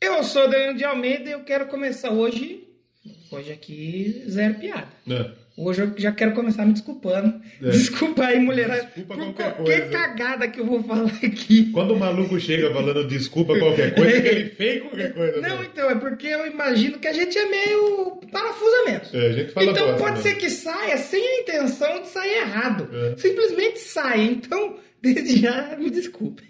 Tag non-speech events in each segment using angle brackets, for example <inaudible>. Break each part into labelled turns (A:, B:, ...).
A: Eu sou Daniel de Almeida e eu quero começar hoje. Hoje aqui, zero piada.
B: É.
A: Hoje eu já quero começar me desculpando.
B: É.
A: Desculpa aí, mulherada.
B: Desculpa
A: por
B: qualquer
A: qualquer,
B: coisa.
A: cagada que eu vou falar aqui.
B: Quando o maluco chega falando desculpa qualquer
A: <laughs>
B: coisa, é que ele fez qualquer coisa.
A: Não,
B: né?
A: então, é porque eu imagino que a gente é meio parafusa mesmo.
B: É, a gente fala
A: então
B: bosta,
A: pode
B: né?
A: ser que saia sem a intenção de sair errado.
B: É.
A: Simplesmente sai. Então, <laughs> desde já, me desculpe.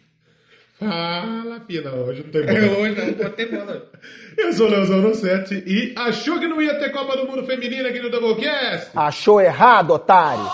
B: Fala, fina, É, hoje não tem bola.
A: É, <laughs> Hoje não, pode ter bola.
B: Eu sou o Leozão Rossetti e achou que não ia ter Copa do Mundo Feminina aqui no Doublecast?
C: Achou errado, otário?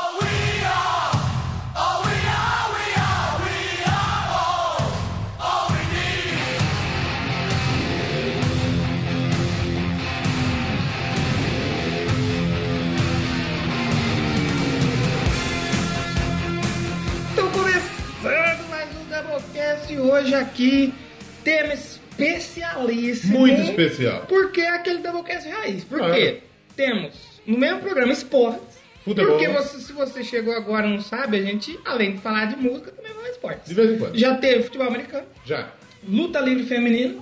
A: Então, começando mais um Doublecast e hoje aqui, tema especialíssimo.
B: Muito Ah, é. especial.
A: Porque é aquele Doublecast raiz. Por
B: Claro.
A: quê? Temos no mesmo programa esportes.
B: Futebol.
A: Porque você- se você chegou agora e não sabe, a gente, além de falar de música, também fala de esportes.
B: De vez em quando.
A: Já teve futebol americano,
B: Já.
A: luta livre feminina.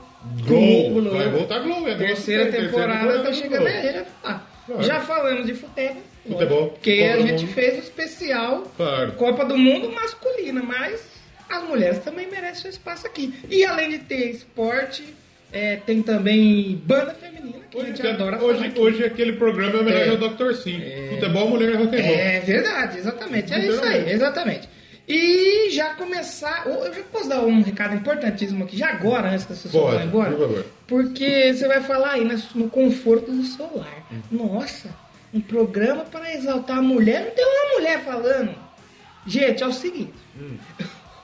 B: Gol.
A: Globo,
B: Vai voltar Globo. É a
A: Terceira
B: nossa
A: temporada tá
B: do
A: chegando
B: Globo.
A: aí, já falar.
B: Claro.
A: Já falamos de futebol.
B: Futebol,
A: Porque
B: Copa
A: a
B: do
A: gente
B: Mundo.
A: fez o especial
B: Claro.
A: Copa do Mundo masculina, mas as mulheres também merecem seu espaço aqui. E além de ter esporte, é, tem também banda feminina, que a gente
B: Hoje, é-
A: adora falar
B: hoje,
A: aqui.
B: hoje aquele programa é homenagem ao Dr. Sim. Futebol, mulher e rock and roll.
A: É verdade, exatamente. É
B: Então,
A: isso aí,
B: Literalmente.
A: exatamente. E já começar. ou Eu já posso dar um recado importantíssimo aqui, já agora, antes que as pessoas
B: Pode,
A: vão embora.
B: por favor.
A: Porque você vai falar aí nas- no conforto do celular.
B: Hum.
A: Nossa, um programa para exaltar a mulher. Não tem uma mulher falando. Gente, é o seguinte.
B: Hum.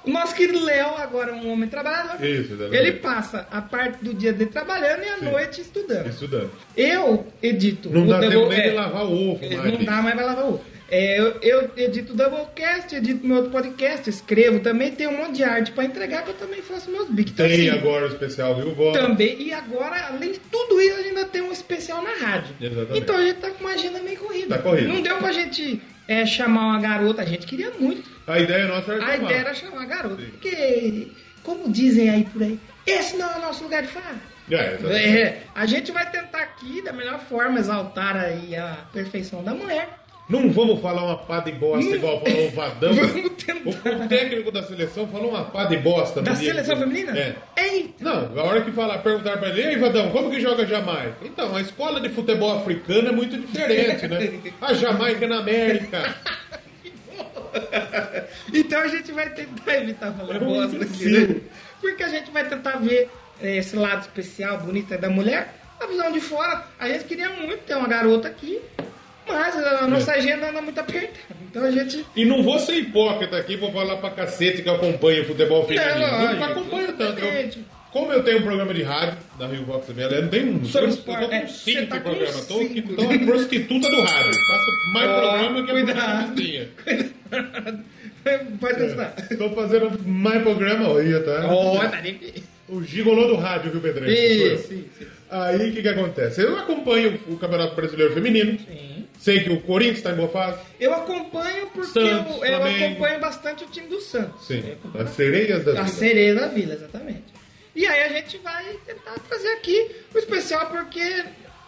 A: O nosso querido Léo, agora é um homem trabalhador,
B: Isso, exatamente.
A: ele passa a parte do dia dele trabalhando e a
B: Sim.
A: noite estudando.
B: Estudando.
A: Eu edito.
B: Não
A: o
B: dá tempo
A: Double-
B: nem de
A: é,
B: lavar o ovo,
A: não
B: Mike.
A: dá mais pra lavar ovo. É, eu, eu edito o Doublecast, edito meu outro podcast, escrevo também, tenho um monte de arte pra entregar que eu também faço meus bicos. Então,
B: Tem
A: assim, Então,
B: agora o especial Viu Bola.
A: Também, e agora, além de tudo isso, a gente ainda tem um especial na rádio.
B: Exatamente.
A: Então a gente tá com uma agenda meio corrida.
B: Tá corrida.
A: Não deu pra gente é, chamar uma garota, a gente queria muito.
B: A ideia nossa é era
A: A
B: chamar.
A: ideia era chamar a garota,
B: Sim.
A: porque, como dizem aí por aí, esse não é o nosso lugar de fala.
B: É, exatamente.
A: É, a gente vai tentar aqui, da melhor forma, exaltar aí a perfeição da mulher.
B: Não vamos falar uma pá de bosta igual falou o Vadão.
A: Hum. <laughs> Vamos
B: O,
A: tentar.
B: o técnico da seleção falou uma pá de bosta. no
A: Da
B: dia
A: seleção
B: que-
A: feminina?
B: É.
A: Ei!
B: Não, a hora que falar, perguntar pra ele, ei Vadão, como que joga a Jamaica? Então, a escola de futebol africana é muito diferente,
A: <laughs>
B: né? A Jamaica na América.
A: Então a gente vai tentar evitar falar
B: É um
A: bosta aqui, né?
B: imbecil.
A: Porque a gente vai tentar ver eh, esse lado especial, bonito da mulher, a visão de fora. A gente queria muito ter uma garota aqui, mas
B: É.
A: a nossa agenda anda muito apertada. Então a gente. <laughs>
B: E não vou ser hipócrita aqui, vou falar pra cacete que eu acompanho futebol feminino.
A: Não,
B: Não,
A: É, lógico,
B: acompanho tanto.
A: exatamente.
B: Eu- como eu tenho um programa de rádio na Rio Box ML, eu tenho um.
A: Sobre
B: eu-
A: esporte,
B: eu tô
A: é,
B: com
A: você
B: cinco
A: tá com
B: programas. Tô,
A: cinco.
B: aqui, tô uma prostituta do rádio. Faço mais
A: Ó,
B: programa é que a
A: cuidado.
B: prostitutinha. É.
A: Vai testar.
B: Tô fazendo mais programa hoje, tá?
A: Ó, tá difícil.
B: O gigolô do rádio, viu, Pedreiro?
A: Isso, isso, isso.
B: Aí o que, que acontece? Eu acompanho o Campeonato Brasileiro Feminino.
A: Sim.
B: Sei que o Corinthians tá em boa fase.
A: Eu acompanho porque
B: Santos,
A: eu, eu
B: Flamengo.
A: acompanho bastante o time do Santos.
B: Sim.
A: Eu acompanho
B: As sereias da
A: a
B: vida. né?
A: sereia da vila, exatamente. E aí a gente vai tentar trazer aqui o especial porque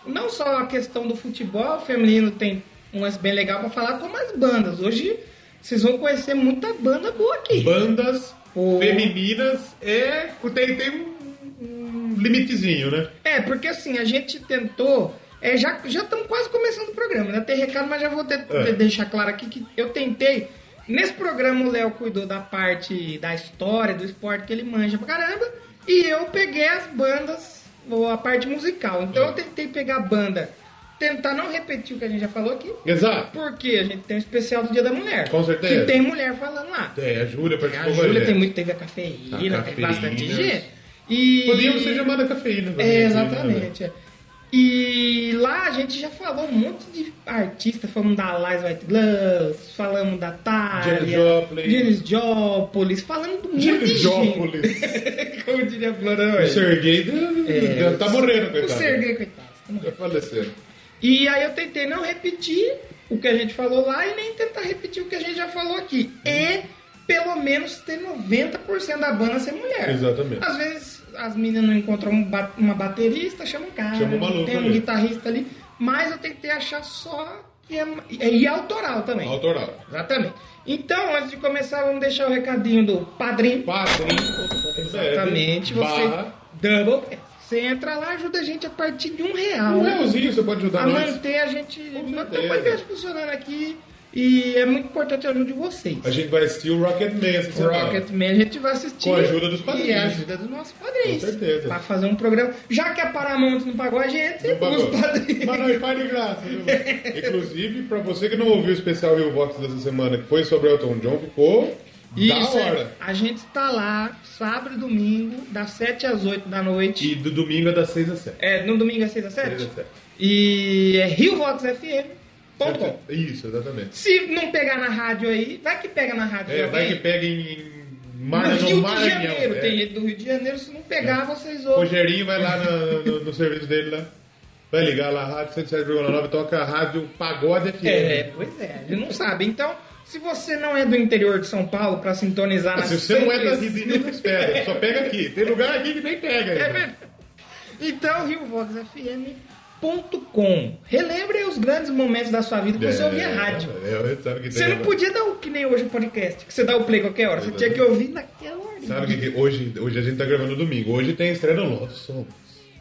A: não só a questão do futebol feminino tem um lance bem legal pra falar, como as bandas. Hoje vocês vão conhecer muita banda boa aqui.
B: bandas
A: O-
B: femininas é. Tem, tem um, um limitezinho, né?
A: É, porque assim, a gente tentou. é, já estamos quase começando o programa, né? Tem recado, mas já vou de-
B: É.
A: deixar claro aqui que eu tentei. Nesse programa, o Léo cuidou da parte da história, do esporte que ele manja pra caramba. E eu peguei as bandas, ou a parte musical. Então
B: É.
A: eu tentei pegar a banda, tentar não repetir o que a gente já falou aqui.
B: Exato.
A: Porque a gente tem um especial do Dia da Mulher.
B: Com certeza.
A: Que tem mulher falando lá.
B: É, a
A: Tem
B: Júlia participou
A: a Júlia,
B: gente.
A: tem muito, teve a cafeína,
B: A
A: tem bastante
B: cafeína.
A: gente. E...
B: Podíamos ser chamada cafeína. também,
A: É,
B: assim, né?
A: exatamente. é. E lá a gente já falou um monte de artista, falamos da Lies White Gloves, falamos da Thalia,
B: Janis Joplin.
A: Janis Joplin, falando do monte de gente.
B: Janijópolis.
A: <laughs> Como diria a Flora
B: <laughs> O
A: hoje.
B: Sergei
A: É,
B: tá morrendo,
A: O
B: coitado.
A: Sergei, coitado. tá morrendo.
B: Tá falecendo.
A: E aí eu tentei não repetir o que a gente falou lá e nem tentar repetir o que a gente já falou
B: Hum.
A: aqui. E pelo menos ter 90% da banda ser mulher.
B: Exatamente.
A: Às vezes as meninas não encontram um ba- uma baterista, chama um cara.
B: Chama um maluco
A: tem um
B: ali.
A: guitarrista ali. Mas eu tentei achar só. E, é, e é autoral também.
B: Autoral.
A: Exatamente. Então, antes de começar, vamos deixar o recadinho do padrinho.
B: Padrim.
A: Exatamente. Você.
B: né? Barra.
A: Double Pass. Você entra lá, ajuda a gente a partir de um real.
B: Um realzinho você pode ajudar
A: a
B: nós.
A: manter a gente. manter
B: certeza.
A: o podcast funcionando aqui. E é muito importante a ajuda de vocês.
B: A gente vai assistir o Rocket Man essa semana.
A: Rocketman a gente vai assistir.
B: Com a ajuda dos padrinhos.
A: E a ajuda dos nossos padrinhos.
B: Com certeza.
A: Pra fazer um programa. Já que a Paramount não pagou a gente,
B: Não pagou.
A: os padrinhos.
B: Mas não, e faz de graça. viu? Inclusive, pra você que não ouviu o especial Rio Vox dessa semana, que foi sobre Elton John, ficou
A: <laughs> Isso,
B: da
A: é.
B: hora.
A: a gente tá lá, sábado e domingo, das 7 às 8 da noite.
B: E do domingo é das 6 às 7.
A: É, no domingo às 6 às 7.
B: 6 às 7.
A: E é
B: Tá
A: riovoxfm.com.
B: Isso, exatamente.
A: Se não pegar na rádio aí, vai que pega na rádio.
B: É,
A: de
B: vai
A: alguém.
B: que pega em
A: No
B: Marna,
A: Rio
B: no
A: de
B: Maranhão.
A: Janeiro,
B: é.
A: tem gente do Rio de Janeiro, se não pegar, vocês
B: O
A: ouvem.
B: Rogerinho vai lá na- no, no serviço dele lá. Vai ligar lá, rádio 107,9, toca a rádio Pagode FM.
A: É, pois é, ele não sabe. Então, se você não é do interior de São Paulo pra sintonizar na
B: Se você não é da
A: 105,
B: Cidinha, não espera. Só pega aqui. Tem lugar aqui que nem pega.
A: É
B: ainda.
A: verdade. Então, riovoxfm.com. Relembre os grandes momentos da sua vida que você ouvia rádio.
B: É, é, sabe que
A: Você
B: tem-
A: não podia dar o que nem hoje o podcast, que você dá o play qualquer hora. Você tinha que ouvir naquela hora.
B: É Sabe que, que hoje, hoje a gente tá gravando domingo. Hoje tem estreia no Lotus Som.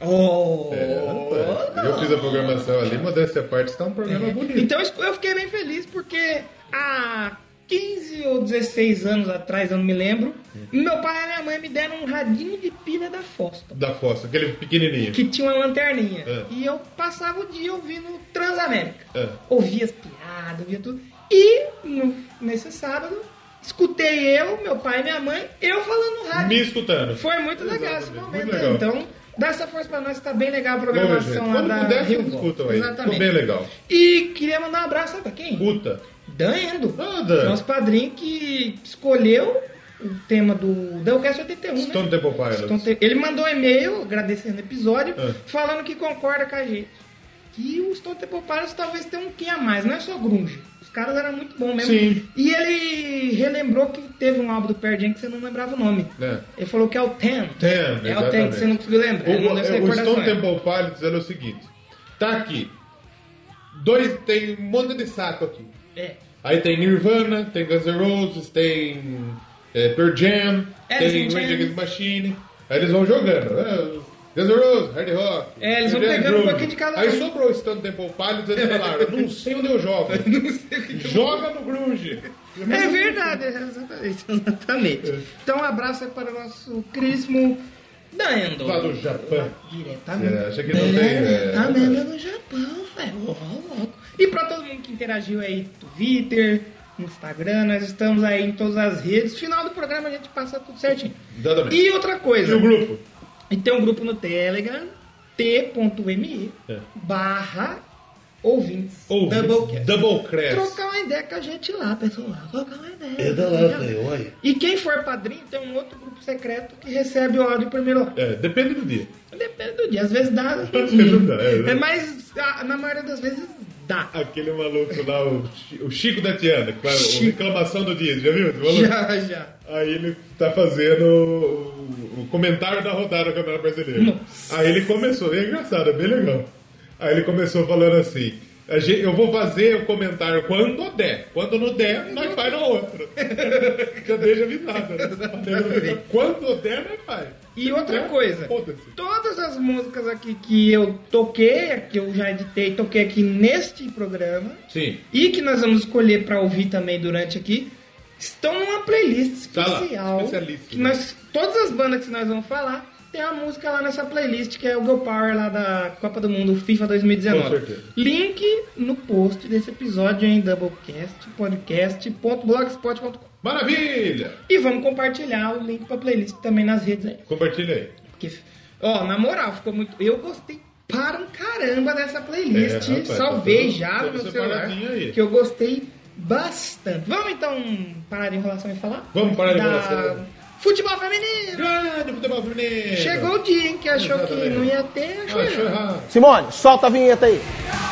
A: Oh!
B: É, Eu fiz a programação ali, modéstia à parte, está um programa bonito.
A: Então isso- eu fiquei bem feliz porque há 15 ou 16 anos atrás, eu não me lembro,
B: É.
A: meu pai e minha mãe me deram um radinho de pilha da Foston,
B: Da Fossa, aquele pequenininho.
A: que tinha uma lanterninha.
B: É.
A: E eu passava o dia ouvindo Transamérica.
B: É.
A: Ouvia as piadas, ouvia tudo. E no, nesse sábado, escutei eu, meu pai e minha mãe, eu falando no rádio.
B: Me escutando.
A: Foi muito legal esse
B: Exatamente,
A: momento.
B: muito legal.
A: Então, dá essa força pra nós, que tá bem legal a
B: Bom, gente,
A: programação lá
B: Quando
A: da
B: puder, vocês
A: Rio Vox.
B: escutam aí. Ficou
A: Exatamente.
B: bem legal.
A: E queria mandar um abraço sabe pra quem?
B: Puta.
A: Dan Endo.
B: Ah, Dan.
A: Nosso padrinho que escolheu o tema do Delcast 81, né?
B: Stone Temple Pilots.
A: Stone Te- Ele mandou um e-mail agradecendo o episódio,
B: Ah.
A: falando que concorda com a gente. Que o Stone Temple Pilots talvez tenha um quê a mais, não é só grunge. Os caras eram muito bons mesmo.
B: Sim.
A: E ele relembrou que teve um álbum do Pearl Jam que você não lembrava o nome.
B: É.
A: Ele falou que é o Ten.
B: Tem,
A: é o Ten, que você não conseguiu lembrar.
B: O, é,
A: ele não deu essa
B: o, o Stone
A: É, recordação.
B: Temple Pilots era o seguinte: tá aqui. Dois, tem um monte de saco aqui.
A: É. <laughs>
B: Aí tem Nirvana, tem Guns N' Roses, tem é, Pearl Jam,
A: Alice
B: tem
A: in
B: Rage
A: Chains.
B: Against the Machine. Aí eles vão jogando. né? Guns N' Roses, Hard Rock.
A: É, eles vão
B: Pearl Jam,
A: pegando um
B: Grunge.
A: pouquinho de cada
B: Aí
A: um.
B: sobrou o Stone Temple Pilots, eles falaram: não sei onde eu
A: <laughs>
B: jogo.
A: Não sei o que
B: Joga no Grunge.
A: É verdade, é exatamente. exatamente.
B: É.
A: Então, um abraço aí para o nosso queríssimo Dando.
B: Lá do Japão.
A: Diretamente.
B: É, acho que não tem, é,
A: Diretamente do Japão, velho. Ó, louco. E para todo mundo que interagiu aí, Twitter, Instagram, nós estamos aí em todas as redes. Final do programa a gente passa tudo certinho.
B: Exatamente.
A: E outra
B: E
A: coisa.
B: o grupo?
A: E tem um grupo no Telegram, t.me
B: É.
A: barra ouvintes.
B: Ouvintes,
A: Doublecast.
B: Doublecast.
A: Trocar uma ideia com a gente lá, pessoal. Trocar uma ideia.
D: É da
A: entendeu?
D: lata, olha.
A: E quem for padrinho tem um outro grupo secreto que recebe o áudio primeiro.
B: É, depende do dia.
A: Depende do dia, às vezes dá. às vezes
B: vezes
A: não.
B: dá, é.
A: É, mas ah, na maioria das vezes dá.
B: Aquele maluco lá, o, Chi- o Chico da Tiana, que faz o
A: Chico.
B: reclamação do dia, já viu? esse maluco?
A: Já, já.
B: Aí ele tá fazendo o, o comentário da rodada do Campeonato Brasileiro.
A: Nossa.
B: Aí ele começou, e é engraçado, é bem legal. Aí ele começou falando assim: "A gen- eu vou fazer o comentário quando der. Quando não der, nós faz na outra. <laughs> já deixa avisado. Né? Quando der, nós faz.
A: E outra coisa,
B: Foda-se.
A: todas as músicas aqui que eu toquei, que eu já editei, toquei aqui neste programa,
B: Sim.
A: e que nós vamos escolher para ouvir também durante aqui, estão numa playlist
B: Tá lá,
A: especial.
B: especialíssima.
A: que nós, todas as bandas que nós vamos falar, tem a música lá nessa playlist, que é o Go Power lá da Copa do Mundo FIFA 2019.
B: Com certeza.
A: Link no post desse episódio em doublecastpodcast.blogspot.com.
B: Maravilha!
A: E vamos compartilhar o link pra playlist também nas redes aí.
B: Compartilha aí.
A: Porque, ó, na moral, ficou muito. Eu gostei para um caramba dessa playlist.
B: É, rapaz, tá
A: Salvei
B: tudo-
A: já no
B: tudo
A: meu celular.
B: separadinho aí.
A: Que eu gostei bastante. Vamos então parar de enrolação e falar?
B: Vamos parar de
A: Da
B: enrolação.
A: Futebol feminino!
B: Grande Ah, futebol feminino!
A: Chegou o dia, hein? Que achou que
B: Exatamente.
A: não ia ter, achou.
B: Ah, Achou
A: errado.
B: errado.
C: Simone, solta a vinheta aí.
E: All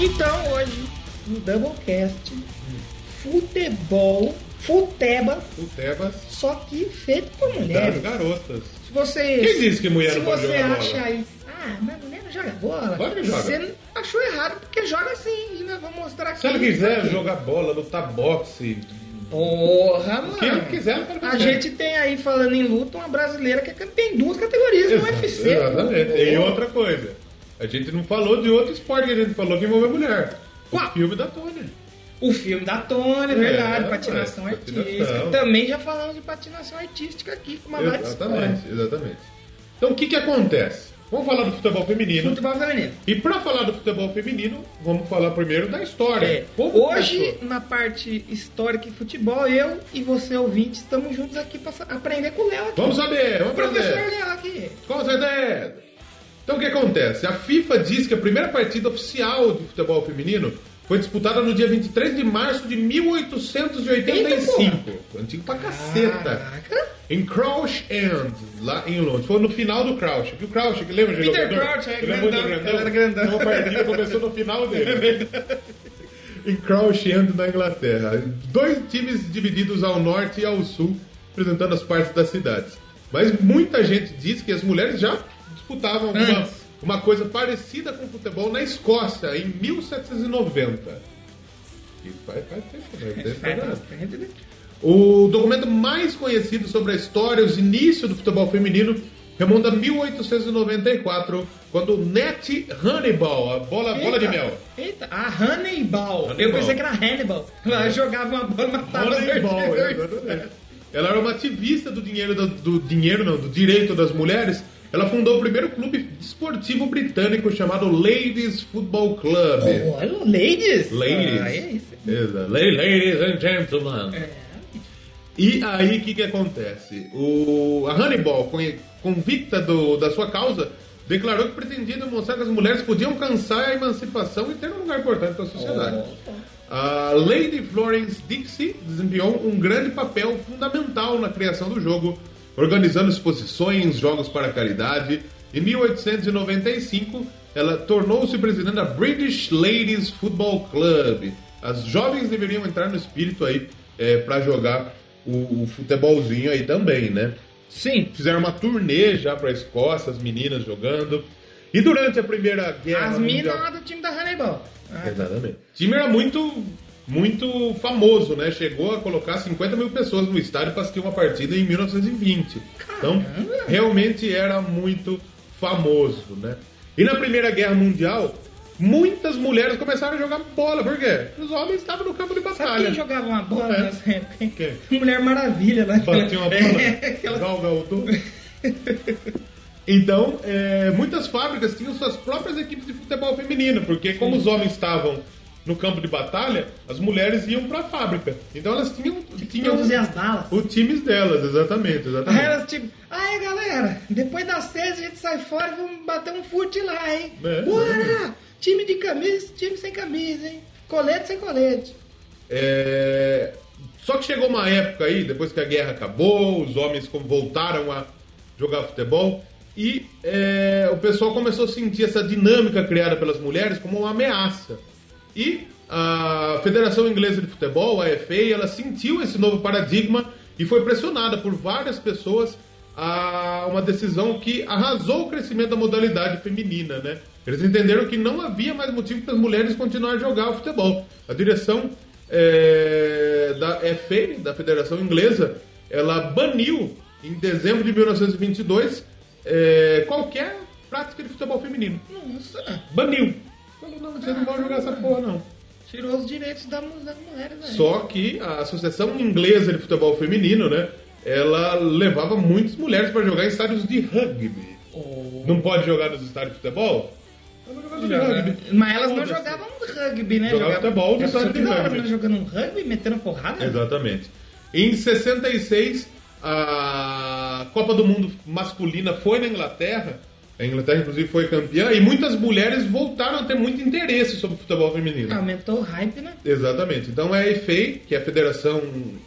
A: Então hoje, no Doublecast, futebol, futeba,
B: O Tebas
A: só que feito por
B: das
A: mulheres.
B: garotas.
A: Se você.
B: Quem disse que mulher
A: se
B: não pode
A: você
B: jogar
A: acha
B: bola?
A: aí. Ah, mas mulher não joga bola.
B: Claro que joga.
A: Você achou errado porque joga sim. E nós vamos mostrar aqui.
B: Se ela quiser jogar bola, lutar boxe,
A: Porra, mano.
B: o que ela quiser, ela
A: Ah, A
B: quiser.
A: gente tem aí, falando em luta, uma brasileira que é campe- tem duas categorias é no UFC.
B: Exatamente. E outra coisa, a gente não falou de outro esporte que a gente falou que envolve mulher. O
A: Qual?
B: filme da Tônia.
A: O filme da Tônia, é verdade,
B: É,
A: patinação
B: mas,
A: artística.
B: patinação.
A: Também já falamos de patinação artística aqui, com uma várias histórias.
B: Exatamente, exatamente. Então o que que acontece? Vamos falar do futebol feminino.
A: Futebol feminino.
B: E pra falar do futebol feminino, vamos falar primeiro da história.
A: É,
B: Como
A: hoje,
B: começou?
A: na parte histórica e futebol, eu e você, ouvinte, estamos juntos aqui para aprender com o Léo aqui.
B: Vamos saber,
A: o
B: vamos
A: professor
B: saber.
A: Léo aqui.
B: Com certeza! Então o que acontece? A FIFA diz que a primeira partida oficial de futebol feminino foi disputada no dia 23 de março de 1885. Antigo pra caceta.
A: Caraca.
B: Em Crouch End, lá em Londres. Foi no final do Crouch. Viu Crouch? Que lembra de
A: Peter
B: jogador?
A: Crouch, é,
B: Ele muito
A: grandão,
B: grandão.
A: ele era grandão. É
B: Então, a partida começou no
A: <laughs>
B: final dele. em Crouch End, na Inglaterra. Dois times divididos ao norte e ao sul, representando as partes das cidades. Mas muita gente diz que as mulheres já disputavam uma,
A: Antes.
B: uma coisa parecida com futebol na Escócia, em 1790. E faz, faz tempo, né? Deve ter
A: Faz
B: nada.
A: bastante, né?
B: O documento mais conhecido sobre a história e os inícios do futebol feminino remonta a 1894, quando o Net Hannibal, a bola, Tá bola de
A: Eita,
B: mel.
A: Eita, a Hannibal. Eu
B: Hannibal. É.
A: pensei que era Hannibal. Ela jogava uma bola e matava os
B: Hannibal, é,
A: adversários.
B: exatamente. Ela era uma ativista do dinheiro, da- do, dinheiro não, do direito das mulheres. Ela fundou o primeiro clube esportivo britânico chamado Ladies Football Club.
A: Olha, ladies.
B: Ladies.
A: Ah, é isso. É.
B: Exato. La- Ladies and gentlemen. E aí, o que, que acontece? O, a Hannibal, con- convicta do- da sua causa, declarou que pretendia demonstrar que as mulheres podiam alcançar a emancipação e ter um lugar importante na sociedade.
A: Oh.
B: A Lady Florence Dixie desempenhou um grande papel fundamental na criação do jogo, organizando exposições, jogos para caridade. Em 1895, ela tornou-se presidente da British Ladies Football Club. As jovens deveriam entrar no espírito aí para jogar o, o futebolzinho aí também, né?
A: Sim.
B: Fizeram uma turnê já para a Escócia, as meninas jogando. E durante a Primeira Guerra
A: As minas
B: Mundial-
A: lá do time da Hannibal. Ah,
B: Exatamente. O time era muito, muito famoso, né? Chegou a colocar 50 mil pessoas no estádio para assistir uma partida em 1920. Então, realmente era muito famoso, né? E na Primeira Guerra Mundial, muitas mulheres começaram a jogar bola. Por quê? Os homens estavam no campo de
A: Sabe quem
B: batalha.
A: jogava uma bola
B: Ah, É.
A: nessa época? hein?
B: Quem?
A: Mulher Maravilha lá.
B: Batia
A: <laughs>
B: uma
A: É,
B: bola,
A: aquela-
B: galga o topo. Então, é, muitas fábricas tinham suas próprias equipes de futebol feminino, porque como os homens estavam no campo de batalha, as mulheres iam pra fábrica. Então elas tinham, tinham
A: Produzir as balas.
B: os times delas, exatamente,
A: Aí
B: exatamente.
A: elas tipo, aí galera, depois das seis a gente sai fora e vamos bater um fute lá, hein?
B: É.
A: Bora! Time de camisa, time sem camisa, hein? Colete sem colete.
B: É, Só que chegou uma época aí, depois que a guerra acabou, os homens com- voltaram a jogar futebol e é, o pessoal começou a sentir essa dinâmica criada pelas mulheres como uma ameaça. E a Federação Inglesa de Futebol, a FA, ela sentiu esse novo paradigma e foi pressionada por várias pessoas a uma decisão que arrasou o crescimento da modalidade feminina, né? Eles entenderam que não havia mais motivo para as mulheres continuarem a jogar futebol. A direção eh, da FA, da Federação Inglesa, ela baniu em dezembro de 1922 eh, qualquer prática de futebol feminino.
A: Nossa,
B: Baniu. Falou, não, vocês não vão jogar essa porra, não.
A: tirou os direitos da mu- das mulheres aí.
B: Só que a Associação Inglesa de Futebol Feminino, né? Ela levava muitas mulheres para jogar em estádios de rugby.
A: Oh.
B: Não pode jogar nos estádios de futebol? Vamos jogar de rugby.
A: Mas elas não
B: né? Foda-se.
A: jogavam rugby, né?
B: Jogava futebol,
A: Elas
B: só de
A: toda hora
B: rugby.
A: elas jogando um rugby, metendo porrada.
B: Exatamente. Em 66, a Copa do Mundo masculina foi na Inglaterra. A Inglaterra, inclusive, foi campeã. E muitas mulheres voltaram a ter muito interesse sobre o futebol feminino.
A: Aumentou o hype, né?
B: Exatamente. Então é a FA, que é a Federação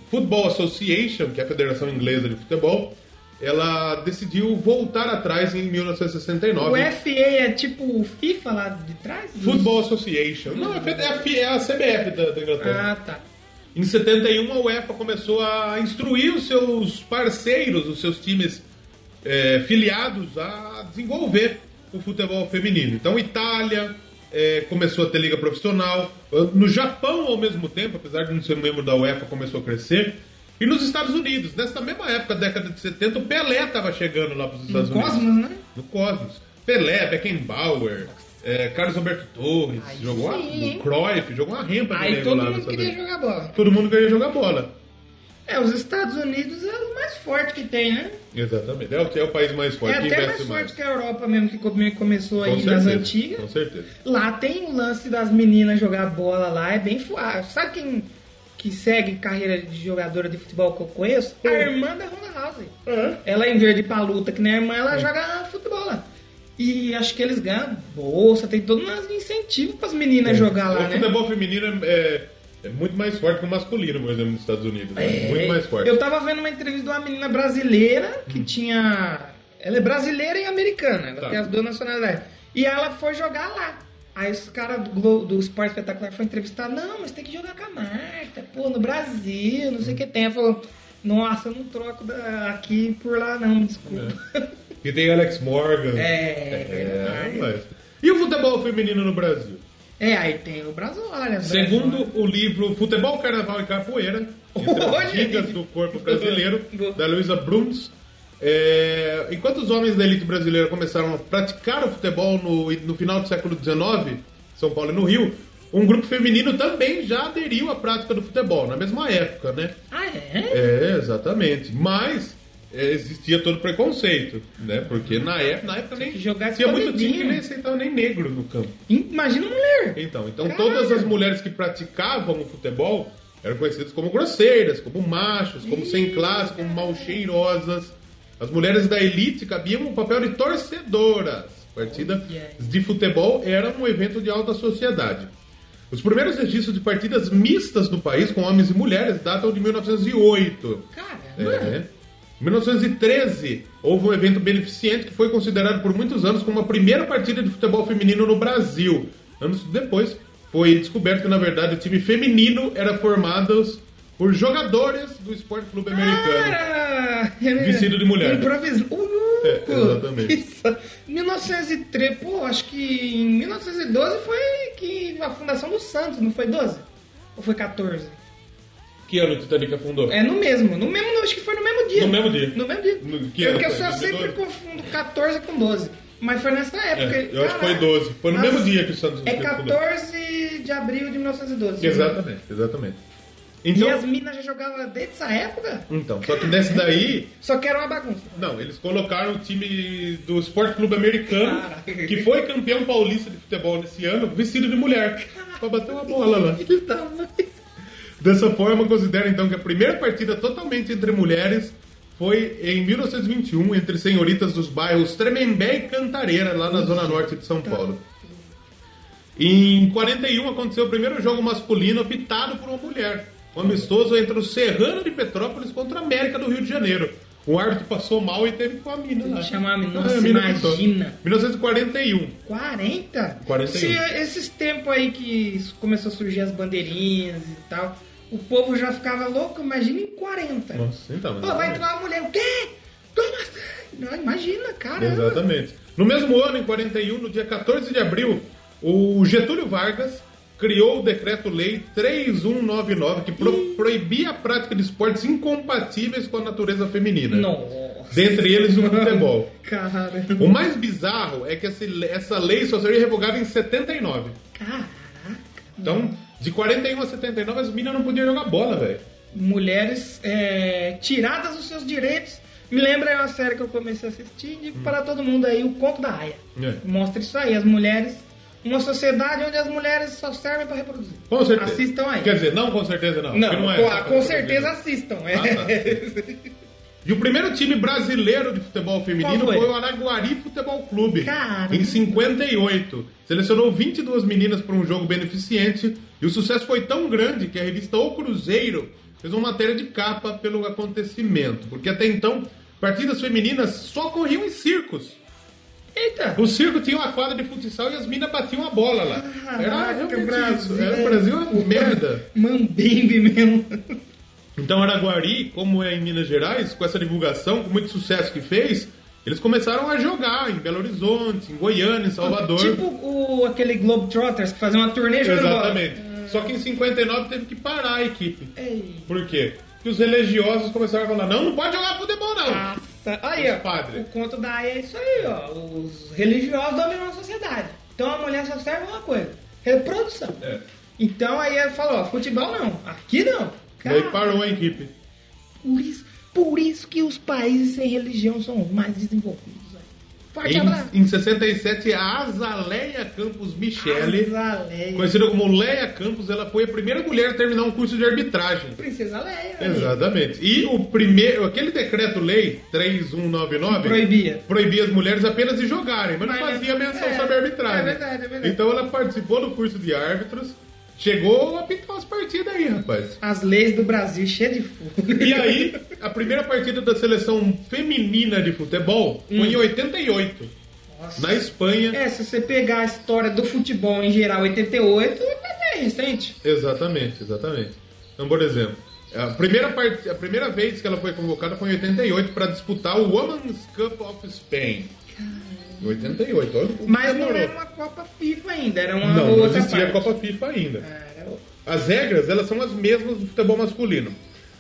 B: Football Association, que é a Federação Inglesa de Futebol, ela decidiu voltar atrás em 1969.
A: O FA é tipo o FIFA lá de trás?
B: Football Association. Não, é a F- é a CBF da, da Inglaterra.
A: Ah, tá.
B: Em 71, a UEFA começou a instruir os seus parceiros, os seus times é, filiados a desenvolver o futebol feminino. Então, Itália é, começou a ter liga profissional. No Japão, ao mesmo tempo, apesar de não ser membro da UEFA, começou a crescer. E nos Estados Unidos, nessa mesma época, década de 70, o Pelé estava chegando lá para os Estados
A: No
B: Unidos.
A: Cosmos, né?
B: No Cosmos. Pelé, Beckenbauer, é, Carlos Alberto Torres,
A: Aí
B: jogou
A: sim,
B: a,
A: hein?
B: o Cruyff, jogou uma rempa de
A: Aí
B: nego
A: todo
B: lá
A: mundo
B: nessa
A: queria
B: década.
A: jogar bola.
B: Todo mundo queria jogar bola.
A: É, os Estados Unidos é o mais forte que tem, né?
B: Exatamente. É o, é o país mais forte.
A: é
B: que
A: até
B: investe
A: mais forte que a Europa mesmo, que come- começou aí
B: Com
A: nas
B: certeza,
A: antigas.
B: Com certeza.
A: Lá tem o lance das meninas jogar bola lá, é bem fuado. Sabe quem que segue carreira de jogadora de futebol que eu conheço? A irmã da Ronda House. Ela, é em vez de ir pra luta, que nem a irmã, ela joga futebol lá. E acho que eles ganham bolsa, tem todo um incentivo pras meninas jogar lá,
B: o
A: né?
B: futebol feminino é, é muito mais forte que o masculino, por exemplo, nos Estados Unidos. né?
A: É.
B: Muito mais forte. Hum.
A: Eu tava vendo uma entrevista de uma menina brasileira que tinha. Ela é brasileira e americana, ela
B: Tá.
A: tem as duas nacionalidades. E ela foi jogar lá. Aí os caras do, Glo- do Esporte Espetacular foram entrevistar: não, mas tem que jogar com a Marta, pô, no Brasil, não sei o que tem. Ela falou: nossa, eu não troco da- aqui por lá, não, me desculpa.
B: E tem Alex Morgan.
A: É,
B: É,
A: verdade.
B: mas- E o futebol feminino no Brasil?
A: <laughs> É, aí tem o Brasolha. o
B: Segundo
A: Brasolha.
B: o livro Futebol, Carnaval e Capoeira, entre
A: Olha
B: as dicas
A: aí.
B: do corpo
A: <laughs>
B: brasileiro, da Luísa Bruns, é, enquanto os homens da elite brasileira começaram a praticar o futebol no, no final do século XIX, São Paulo e no Rio, um grupo feminino também já aderiu à prática do futebol, na mesma época, né?
A: Ah, é?
B: É, exatamente. Mas é, existia todo preconceito, né? Porque na época, na época nem
A: que jogar
B: tinha muito
A: escondidinho.
B: time que nem aceitava nem negro no campo.
A: Imagina uma mulher.
B: <laughs> Então, então
A: Caralho.
B: todas as mulheres que praticavam o futebol eram conhecidas como grosseiras, como machos, como sem classe, como mal cheirosas. As mulheres da elite cabiam o papel de torcedoras. Partidas
A: Olha.
B: de futebol eram um evento de alta sociedade. Os primeiros registros de partidas mistas no país com homens e mulheres datam de 1908.
A: Caramba.
B: É. Em 1913, houve um evento beneficente que foi considerado por muitos anos como a primeira partida de futebol feminino no Brasil. Anos depois, foi descoberto que, na verdade, o time feminino era formado por jogadores do Esporte Clube Americano.
A: Cara! é
B: Vestido de mulher.
A: Improvisado. Uh,
B: É, exatamente.
A: Isso. 1903, pô, acho que em 1912 foi que a fundação do Santos, não foi 12? Ou foi 14?
B: Que ano o Titanic afundou?
A: É no mesmo, no mesmo, não, acho que foi no mesmo dia.
B: No mesmo dia.
A: No mesmo dia.
B: No- que
A: é
B: ano
A: porque eu
B: foi?
A: só
B: 12?
A: sempre confundo 14 com 12. Mas foi nessa época.
B: É, eu acho que foi
A: Caraca.
B: 12. Foi no
A: Nossa,
B: mesmo dia que o Santos
A: É
B: afundou.
A: 14 de abril de 1912.
B: Exatamente, exatamente.
A: E
B: Então,
A: as minas já jogavam desde essa época?
B: então só que nesse daí,
A: Só que era uma bagunça.
B: Não, eles colocaram o time do Esporte Clube Americano,
A: Cara.
B: que foi campeão paulista de futebol nesse ano, vestido de mulher, pra bater uma bola lá.
A: Filho da
B: Então,
A: mãe.
B: Dessa forma, considera então que a primeira partida totalmente entre mulheres foi em 1921, entre senhoritas dos bairros Tremembé e Cantareira, lá na zona norte de São Paulo. Em 41 aconteceu o primeiro jogo masculino optado por uma mulher. Um amistoso entre o Serrano de Petrópolis contra a América do Rio de Janeiro. O árbitro passou mal e teve com a mina lá.
A: Chamar a mina,
B: Ah,
A: nossa,
B: apitou.
A: imagina.
B: 1941.
A: 40?
B: 41.
A: Se esses tempos aí que começou a surgir as bandeirinhas e tal, o povo já ficava louco, imagina em 40.
B: Nossa, então.
A: Pô, vai
B: exatamente.
A: entrar uma mulher, o quê? Como assim? Não, imagina, caramba.
B: Exatamente. No mesmo ano, em 41, no dia 14 de abril, o Getúlio Vargas criou o decreto-lei 3199 que pro- proibia a prática de esportes incompatíveis com a natureza feminina.
A: Nossa.
B: Dentre eles o
A: <laughs>
B: futebol.
A: Caramba.
B: O mais bizarro é que esse- essa lei só seria revogada em 79.
A: Caraca.
B: Então, de 41 a 79, as meninas não podiam jogar bola, velho.
A: Mulheres é, tiradas dos seus direitos. Me lembra aí uma série que eu comecei a assistir, digo para todo mundo aí, o Conto da Raia.
B: Hum. É.
A: Mostra isso aí, as mulheres. Uma sociedade onde as mulheres só servem para reproduzir.
B: Com certeza.
A: Assistam aí.
B: Quer dizer, não com certeza não.
A: não,
B: porque não é
A: com-
B: essa Ah, tá.
A: com
B: coisa
A: certeza
B: brasileira.
A: assistam. é.
B: E o primeiro time brasileiro de futebol feminino
A: Qual foi?
B: foi? o Araguari Futebol Clube,
A: Caramba.
B: em 58. Selecionou 22 meninas para um jogo beneficente e o sucesso foi tão grande que a revista O Cruzeiro fez uma matéria de capa pelo acontecimento, porque até então partidas femininas só corriam em circos.
A: <laughs> Eita!
B: O circo tinha uma quadra de futsal e as minas batiam a bola lá. Era
A: Caraca,
B: realmente
A: Ah, Brasil.
B: isso. Era o Brasil é uma merda.
A: Mambembe mesmo.
B: Então Araguari, como é em Minas Gerais, com essa divulgação, com muito sucesso que fez, eles começaram a jogar em Belo Horizonte, em Goiânia, em Salvador.
A: Tipo o, aquele Globetrotters que fazia uma turnê jogando bola.
B: Exatamente. Só que em 59 teve que parar a equipe.
A: Ei.
B: Por quê? Porque os religiosos começaram a falar, não, não pode jogar futebol não.
A: Nossa. Aí,
B: Os
A: ó.
B: padres.
A: O conto da Aya é isso aí, ó. Os religiosos dominam a sociedade. Então a mulher só serve uma coisa: reprodução.
B: É.
A: Então aí ela falou: ó, futebol não. Aqui não.
B: Daí
A: Cara,
B: parou a equipe.
A: por, isso, por isso que os países sem religião são os mais desenvolvidos. velho. Forte abraço.
B: Em, em 67, a Azaleia Campos Michele,
A: Azaleia.
B: conhecida como Leia Campos, ela foi a primeira mulher a terminar um curso de arbitragem.
A: Princesa Leia. né?
B: Exatamente. E o primeiro, aquele decreto-lei 3199
A: Proibia.
B: proibia as mulheres apenas de jogarem, mas não
A: Mas,
B: fazia menção
A: é,
B: sobre arbitragem.
A: é verdade, é verdade.
B: Então ela participou do curso de árbitros, chegou a pintar as partidas aí, rapaz.
A: As leis do Brasil cheias de fogo.
B: E aí, a primeira partida da seleção feminina de futebol foi em 88,
A: Hum. Nossa.
B: na Espanha.
A: É, se você pegar a história do futebol em geral, 88, é bem recente.
B: Exatamente, exatamente. Então, por exemplo, a primeira, part... a primeira vez que ela foi convocada foi em 88 para disputar o Women's Cup of Spain. Em 88, olha como
A: Mas não
B: demorou.
A: era uma Copa FIFA ainda, era uma
B: Não, não
A: outra
B: existia a
A: parte.
B: Copa FIFA ainda.
A: Era outra.
B: As regras, elas são as mesmas do futebol masculino.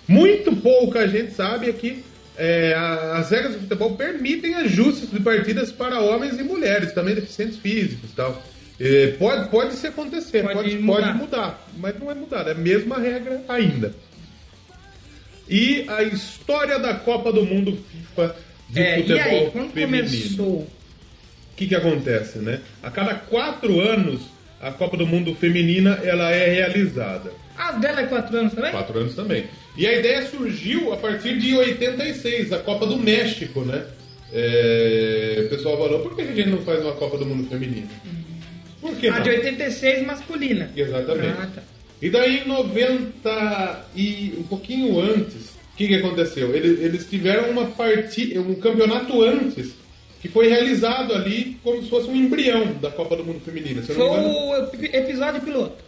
B: Muito pouca gente sabe é que é, a- as regras do futebol permitem ajustes de partidas para homens e mulheres, também deficientes físicos e tal. É, pode, pode se acontecer,
A: Pode
B: pode, pode, mudar.
A: mudar.
B: mas não é mudar, é a mesma regra ainda. E a história da Copa do Mundo FIFA de
A: É,
B: futebol
A: e aí, quando
B: feminino.
A: começou?
B: O que, que acontece, né? A cada quatro anos, a Copa do Mundo Feminina ela é realizada.
A: As dela é 4 anos também?
B: Quatro anos também. E a ideia surgiu a partir de 86, a Copa do México, né? É, O pessoal falou, por que a gente não faz uma Copa do Mundo Feminina? Por que
A: A
B: não?
A: de 86 masculina.
B: Exatamente.
A: Ah, tá.
B: E daí em 90 e um pouquinho antes, o que, que aconteceu? Eles, eles tiveram uma partida, um campeonato antes, que foi realizado ali como se fosse um embrião da Copa do Mundo Feminina. Se eu
A: Foi
B: não me engano,
A: o ep- episódio piloto.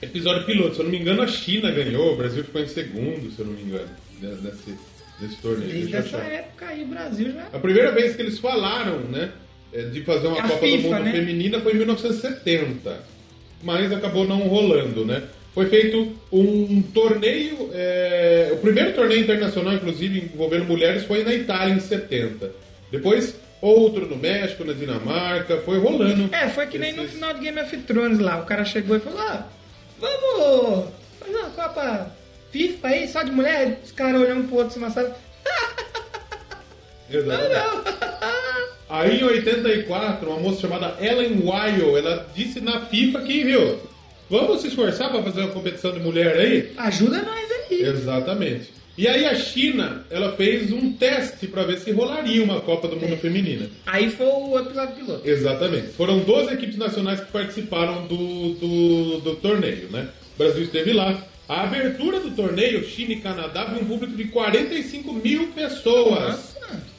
B: episódio piloto. Se eu não me engano, a China ganhou, o Brasil ficou em segundo, se eu não me engano, de- desse, desse torneio.
A: Desde
B: Deixa eu
A: essa
B: achar.
A: época aí o Brasil já.
B: A primeira vez que eles falaram, né, é, de fazer uma
A: A
B: Copa do
A: FIFA,
B: Mundo
A: né?
B: feminina foi em 1970, mas acabou não rolando, né? Foi feito um torneio, é, o primeiro torneio internacional, inclusive, envolvendo mulheres, foi na Itália em 70. Depois, outro no México, na Dinamarca, foi rolando.
A: É, foi que nem no
B: esses-
A: final de Game of Thrones lá. O cara chegou e falou: ah, vamos fazer uma Copa FIFA aí, só de mulher. Os caras olhando pro outro se maçando.
B: Exatamente. <laughs> Aí em 84, uma moça chamada Ellen Weil, ela disse na FIFA que, viu, vamos se esforçar para fazer uma competição de mulher aí?
A: Ajuda nós aí.
B: Exatamente. E aí a China, ela fez um teste para ver se rolaria uma Copa do Mundo Feminina.
A: Aí foi o episódio piloto.
B: Exatamente. Foram 12 equipes nacionais que participaram do, do, do torneio, né? O Brasil esteve lá. A abertura do torneio, China e Canadá, viu um público de 45 mil pessoas.
A: Nossa.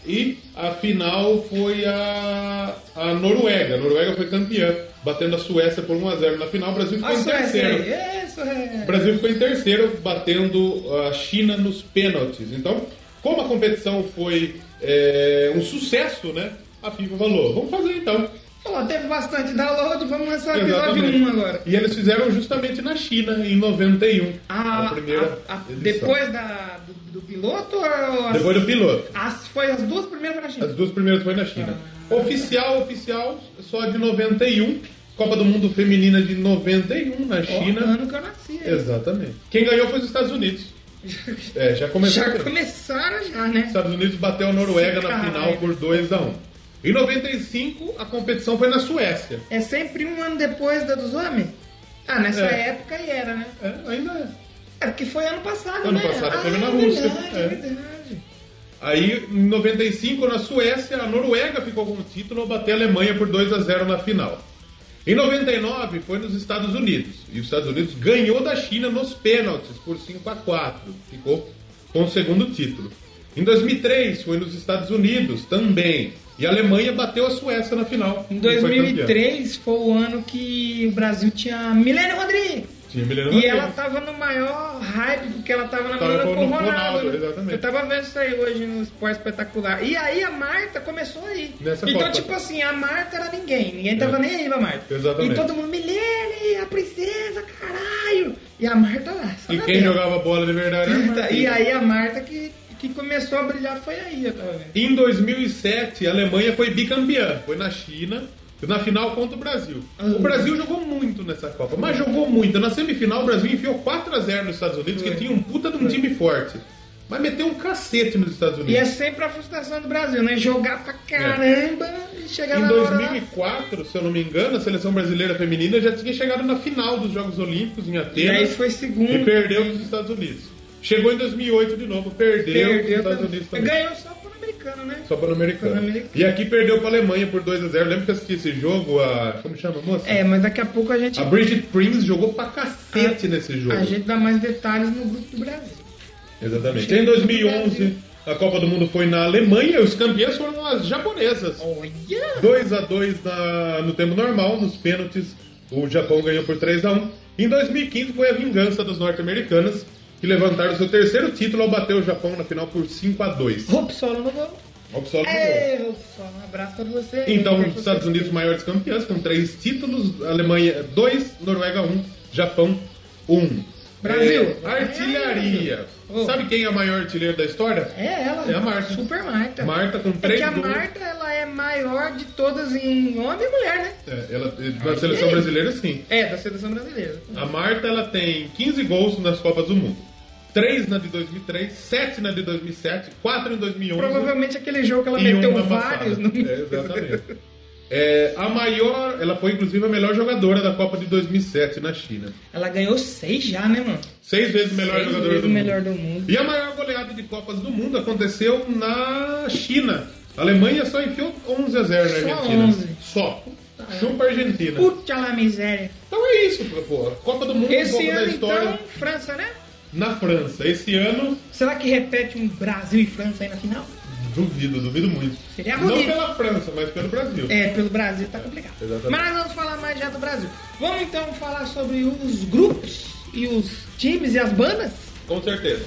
B: E a final foi a, a Noruega. A Noruega foi campeã, batendo a Suécia por 1x0 na final. O Brasil ficou
A: Olha
B: em
A: só essa
B: terceiro.
A: aí. Isso
B: O
A: é.
B: Brasil ficou em terceiro, batendo a China nos pênaltis. Então, como a competição foi é, um sucesso, né? A FIFA falou, vamos fazer então.
A: Falou, teve bastante download, vamos lançar o episódio
B: Exatamente.
A: 1 agora.
B: E eles fizeram justamente na China, em 91.
A: A,
B: É a primeira
A: Ah, a- a-
B: edição.
A: depois da, do, do piloto ou as,
B: Depois do piloto.
A: as- foi as duas primeiras pra
B: As
A: China?
B: duas primeiras foi na China.
A: Ah.
B: Oficial, oficial, só de 91. Copa do Mundo Feminina de 91 na
A: Ó,
B: China.
A: ano que eu nasci. hein?
B: Exatamente. Quem ganhou foi os Estados
A: <laughs>
B: Unidos. É, já começou.
A: Já
B: bem.
A: começaram já, né?
B: Estados Unidos bateu a Noruega na
A: Caralho.
B: final por 2 a 1 Em 95, a competição foi na Suécia.
A: É sempre um ano depois da dos homens? Ah, nessa
B: É.
A: época aí era, né?
B: É, ainda é.
A: É porque foi ano passado,
B: Ano
A: né?
B: passado
A: ah,
B: teve na
A: é
B: Rússia,
A: Verdade,
B: é.
A: é verdade.
B: Aí, em 95, na Suécia, a Noruega ficou com o título ao bater a Alemanha por 2 a 0 na final. Em 99, foi nos Estados Unidos. E os Estados Unidos ganhou da China nos pênaltis por 5 a 4 Ficou com o segundo título. Em 2003 foi nos Estados Unidos também. E a Alemanha bateu a Suécia na final.
A: Em
B: E foi campeã.
A: 2003 foi o ano que o Brasil tinha Milene Rodrigues.
B: Tinha Milena
A: E ela tá
B: Rodrigues.
A: tava no maior hype, porque ela tava na
B: Tava
A: banda com
B: com-
A: o
B: no
A: Ronaldo.
B: Ronaldo,
A: né?
B: exatamente.
A: Eu tava vendo isso aí hoje no Esporte Espetacular. E aí a Marta começou aí.
B: Nessa
A: então,
B: Copa.
A: tipo assim, a Marta era ninguém. Ninguém tava
B: É.
A: nem aí pra Marta.
B: Exatamente.
A: E todo mundo, Milene, a princesa, caralho. E a Marta lá. só
B: E
A: na
B: quem
A: dela. Então,
B: jogava bola de verdade era a Marta.
A: E aí a Marta que, que começou a brilhar foi aí, eu tava vendo.
B: Em 2007, a Alemanha foi bicampeã. Foi na China, na final contra o Brasil. O Brasil jogou muito nessa Copa, mas jogou muito. Na semifinal, o Brasil enfiou 4x0 nos Estados Unidos, que tinha um puta de um time forte. Mas meteu um cacete nos Estados Unidos.
A: E é sempre a frustração do Brasil, né? Jogar pra caramba e chegar
B: Em
A: na hora lá.
B: 2004, se eu não me engano, a seleção brasileira feminina já tinha chegado na final dos Jogos Olímpicos em
A: E aí
B: Atenas
A: foi segundo.
B: e perdeu para os Estados Unidos. Chegou em 2008 de novo, perdeu, para os
A: Perdeu.
B: Estados
A: também.
B: Unidos também.
A: Ganhou só pro americano, né?
B: Só pan-americano.
A: Pan-Americano.
B: E aqui perdeu para a Alemanha por 2x0. Lembra que eu assisti esse jogo? A... Como chama a moça?
A: É, mas daqui a pouco a gente,
B: A
A: a,
B: Bridget Prince jogou pra cacete
A: A-
B: nesse jogo.
A: gente dá mais detalhes no grupo do Brasil.
B: Exatamente. Em 2011, a Copa do Mundo foi na Alemanha e os campeãs foram as japonesas.
A: Olha!
B: 2x2 na- no tempo normal, nos pênaltis, o Japão ganhou por 3x1. Em 2015 foi a vingança das norte-americanas, que levantaram seu terceiro título ao bater o Japão na final por 5x2.
A: Roupa solo no gol.
B: Absoluto gol.
A: É, Roupa solo, um abraço pra você.
B: Então,
A: Pra
B: os
A: você.
B: Estados Unidos maiores campeãs, com três títulos, Alemanha 2, Noruega 1, um, Japão 1. Um.
A: Brasil.
B: É, artilharia.
A: Oh.
B: Sabe quem é a maior artilheira da história?
A: É ela.
B: É a Marta.
A: Super Marta.
B: Marta com
A: É
B: três
A: que a
B: gols.
A: Marta, ela é maior de todas em homem e mulher, né?
B: É, ela, na seleção brasileira, sim.
A: É, da seleção brasileira.
B: A Marta ela tem 15 gols nas Copas do Mundo. 3 na de 2003, 7 na de 2007, 4 em 2011.
A: Provavelmente aquele jogo que ela
B: e
A: meteu
B: uma
A: vários
B: passada.
A: no.
B: É, exatamente. É, a maior, ela foi inclusive a melhor jogadora da Copa de 2007 na China.
A: Ela ganhou seis já, né, mano?
B: Seis vezes o melhor
A: Seis
B: jogador
A: vezes
B: do
A: o
B: mundo.
A: melhor do mundo.
B: E a maior goleada de Copas do mundo aconteceu na China. A Alemanha só enfiou 11 a 0
A: Só
B: na Argentina.
A: 11.
B: Só. Chupa a Argentina.
A: Puta la miséria.
B: Então é isso, pô. Copa do Mundo um
A: Esse
B: pouco da
A: ano,
B: história
A: então, França, né?
B: na França. Esse ano
A: Será que repete um Brasil e França aí na final?
B: Duvido, duvido muito.
A: Seria
B: Não
A: bonito.
B: pela França, mas pelo Brasil.
A: É, pelo Brasil tá complicado.
B: Exatamente.
A: Mas nós vamos falar mais já do Brasil. Vamos então falar sobre os grupos e os times e as bandas?
B: Com certeza.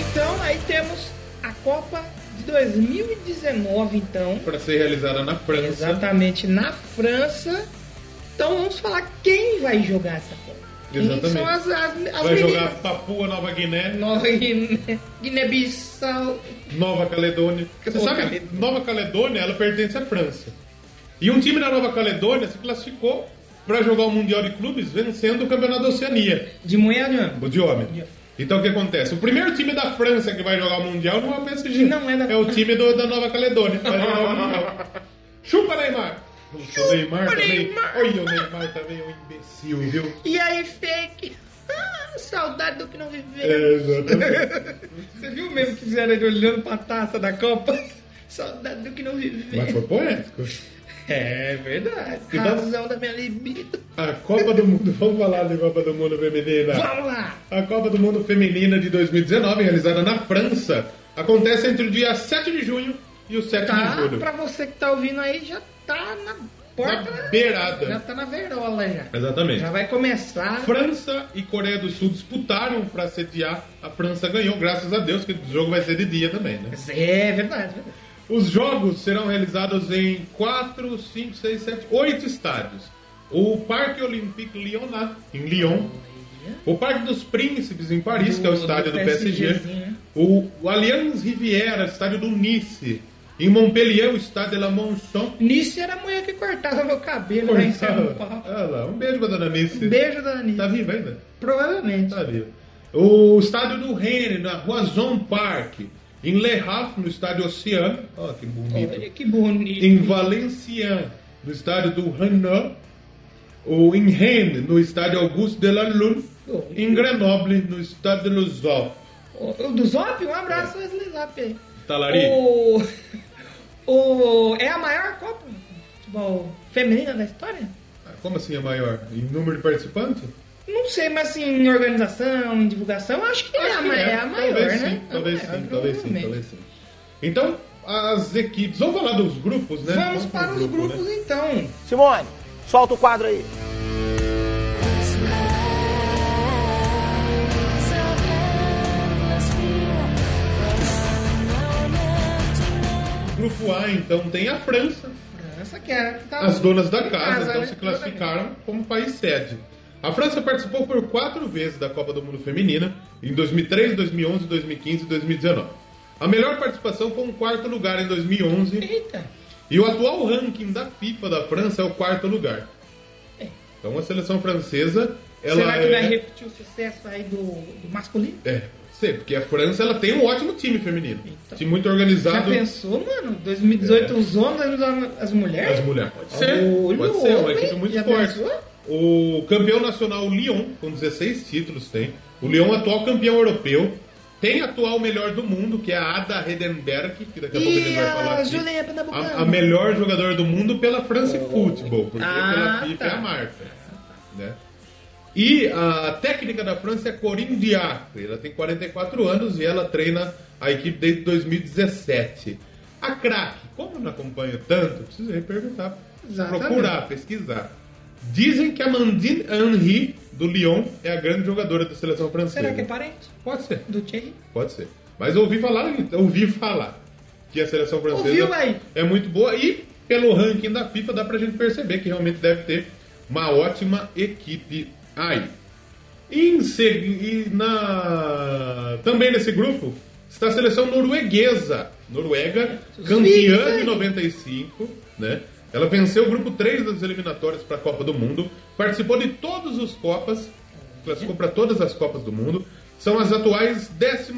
A: Então, aí temos a Copa de 2019, então.
B: Para ser realizada na França.
A: Exatamente na França. Então vamos falar quem vai jogar essa Copa. Quem
B: Exatamente.
A: são as, as, as
B: Vai
A: meninas?
B: jogar Papua Nova Guiné,
A: Nova Guiné- Guiné-Bissau.
B: Nova Caledônia. Você
A: Ô,
B: sabe,
A: Caledônia.
B: Nova Caledônia, ela pertence à França. E um time da Nova Caledônia se classificou para jogar o Mundial de Clubes vencendo o Campeonato da Oceania,
A: De mulher, não.
B: o de homem. Então o que acontece? O primeiro time da França que vai jogar o Mundial não é o PSG.
A: Não é da-
B: É o time do- da Nova Caledônia. Vai jogar o Mundial. Chupa, Neymar! Chupa, o Neymar também.
A: Neymar!
B: Olha, o Neymar também é um imbecil, viu?
A: E aí, fake? Ah, saudade do que não viveu.
B: É, exatamente.
A: Você viu mesmo que fizeram ele olhando pra taça da Copa? <laughs> Saudade do que não viveu.
B: Mas foi poético.
A: É verdade.
B: Então-
A: Razão da minha libido.
B: A Copa do Mundo, vamos falar de Copa do Mundo feminina.
A: Vamos lá.
B: A Copa do Mundo feminina de 2019, realizada na França, acontece entre o dia 7 de junho e o 7
A: Tá,
B: de julho.
A: pra você que tá ouvindo aí, já tá na porta.
B: Na
A: Já
B: beirada.
A: tá na verola já.
B: Exatamente.
A: Já vai começar.
B: França e Coreia do Sul disputaram pra sediar. A França ganhou, graças a Deus, que o jogo vai ser de dia também, né?
A: É verdade. verdade.
B: Os jogos serão realizados em 4, 5, 6, 7, 8 estádios. O Parque Olympique Lyonnais, em Lyon. O Parque dos Príncipes, em Paris, que é o
A: Do-
B: estádio do
A: do
B: PSG.
A: PSG, né?
B: O, o Allianz Riviera, estádio do Nice. Em Montpellier, o estádio de La Monson.
A: Nisso era a mulher que cortava meu cabelo lá em São Paulo.
B: Olha lá, um beijo pra dona Nice.
A: Tá Beijo, Dani.
B: Tá viva ainda?
A: Provavelmente.
B: Tá viva. O estádio do Rennes, na rua Zon Park. Em Le Havre, no estádio Oceano. Ó, que bonito.
A: Olha que bonito.
B: em Valenciennes, no estádio do Renan. o In Rennes, no estádio Auguste de la Lune,
A: Oh.
B: em Grenoble, no estádio de Luzol.
A: O, o do Zop, um abraço, Wesley Zop aí.
B: Talari.
A: O, o, é a maior Copa futebol feminina da história?
B: Ah, Como assim é maior? Em número de participantes?
A: Não sei, mas assim, em organização, em divulgação, acho que, é, a,
B: Acho que
A: ma- é a maior,
B: talvez
A: né?
B: Sim,
A: A
B: talvez
A: maior,
B: sim, talvez sim,
A: provavelmente.
B: talvez sim. Então, as equipes. Vamos falar dos grupos, né?
A: Vamos para os
B: grupo, né?
A: grupos então.
C: Simone, solta o quadro aí.
B: Grupo A, então, tem a França.
A: França que era que tá tava
B: As donas da
A: em
B: casa, então,
A: né?
B: se classificaram como país sede. A França participou por quatro vezes da Copa do Mundo Feminina, em 2003, 2011, 2015 e 2019. A melhor participação foi um quarto lugar em 2011,
A: Eita,
B: e o atual ranking da FIFA da França é o quarto lugar.
A: É.
B: Então, a seleção francesa, ela
A: será que
B: é...
A: vai repetir o sucesso aí do, do masculino?
B: É, sei, porque a França ela tem um ótimo time feminino.
A: Então.
B: time muito
A: Já
B: organizado.
A: pensou, mano? 2018 os homens, 2019 as mulheres?
B: É. As mulheres, pode ser.
A: Olho,
B: pode ser, uma
A: homem,
B: equipe muito
A: já
B: forte.
A: pensou?
B: O campeão nacional o Lyon, com 16 títulos, tem. O Lyon, atual campeão europeu. Tem a atual melhor do mundo, que é a Ada Redenberg, que daqui a pouco ele
A: E
B: vai falar.
A: a
B: aqui.
A: Juliana Pernambucana?
B: A, a melhor jogadora do mundo pela France Football, porque
A: Ah,
B: pela FIFA
A: tá.
B: é a Marta. Né? E a técnica da França é Corinne Diacre. Ela tem 44 anos e ela treina a equipe desde 2017. A craque, como eu não acompanho tanto, precisei perguntar,
A: Exatamente.
B: procurar, pesquisar. Dizem que a Mandine Henry, do Lyon, é a grande jogadora da seleção francesa.
A: Será que é parente
B: Pode ser,
A: do Thierry?
B: pode ser. Mas ouvi falar, ouvi falar que a seleção francesa
A: Ouviu aí?
B: é muito boa e pelo ranking da FIFA dá pra gente perceber que realmente deve ter uma ótima equipe aí. Em seg- e na... Também nesse grupo está a seleção norueguesa. Noruega, campeã de 95, né? Ela venceu o grupo 3 das eliminatórias para a Copa do Mundo, participou de todas as Copas, classificou para todas as Copas do Mundo. São as atuais 12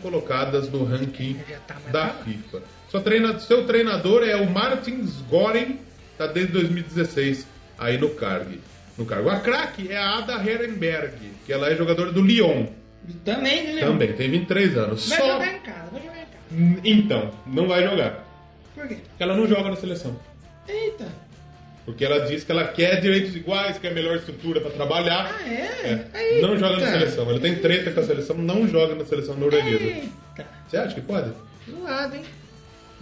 B: colocadas no ranking
A: Já tá, mas tá
B: da
A: lá.
B: FIFA. Sua treina- seu treinador é o Martins Goren, tá desde 2016 aí no cargo. No cargo. A craque é a Ada Herenberg, que ela é jogadora do Lyon.
A: Também, né?
B: Também, tem 23 anos.
A: Vai
B: Só...
A: jogar em casa, vai jogar em casa.
B: Então, não vai jogar.
A: Por quê?
B: Porque ela não joga na seleção.
A: Eita.
B: Porque ela diz que ela quer direitos iguais, quer melhor estrutura para trabalhar.
A: Ah, é? então.
B: É. Não joga na
A: Eita.
B: seleção. é Ela tem treta com a seleção, não joga na seleção
A: É.
B: norueguesa.
A: Eita.
B: Você acha que pode?
A: Zoado, hein?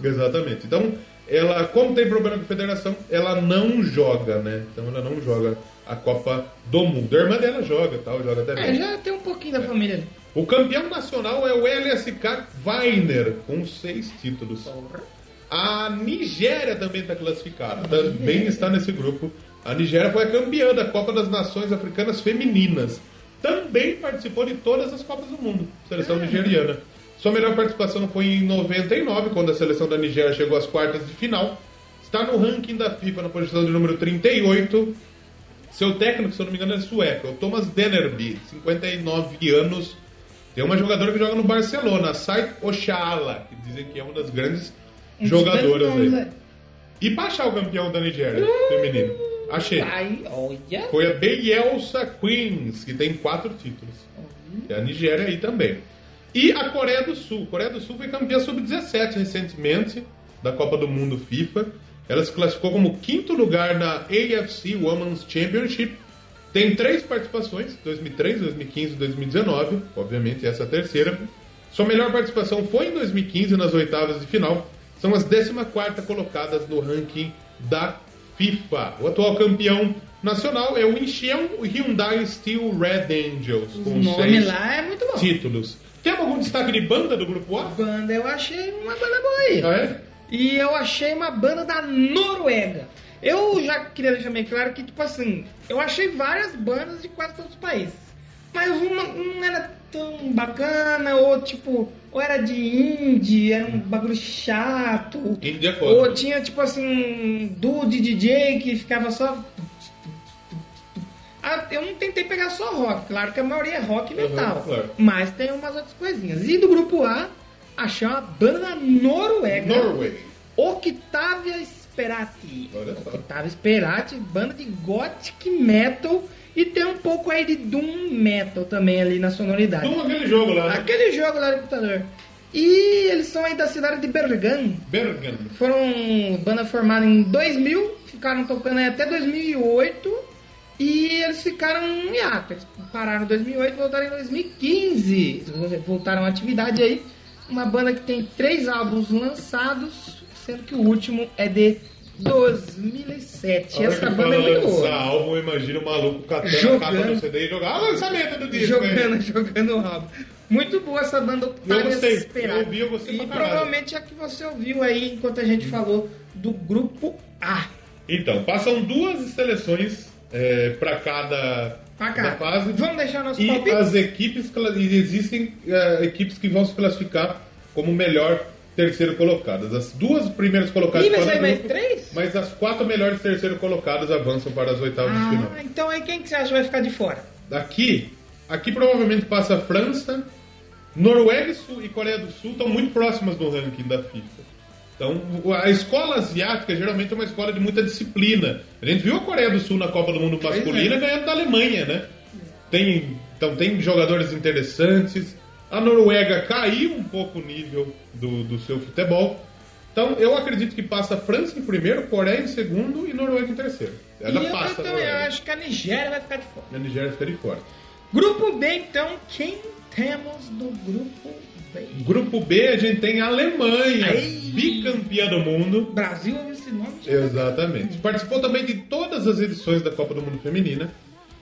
B: Exatamente. Então, ela, como tem problema com a federação, ela não joga, né? Então ela não joga a Copa do Mundo. A irmã dela joga tal, joga até
A: É,
B: bem.
A: já tem um pouquinho da família ali.
B: O campeão nacional é o LSK Weiner, com seis títulos. A Nigéria também está classificada, também está nesse grupo. A Nigéria foi a campeã da Copa das Nações Africanas Femininas. Também participou de todas as Copas do Mundo, seleção nigeriana. Sua melhor participação foi em 99, quando a seleção da Nigéria chegou às quartas de final. Está no ranking da FIFA na posição de número 38. Seu técnico, se eu não me engano, é sueco, é o Thomas Dennerby, 59 anos. Tem uma jogadora que joga no Barcelona, a Sait Oshala, que dizem que é uma das grandes
A: Um dos
B: jogadoras
A: grandes
B: aí.
A: nomes,
B: E pra achar o campeão da Nigéria, feminino? Achei.
A: é. Ai, olha.
B: Foi a Bielsa Queens, que tem quatro títulos. E a Nigéria aí também. E a Coreia do Sul. Coreia do Sul foi campeã sub-17 recentemente da Copa do Mundo FIFA. Ela se classificou como quinto lugar na AFC Women's Championship. Tem três participações, 2003, 2015 e 2019. Obviamente essa é a terceira. Sua melhor participação foi em 2015 nas oitavas de final. São as 14 colocadas no ranking da FIFA. O atual campeão nacional é o Incheon Hyundai Steel Red Angels.
A: O
B: com
A: nome
B: seis
A: lá é muito bom.
B: títulos. Tem algum destaque de banda do grupo A?
A: Banda, eu achei uma banda boa aí.
B: Ah, é?
A: E eu achei uma banda da Noruega. Eu já queria deixar bem claro que, tipo assim, eu achei várias bandas de quase todos os países. Mas uma não era tão bacana, ou tipo, ou era de indie, era um bagulho chato.
B: Índia é foda.
A: Ou tinha, tipo assim, um dude DJ que ficava só. Ah, Eu não tentei pegar só rock, claro que a maioria é rock e
B: Uhum,
A: metal.
B: claro.
A: Mas tem umas outras coisinhas. E do grupo A, achei uma banda da Noruega.
B: Norway.
A: Octavia Sperati.
B: Olha só.
A: Octavio Sperati, banda de gothic metal e tem um pouco aí de doom metal também ali na sonoridade.
B: Então aquele jogo lá. né?
A: Aquele jogo lá do computador. E eles são aí da cidade de Bergamo.
B: Bergen.
A: Foram banda formada em 2000, ficaram tocando aí até 2008 e eles ficaram em hiato. Eles pararam em 2008 voltaram em 2015. Eles Voltaram à atividade aí. Uma banda que tem três álbuns lançados, sendo que o último é de 2007.
B: A hora
A: Essa
B: que
A: banda é
B: fala
A: muito
B: lançar
A: boa.
B: álbum, imagina o maluco catando a capa
A: Jogando.
B: do CD e jogar. Ah, lançamento do disco.
A: Jogando, <laughs>
B: hein?
A: jogando o rabo. Muito boa essa banda Octavia
B: gostei.
A: Desesperada.
B: Eu ouvi, eu gostei pra
A: E
B: caralho.
A: provavelmente é a que você ouviu aí enquanto a gente falou do grupo A.
B: Então, passam duas seleções é, para cada,
A: Pra
B: cada
A: cá.
B: fase.
A: Vamos deixar nosso
B: E
A: palpite?
B: as equipes, cla- e existem é, equipes que vão se classificar como melhor terceiro colocadas. As duas primeiras colocadas
A: Ih, vai
B: cada
A: sair mais
B: grupo,
A: três?
B: mas as quatro melhores terceiro colocadas avançam para as oitavas de final.
A: Ah, então aí quem que você acha que vai ficar de fora?
B: Daqui, aqui provavelmente passa a França, Noruega e Sul- e Coreia do Sul estão muito próximas no ranking da FIFA. Então, a escola asiática geralmente é uma escola de muita disciplina. A gente viu a Coreia do Sul na Copa do Mundo
A: Pois
B: masculina
A: é.
B: ganhando da Alemanha, né? Tem, então, tem jogadores interessantes. A Noruega caiu um pouco o nível do, do seu futebol. Então, eu acredito que passa a França em primeiro, Coreia em segundo e Noruega em terceiro. Ela
A: e eu
B: passa. a
A: também
B: Noruega.
A: acho que a Nigéria vai ficar de fora.
B: E A Nigéria fica de fora.
A: Grupo B, então, quem temos do grupo B?
B: Grupo B a gente tem a Alemanha,
A: Aí.
B: bicampeã do mundo.
A: Brasil ouviu esse nome? já tá-
B: Exatamente. Participou também de todas as edições da Copa do Mundo Feminina.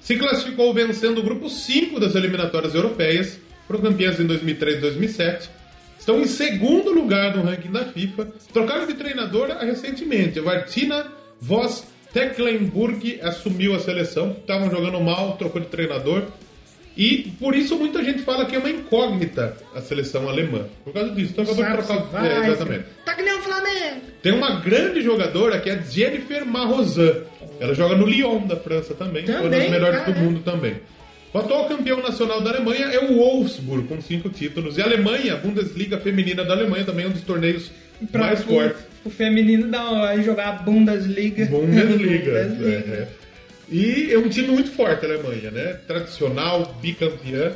B: Se classificou vencendo o grupo 5 das eliminatórias europeias, foram campeãs em 2003 e 2007. Estão em segundo lugar no ranking da FIFA. Trocaram de treinadora recentemente. A Martina Voss Tecklenburg assumiu a seleção. Estavam jogando mal, trocou de treinador. E por isso muita gente fala que é uma incógnita a seleção alemã. Por causa disso, então acabou de
A: tá Sabe se
B: trocar.
A: vai,
B: é, exatamente.
A: se- Tá que nem o Flamengo.
B: Tem uma grande jogadora que é Jennifer Marrosan. Ela joga no Lyon da França também, foi uma das
A: Também,
B: melhores
A: cara.
B: do mundo também. O atual campeão nacional da Alemanha é o Wolfsburg, com cinco títulos. E a Alemanha, a Bundesliga feminina da Alemanha, também é um dos torneios mais
A: pro,
B: fortes.
A: pro feminino da hora jogar a Bundesliga.
B: Bundesliga.
A: <laughs> Bundesliga.
B: é, é. E é um time muito forte a Alemanha, né? Tradicional, bicampeã.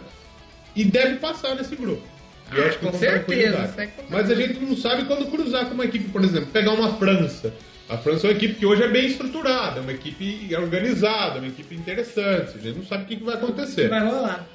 B: E deve passar nesse grupo.
A: Ah, com certeza,
B: tranquilidade.
A: segue com
B: Mas a gente não sabe quando cruzar com uma equipe, por exemplo, pegar uma França. A França é uma equipe que hoje é bem estruturada, é uma equipe organizada, é uma equipe interessante. A gente não sabe o que que vai acontecer.
A: Vai rolar.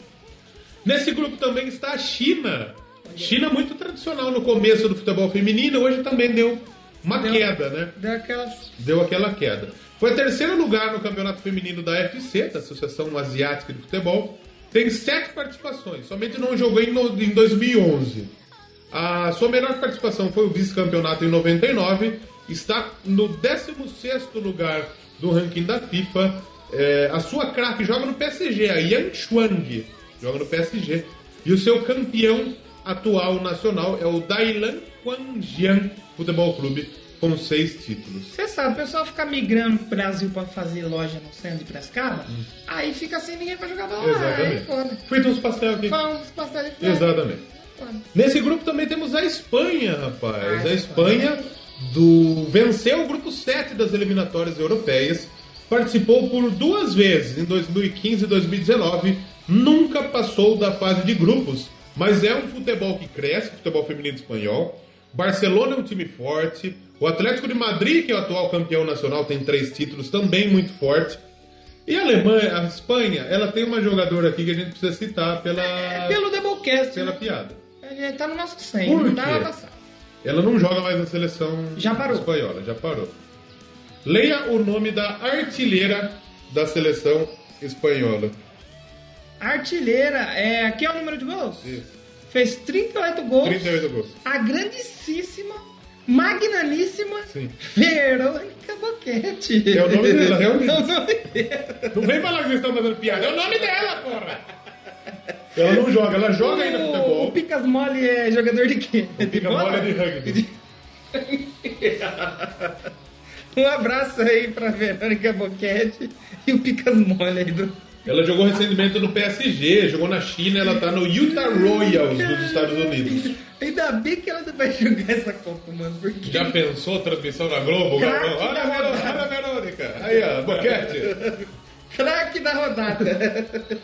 B: Nesse grupo também está a China. China muito tradicional no começo do futebol feminino, hoje também deu uma
A: Deu.
B: queda, né?
A: Daquelas.
B: deu aquela queda. Foi terceiro lugar no campeonato feminino da FC, da Associação Asiática de Futebol. Tem sete participações, somente não jogou em, no- em 2011. A sua melhor participação foi o vice-campeonato em 99. Está no 16º lugar do ranking da FIFA. É, a sua craque joga no PSG, a Yang Chuang. Joga no PSG. E o seu campeão atual nacional é o Dailan Quanjian Futebol Clube, com seis títulos.
A: Você sabe, o pessoal fica migrando pro Brasil pra fazer loja no centro de Prescaba, aí fica sem ninguém pra jogar bola. Aí Ah, é, foda.
B: Hum. Exatamente. Frita uns pastel aqui.
A: Fala uns pastéis de fora.
B: Exatamente.
A: Foda.
B: Nesse grupo também temos a Espanha, rapaz.
A: Ah,
B: a Espanha do venceu o grupo 7 das eliminatórias europeias, participou por duas vezes em 2015 e 2019, nunca passou da fase de grupos, mas é um futebol que cresce, futebol feminino espanhol. Barcelona é um time forte, o Atlético de Madrid, que é o atual campeão nacional, tem três títulos, também muito forte. E a Alemanha, a Espanha, ela tem uma jogadora aqui que a gente precisa citar pela,
A: É pelo Doublecast.
B: pela piada.
A: A gente tá no nosso centro,
B: Por
A: não dá
B: quê?
A: pra passar.
B: Ela não joga mais na seleção
A: Já parou.
B: espanhola, já parou. Leia o nome da artilheira da seleção espanhola.
A: Artilheira, é, aqui é o número de gols?
B: Isso.
A: Fez 38 gols.
B: 38 gols.
A: A grandíssima, magnaníssima
B: Sim.
A: Verônica Boquete.
B: É o nome dela, realmente.
A: <laughs> É o nome dela.
B: <laughs> Não vem falar que vocês estão fazendo piada, é o nome dela, porra! Ela não joga, ela joga ainda
A: o, o
B: futebol.
A: Picas Mole é jogador de quê?
B: Fica bola é de rugby.
A: Um abraço aí pra Verônica Boquete e o Picas Mole aí do
B: Ela jogou recentemente no PSG, jogou na China, ela tá no Utah Royals dos Estados Unidos.
A: Ainda bem que ela não vai jogar essa Copa, mano, porque.
B: Já pensou a transmissão na Globo?
A: Craque
B: Galvão? Olha,
A: da
B: a Vero-
A: rodada.
B: olha a Verônica. Aí, ó, boquete.
A: Craque da
B: <laughs>
A: rodada.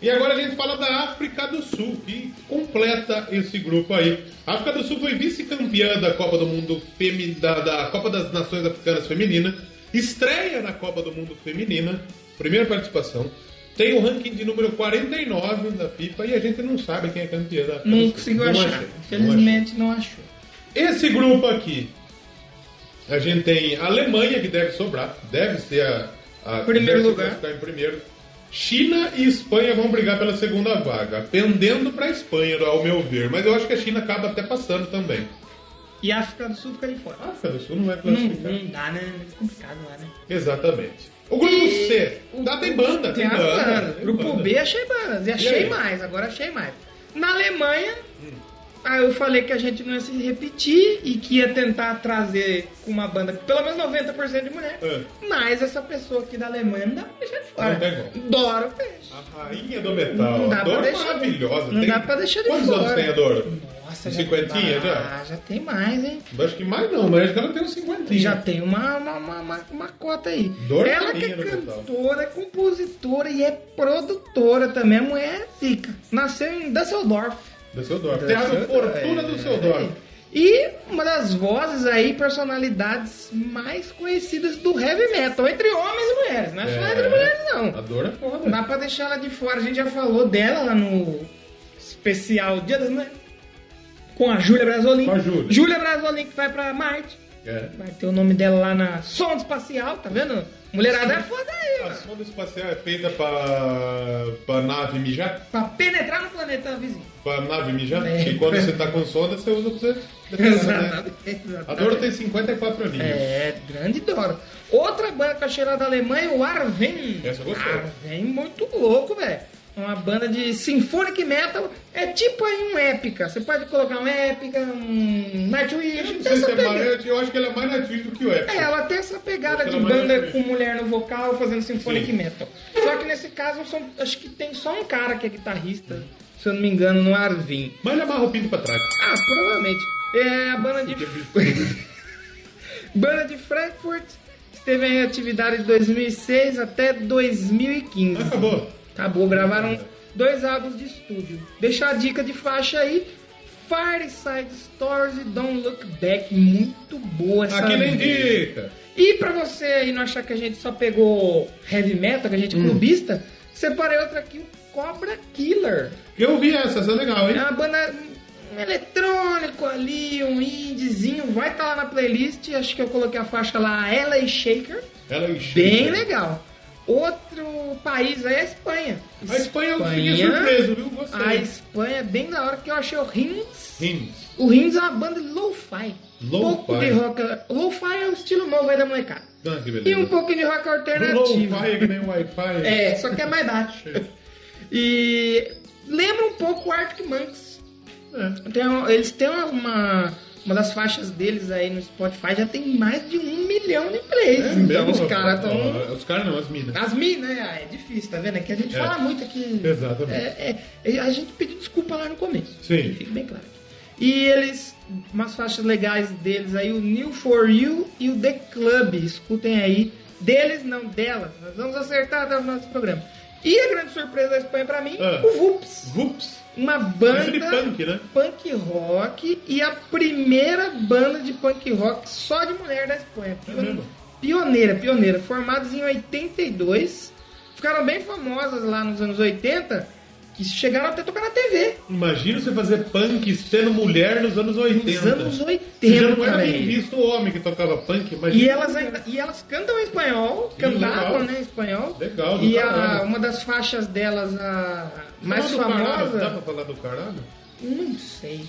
B: E agora a gente fala da África do Sul, que completa esse grupo aí. A África do Sul foi vice-campeã da Copa do Mundo Femi- da, da Copa das Nações Africanas Feminina, estreia na Copa do Mundo Feminina, primeira participação. Tem o ranking de número 49 da FIFA e a gente não sabe quem é campeã da África do
A: não
B: Sul.
A: conseguiu
B: Não
A: achar.
B: achei, não
A: Infelizmente não achou.
B: Esse grupo aqui, a gente tem a Alemanha, que deve sobrar, deve ser a. a
A: Primeiro
B: deve se
A: lugar.
B: classificar em primeiro. China e Espanha vão brigar pela segunda vaga, pendendo para a Espanha, ao meu ver. Mas eu acho que a China acaba até passando também.
A: E a África do Sul fica de fora.
B: A África do Sul não vai
A: Não,
B: classificar.
A: não dá, né? É complicado lá, né?
B: Exatamente. O grupo C, dá tem banda,
A: Tem
B: tem,
A: as
B: banda.
A: bandas.
B: tem
A: Grupo
B: banda.
A: B achei bandas. E achei
B: aí?
A: mais, agora achei mais. Na Alemanha, aí eu falei que a gente não ia se repetir e que ia tentar trazer uma banda com pelo menos 90% de mulher.
B: É.
A: Mas essa pessoa aqui da Alemanha não dá pra deixar de
B: Não
A: fora.
B: tem
A: Dora Peixe.
B: A rainha do metal.
A: Não dá
B: a
A: pra
B: Dora é
A: deixar-
B: maravilhosa.
A: não
B: tem-
A: dá pra deixar de
B: Quantos
A: fora.
B: anos tem a Dora?
A: Nossa,
B: Um cinquentinha, já?
A: Ah, já tem mais, hein?
B: Eu Acho que mais não, mas acho que ela tem uns cinquentinha.
A: Já tem uma, uma, uma, uma- uma cota aí.
B: Dor
A: Ela
B: na
A: que é
B: minha, no total.
A: cantora, é compositora e é produtora também. A mulher é rica. Nasceu em Düsseldorf.
B: Do é. seu Dorf. Terra do Fortuna do seu Dorf.
A: E uma das vozes aí, personalidades mais conhecidas do heavy metal, entre homens e mulheres. Não é só entre mulheres,
B: A
A: não.
B: dor é foda.
A: Não dá pra deixar ela de fora. A gente já falou dela lá no especial Dia das Mulheres. Com a Júlia Brasolin.
B: Com a Júlia.
A: Júlia Brasolin que vai pra Marte.
B: É.
A: Vai ter o nome dela lá na sonda espacial, tá vendo? Mulherada é foda aí,
B: A
A: mano.
B: sonda espacial é feita pra, pra nave mijar?
A: Pra penetrar no planeta
B: <laughs>
A: vizinho.
B: Pra nave mijar?
A: É.
B: E quando você tá com sonda, você usa pra você. defecar, né? A Dora tem 54 aninhos.
A: É, grande Dora. Outra banda que eu achei lá da Alemanha, o Arven.
B: Essa eu gostei.
A: Arven, muito louco, velho. Uma banda de symphonic metal. É tipo aí um épica. Você pode colocar um épica, um
B: Eu
A: Nightwish.
B: não
A: tem
B: sei
A: essa
B: se é
A: pegada.
B: mais, eu acho que ela é mais nativa do que o
A: É,
B: Epic.
A: ela tem essa pegada de
B: Pelo menos
A: banda
B: isso.
A: com mulher no vocal fazendo symphonic
B: Sim.
A: metal. Só que nesse caso, são- acho que tem só um cara que é guitarrista, se eu não me engano, no Arvin.
B: Mas ele amarra o pinto pra trás.
A: Ah, provavelmente. É a banda de. <laughs> banda de Frankfurt esteve em atividade de 2006 até 2015.
B: Acabou.
A: Acabou, gravaram dois álbuns de estúdio. Deixa a dica de faixa aí. Fireside Stories e Don't Look Back, muito boa essa
B: Aqui nem
A: música.
B: dica.
A: E pra você aí não achar que a gente só pegou heavy metal, que a
B: Hum.
A: gente é clubista, separei outra aqui, o Cobra Killer.
B: Eu vi essa, essa é legal,
A: É
B: hein?
A: uma banda um eletrônico ali, um indiezinho, vai estar lá na playlist, acho que eu coloquei a faixa lá, LA Shaker,
B: Ela encheu.
A: É. bem legal. Outro país aí é a Espanha.
B: A Espanha eu fiquei surpreso, viu? Gostei.
A: A Espanha é bem da hora que eu achei o Rins.
B: Rins.
A: O Rins é uma banda lo-fi.
B: Lo-fi.
A: Pouco de rock. Lo-fi é o estilo novo aí da molecada.
B: Ah, que beleza.
A: E um pouco de rock alternativo.
B: Low-fi é que nem Wi-Fi.
A: É, só que é mais baixo. E lembra um pouco o Arctic Monkeys.
B: É.
A: Tem um- eles têm uma, uma das faixas deles aí no Spotify, já tem mais de um milhão de plays.
B: É
A: então
B: mesmo,
A: os
B: rapaz.
A: caras estão.
B: Ó, Os caras não, as minas.
A: As minas, né? Ah, é difícil, tá vendo? É que a gente
B: É.
A: fala muito aqui.
B: Exatamente.
A: É, é, é, a gente pediu desculpa lá no começo.
B: Sim.
A: Fique bem claro. E eles, umas faixas legais deles aí, o New For You e o The Club. Escutem aí. Deles, não delas. Nós vamos acertar até o nosso programa. E a grande surpresa da Espanha pra mim,
B: Ah.
A: o Vups.
B: Vups.
A: Uma banda
B: Isso de punk, né?
A: punk rock e a primeira banda de punk rock só de mulher da Espanha.
B: É mesmo?
A: Pioneira, pioneira. Formados em 82, ficaram bem famosas lá nos anos 80, que chegaram até a tocar na TV.
B: Imagina você fazer punk sendo mulher nos anos 80.
A: Nos anos 80,
B: Você já não era bem
A: velho.
B: visto o homem que tocava punk, mas
A: E elas, é ainda, e elas cantam em espanhol, cantavam
B: né? legal.
A: né, em espanhol.
B: Legal, do
A: E a,
B: caralho.
A: uma das faixas delas, a mais
B: do Caralho, dá pra
A: famosa,
B: falar do caralho?
A: não sei,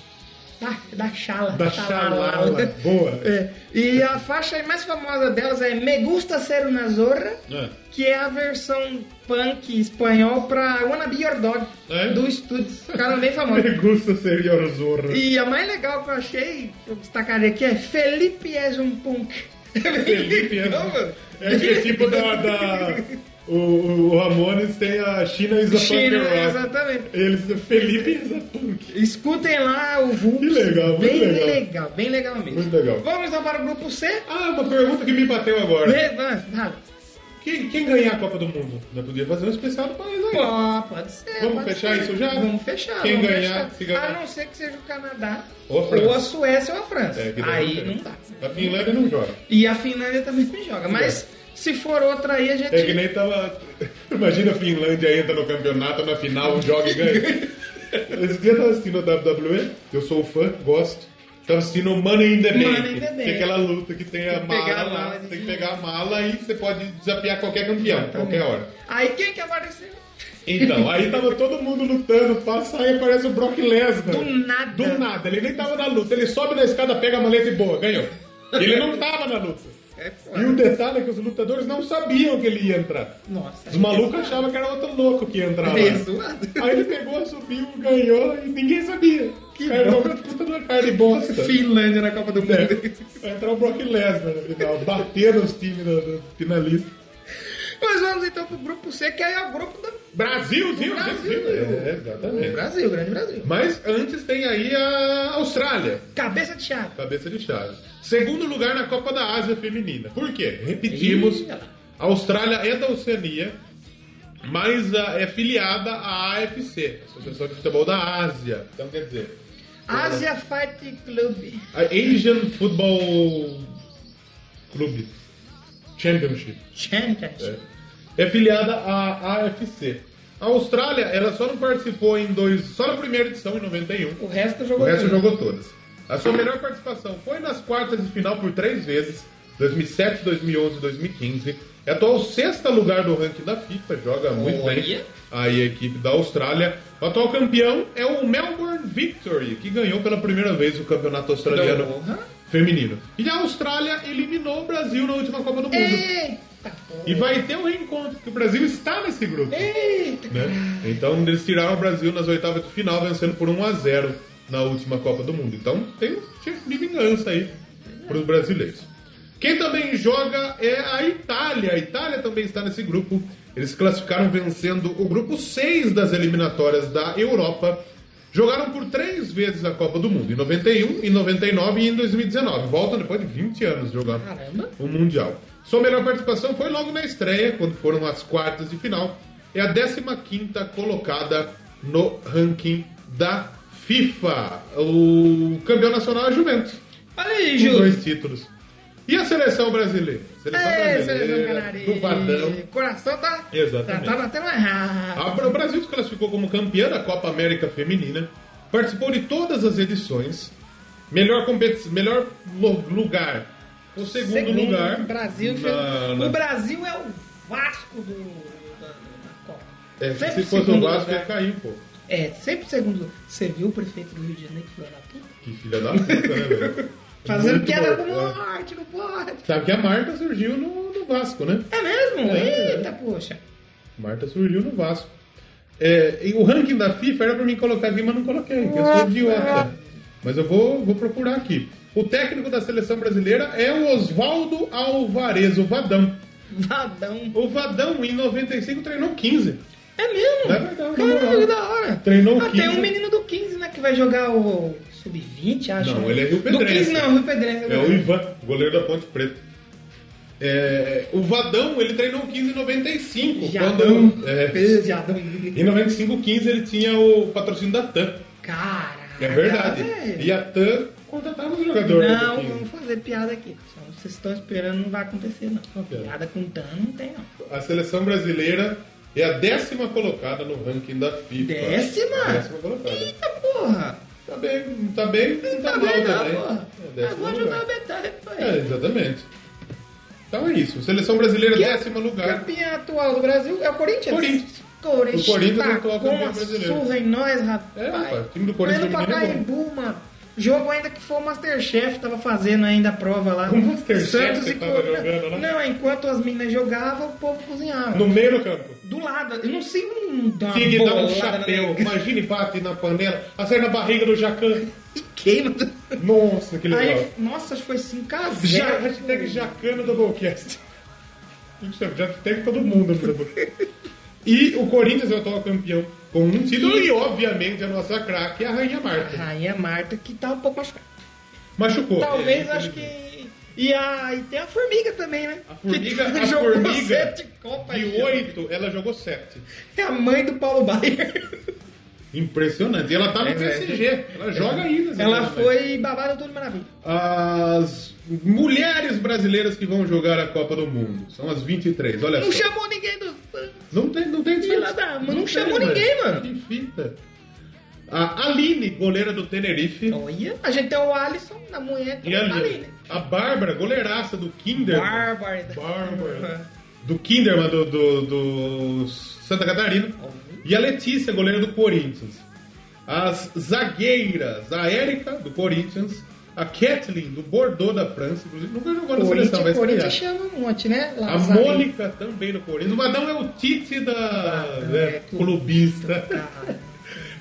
A: da, da Chala.
B: Da Xalala. Boa.
A: É, E a faixa mais famosa delas é Me Gusta Ser Una Zorra,
B: É.
A: que é a versão punk espanhol pra Wanna Be Your Dog,
B: É?
A: do Studios. Ficaram é bem
B: <laughs>
A: famosos.
B: Me gusta ser your zorro.
A: E a mais legal que eu achei, que eu destacaria aqui, é Felipe és um punk.
B: Felipe
A: <laughs>
B: é,
A: Não, mano.
B: é que é tipo da, da O, o, o Ramones tem a China is a
A: China,
B: Punk Rock.
A: exatamente.
B: Eles, Felipe is a Punk.
A: Escutem lá o Vulpes.
B: Que legal, muito
A: bem
B: legal.
A: bem legal mesmo.
B: Muito legal.
A: Vamos então para o grupo C.
B: Ah, uma pergunta que me bateu agora.
A: Vê- vai, vai.
B: Quem, quem ganhar a Copa do Mundo? Nós podia fazer um especial do país aí.
A: Pô, pode ser.
B: Vamos
A: pode
B: fechar
A: ser.
B: isso já?
A: Vamos fechar.
B: Quem
A: vamos
B: ganhar,
A: fechar.
B: se ganhar.
A: A não ser que seja o Canadá,
B: Ou a França.
A: a Suécia ou a França.
B: É, que daí
A: aí né?
B: tem.
A: não dá.
B: A Finlândia não joga.
A: E a Finlândia também não joga. Mas se for outra aí, a gente.
B: É que nem tava. <laughs> Imagina a Finlândia entra no campeonato, na final, um joga e
A: <laughs>
B: ganha. Esse dia eu tava assistindo a WWE, eu sou um fã, gosto. Tava assistindo o Money in the Bank.
A: Money in the Bank.
B: Que é aquela luta que tem a
A: que
B: mala,
A: pegar a
B: lá,
A: mala de
B: tem que
A: dinheiro.
B: pegar a mala e você pode desafiar qualquer campeão, qualquer hora.
A: Aí quem que apareceu?
B: Então, aí tava todo mundo lutando, passa aí aparece o Brock Lesnar.
A: Do nada.
B: Do nada, ele nem tava na luta. Ele sobe na escada, pega a maleta e boa, ganhou. Ele não tava na luta.
A: É foda.
B: E o detalhe é que os lutadores não sabiam que ele ia entrar.
A: Nossa.
B: Os malucos achavam que era outro louco que ia entrar
A: É
B: lá.
A: zoado.
B: Aí ele pegou, subiu, ganhou e ninguém sabia. Que cara, puta de cara de bosta.
A: Finlândia na Copa do Mundo.
B: É. Vai entrar o Brock Lesnar no final, bater nos times do, do finalista.
A: Mas vamos então pro grupo C, que aí é o grupo do
B: Brasil, viu?
A: Brasil.
B: É, exatamente.
A: Brasil, grande Brasil.
B: Mas antes tem aí a Austrália.
A: Cabeça de chave.
B: Cabeça de chave. Segundo lugar na Copa da Ásia Feminina. Por quê? Repetimos.
A: Ih, olha lá.
B: A Austrália é da Oceania, mas ah, é filiada à AFC, Associação de Futebol da Ásia. Então quer dizer,
A: Asia Fight Club.
B: a Asian Football Club Championship.
A: Championship.
B: É, É filiada à AFC. A Austrália, ela só não participou em dois. Só na primeira edição, em 91.
A: O resto
B: É. O
A: jogou.
B: resto
A: tudo.
B: jogou todas. A sua melhor participação foi nas quartas de final por três vezes, 2007, 2011 e 2015. É atual sexta lugar do ranking da FIFA, joga muito
A: Olha.
B: bem. Aí a equipe da Austrália. O atual campeão é o Melbourne Victory, que ganhou pela primeira vez o campeonato australiano
A: Porra.
B: feminino. E a Austrália eliminou o Brasil na última Copa do Mundo.
A: Eita porra.
B: E vai ter um reencontro, porque o Brasil está nesse grupo.
A: Eita.
B: né? Então eles tiraram o Brasil nas oitavas de final, vencendo por 1 a 0 na última Copa do Mundo. Então tem um tipo de vingança aí para os brasileiros. Quem também joga é a Itália. A Itália também está nesse grupo. Eles classificaram vencendo o grupo 6 das eliminatórias da Europa. Jogaram por três vezes a Copa do Mundo, em 91, em 99 e em 2019. Voltam depois de 20 anos jogando
A: Caramba.
B: o Mundial. Sua melhor participação foi logo na estreia, quando foram as quartas de final. É a 15ª colocada no ranking da FIFA. O campeão nacional é a Juventus,
A: Olha aí,
B: com
A: Júlio.
B: Um, dois títulos. E a seleção brasileira? Seleção
A: Ei, seleção
B: brasileira, do Vadão.
A: canarinho. Coração tá.
B: Exatamente.
A: Tá, tá batendo errado.
B: A- O Brasil se classificou como campeã da Copa América Feminina, participou de todas as edições, melhor, competi- melhor lo- lugar, o segundo, lugar.
A: Brasil.
B: na- na-
A: O Brasil é o Vasco do, da, da Copa.
B: É,
A: Sempre
B: se fosse o
A: segundo
B: Vasco,
A: lugar.
B: ia cair, pô.
A: É, sempre segundo lugar. Você viu o prefeito do Rio de Janeiro que foi na puta?
B: Que filha da puta, né, velho?
A: <laughs> Fazendo
B: Muito
A: piada com
B: bom, é.
A: morte, não pode.
B: Sabe que a Marta surgiu no, no Vasco, né?
A: É mesmo?
B: É.
A: Eita, poxa.
B: Marta surgiu no Vasco. É, e o ranking da FIFA era pra mim colocar aqui, mas não coloquei, porque eu sou idiota.
A: é.
B: Mas eu vou, vou procurar aqui. O técnico da seleção brasileira é o Oswaldo Alvarez, o Vadão.
A: Vadão.
B: O Vadão, em 95, treinou 15.
A: É mesmo?
B: É verdade,
A: Caramba,
B: moral.
A: que da hora.
B: Treinou
A: ah,
B: 15.
A: Tem um menino do 15, né? Que vai jogar o Sub-20, acho.
B: Não,
A: né?
B: ele é Rio
A: Do
B: Pedrense.
A: 15 não, Rio Pedrense. né?
B: É o Ivan, goleiro da Ponte Preta. É, o Vadão, ele treinou 15 em 95.
A: Jadão.
B: Quando, é,
A: Ih, Jadão.
B: Em 95, 15 ele tinha o patrocínio da TAM.
A: Caraca.
B: É verdade.
A: velho.
B: E a TAM contratava um né, os jogadores.
A: Ah, Não,
B: do time.
A: vamos fazer piada aqui. pessoal. Vocês estão esperando, não vai acontecer, não.
B: piada?
A: Piada com Tan não tem, não.
B: A seleção brasileira é a décima colocada no ranking da FIFA.
A: Décima?
B: Décima colocada.
A: Eita porra!
B: Tá bem, tá bem, não tá,
A: Tá
B: mal
A: bem, não,
B: também.
A: porra.
B: É,
A: Agora
B: décimo
A: tá
B: lugar.
A: jogar a metade, pai.
B: É, exatamente. Então é isso. Seleção brasileira,
A: Que-
B: décimo lugar.
A: Campeão atual do Brasil é o Corinthians.
B: Corinthians.
A: Corinthians.
B: O Corinthians é o
A: tacou
B: atual campeão
A: uma
B: brasileiro.
A: surra em nós, rapaz.
B: É, rapaz, o time do Corinthians
A: Foi no
B: feminino é
A: Pacaembu, mano. Jogo ainda que foi o Masterchef, tava fazendo ainda a prova lá.
B: O Masterchef
A: Santos
B: que
A: e
B: tava
A: Corinthians.
B: jogando, né?
A: Não, enquanto as meninas jogavam, o povo cozinhava.
B: No meio do campo.
A: Do lado, eu não sei um dar uma
B: Tig dá um
A: bolada né? na
B: chapéu.
A: minha-
B: Imagine bate na panela, acerta na barriga do Jacan.
A: E queima.
B: Nossa, que legal.
A: Aí, nossa, foi 5 a 0.
B: Já, é hashtag Jacana Doublecast. Já teve todo mundo. né? E o Corinthians é o atual campeão com um título e, obviamente, a nossa craque é a Rainha Marta.
A: Rainha Marta, que tá um pouco machucada.
B: Machucou.
A: Talvez,
B: É,
A: acho que. E, a, e tem a formiga também, né?
B: A formiga,
A: que <laughs>
B: a
A: jogou
B: formiga
A: sete Copas
B: De
A: de ouro.
B: oito, ela jogou sete.
A: É a mãe do Paulo
B: <laughs>
A: Baier.
B: Impressionante. E ela tá no
A: É,
B: PSG. Ela joga ainda.
A: Ela
B: sabe?
A: foi babada tudo maravilha.
B: As mulheres brasileiras que vão jogar a Copa do Mundo. São as 23, olha
A: Não
B: só.
A: chamou ninguém do.
B: Não tem, não tem
A: Filha
B: chance.
A: da- mas não
B: tem,
A: chamou ninguém, mano.
B: Que fita. A Aline, goleira do Tenerife.
A: Olha, a gente tem o Alisson na mulher
B: E
A: também tá ali,
B: ali,
A: né?
B: a Bárbara, goleiraça do Kinder.
A: Bárbara.
B: Bárbara. Do Kinderman, do, do, do Santa Catarina. E a Letícia, goleira do Corinthians. As zagueiras, a Érica, do Corinthians. A Kathleen, do Bordeaux, da França. Inclusive, nunca jogou na
A: Corinthians,
B: seleção, vai
A: Corinthians
B: estrear.
A: chama um monte, né?
B: A
A: Lazarinho.
B: Mônica também do Corinthians. O Madão é o Tite da né,
A: é
B: clubista. <laughs>
A: Cara,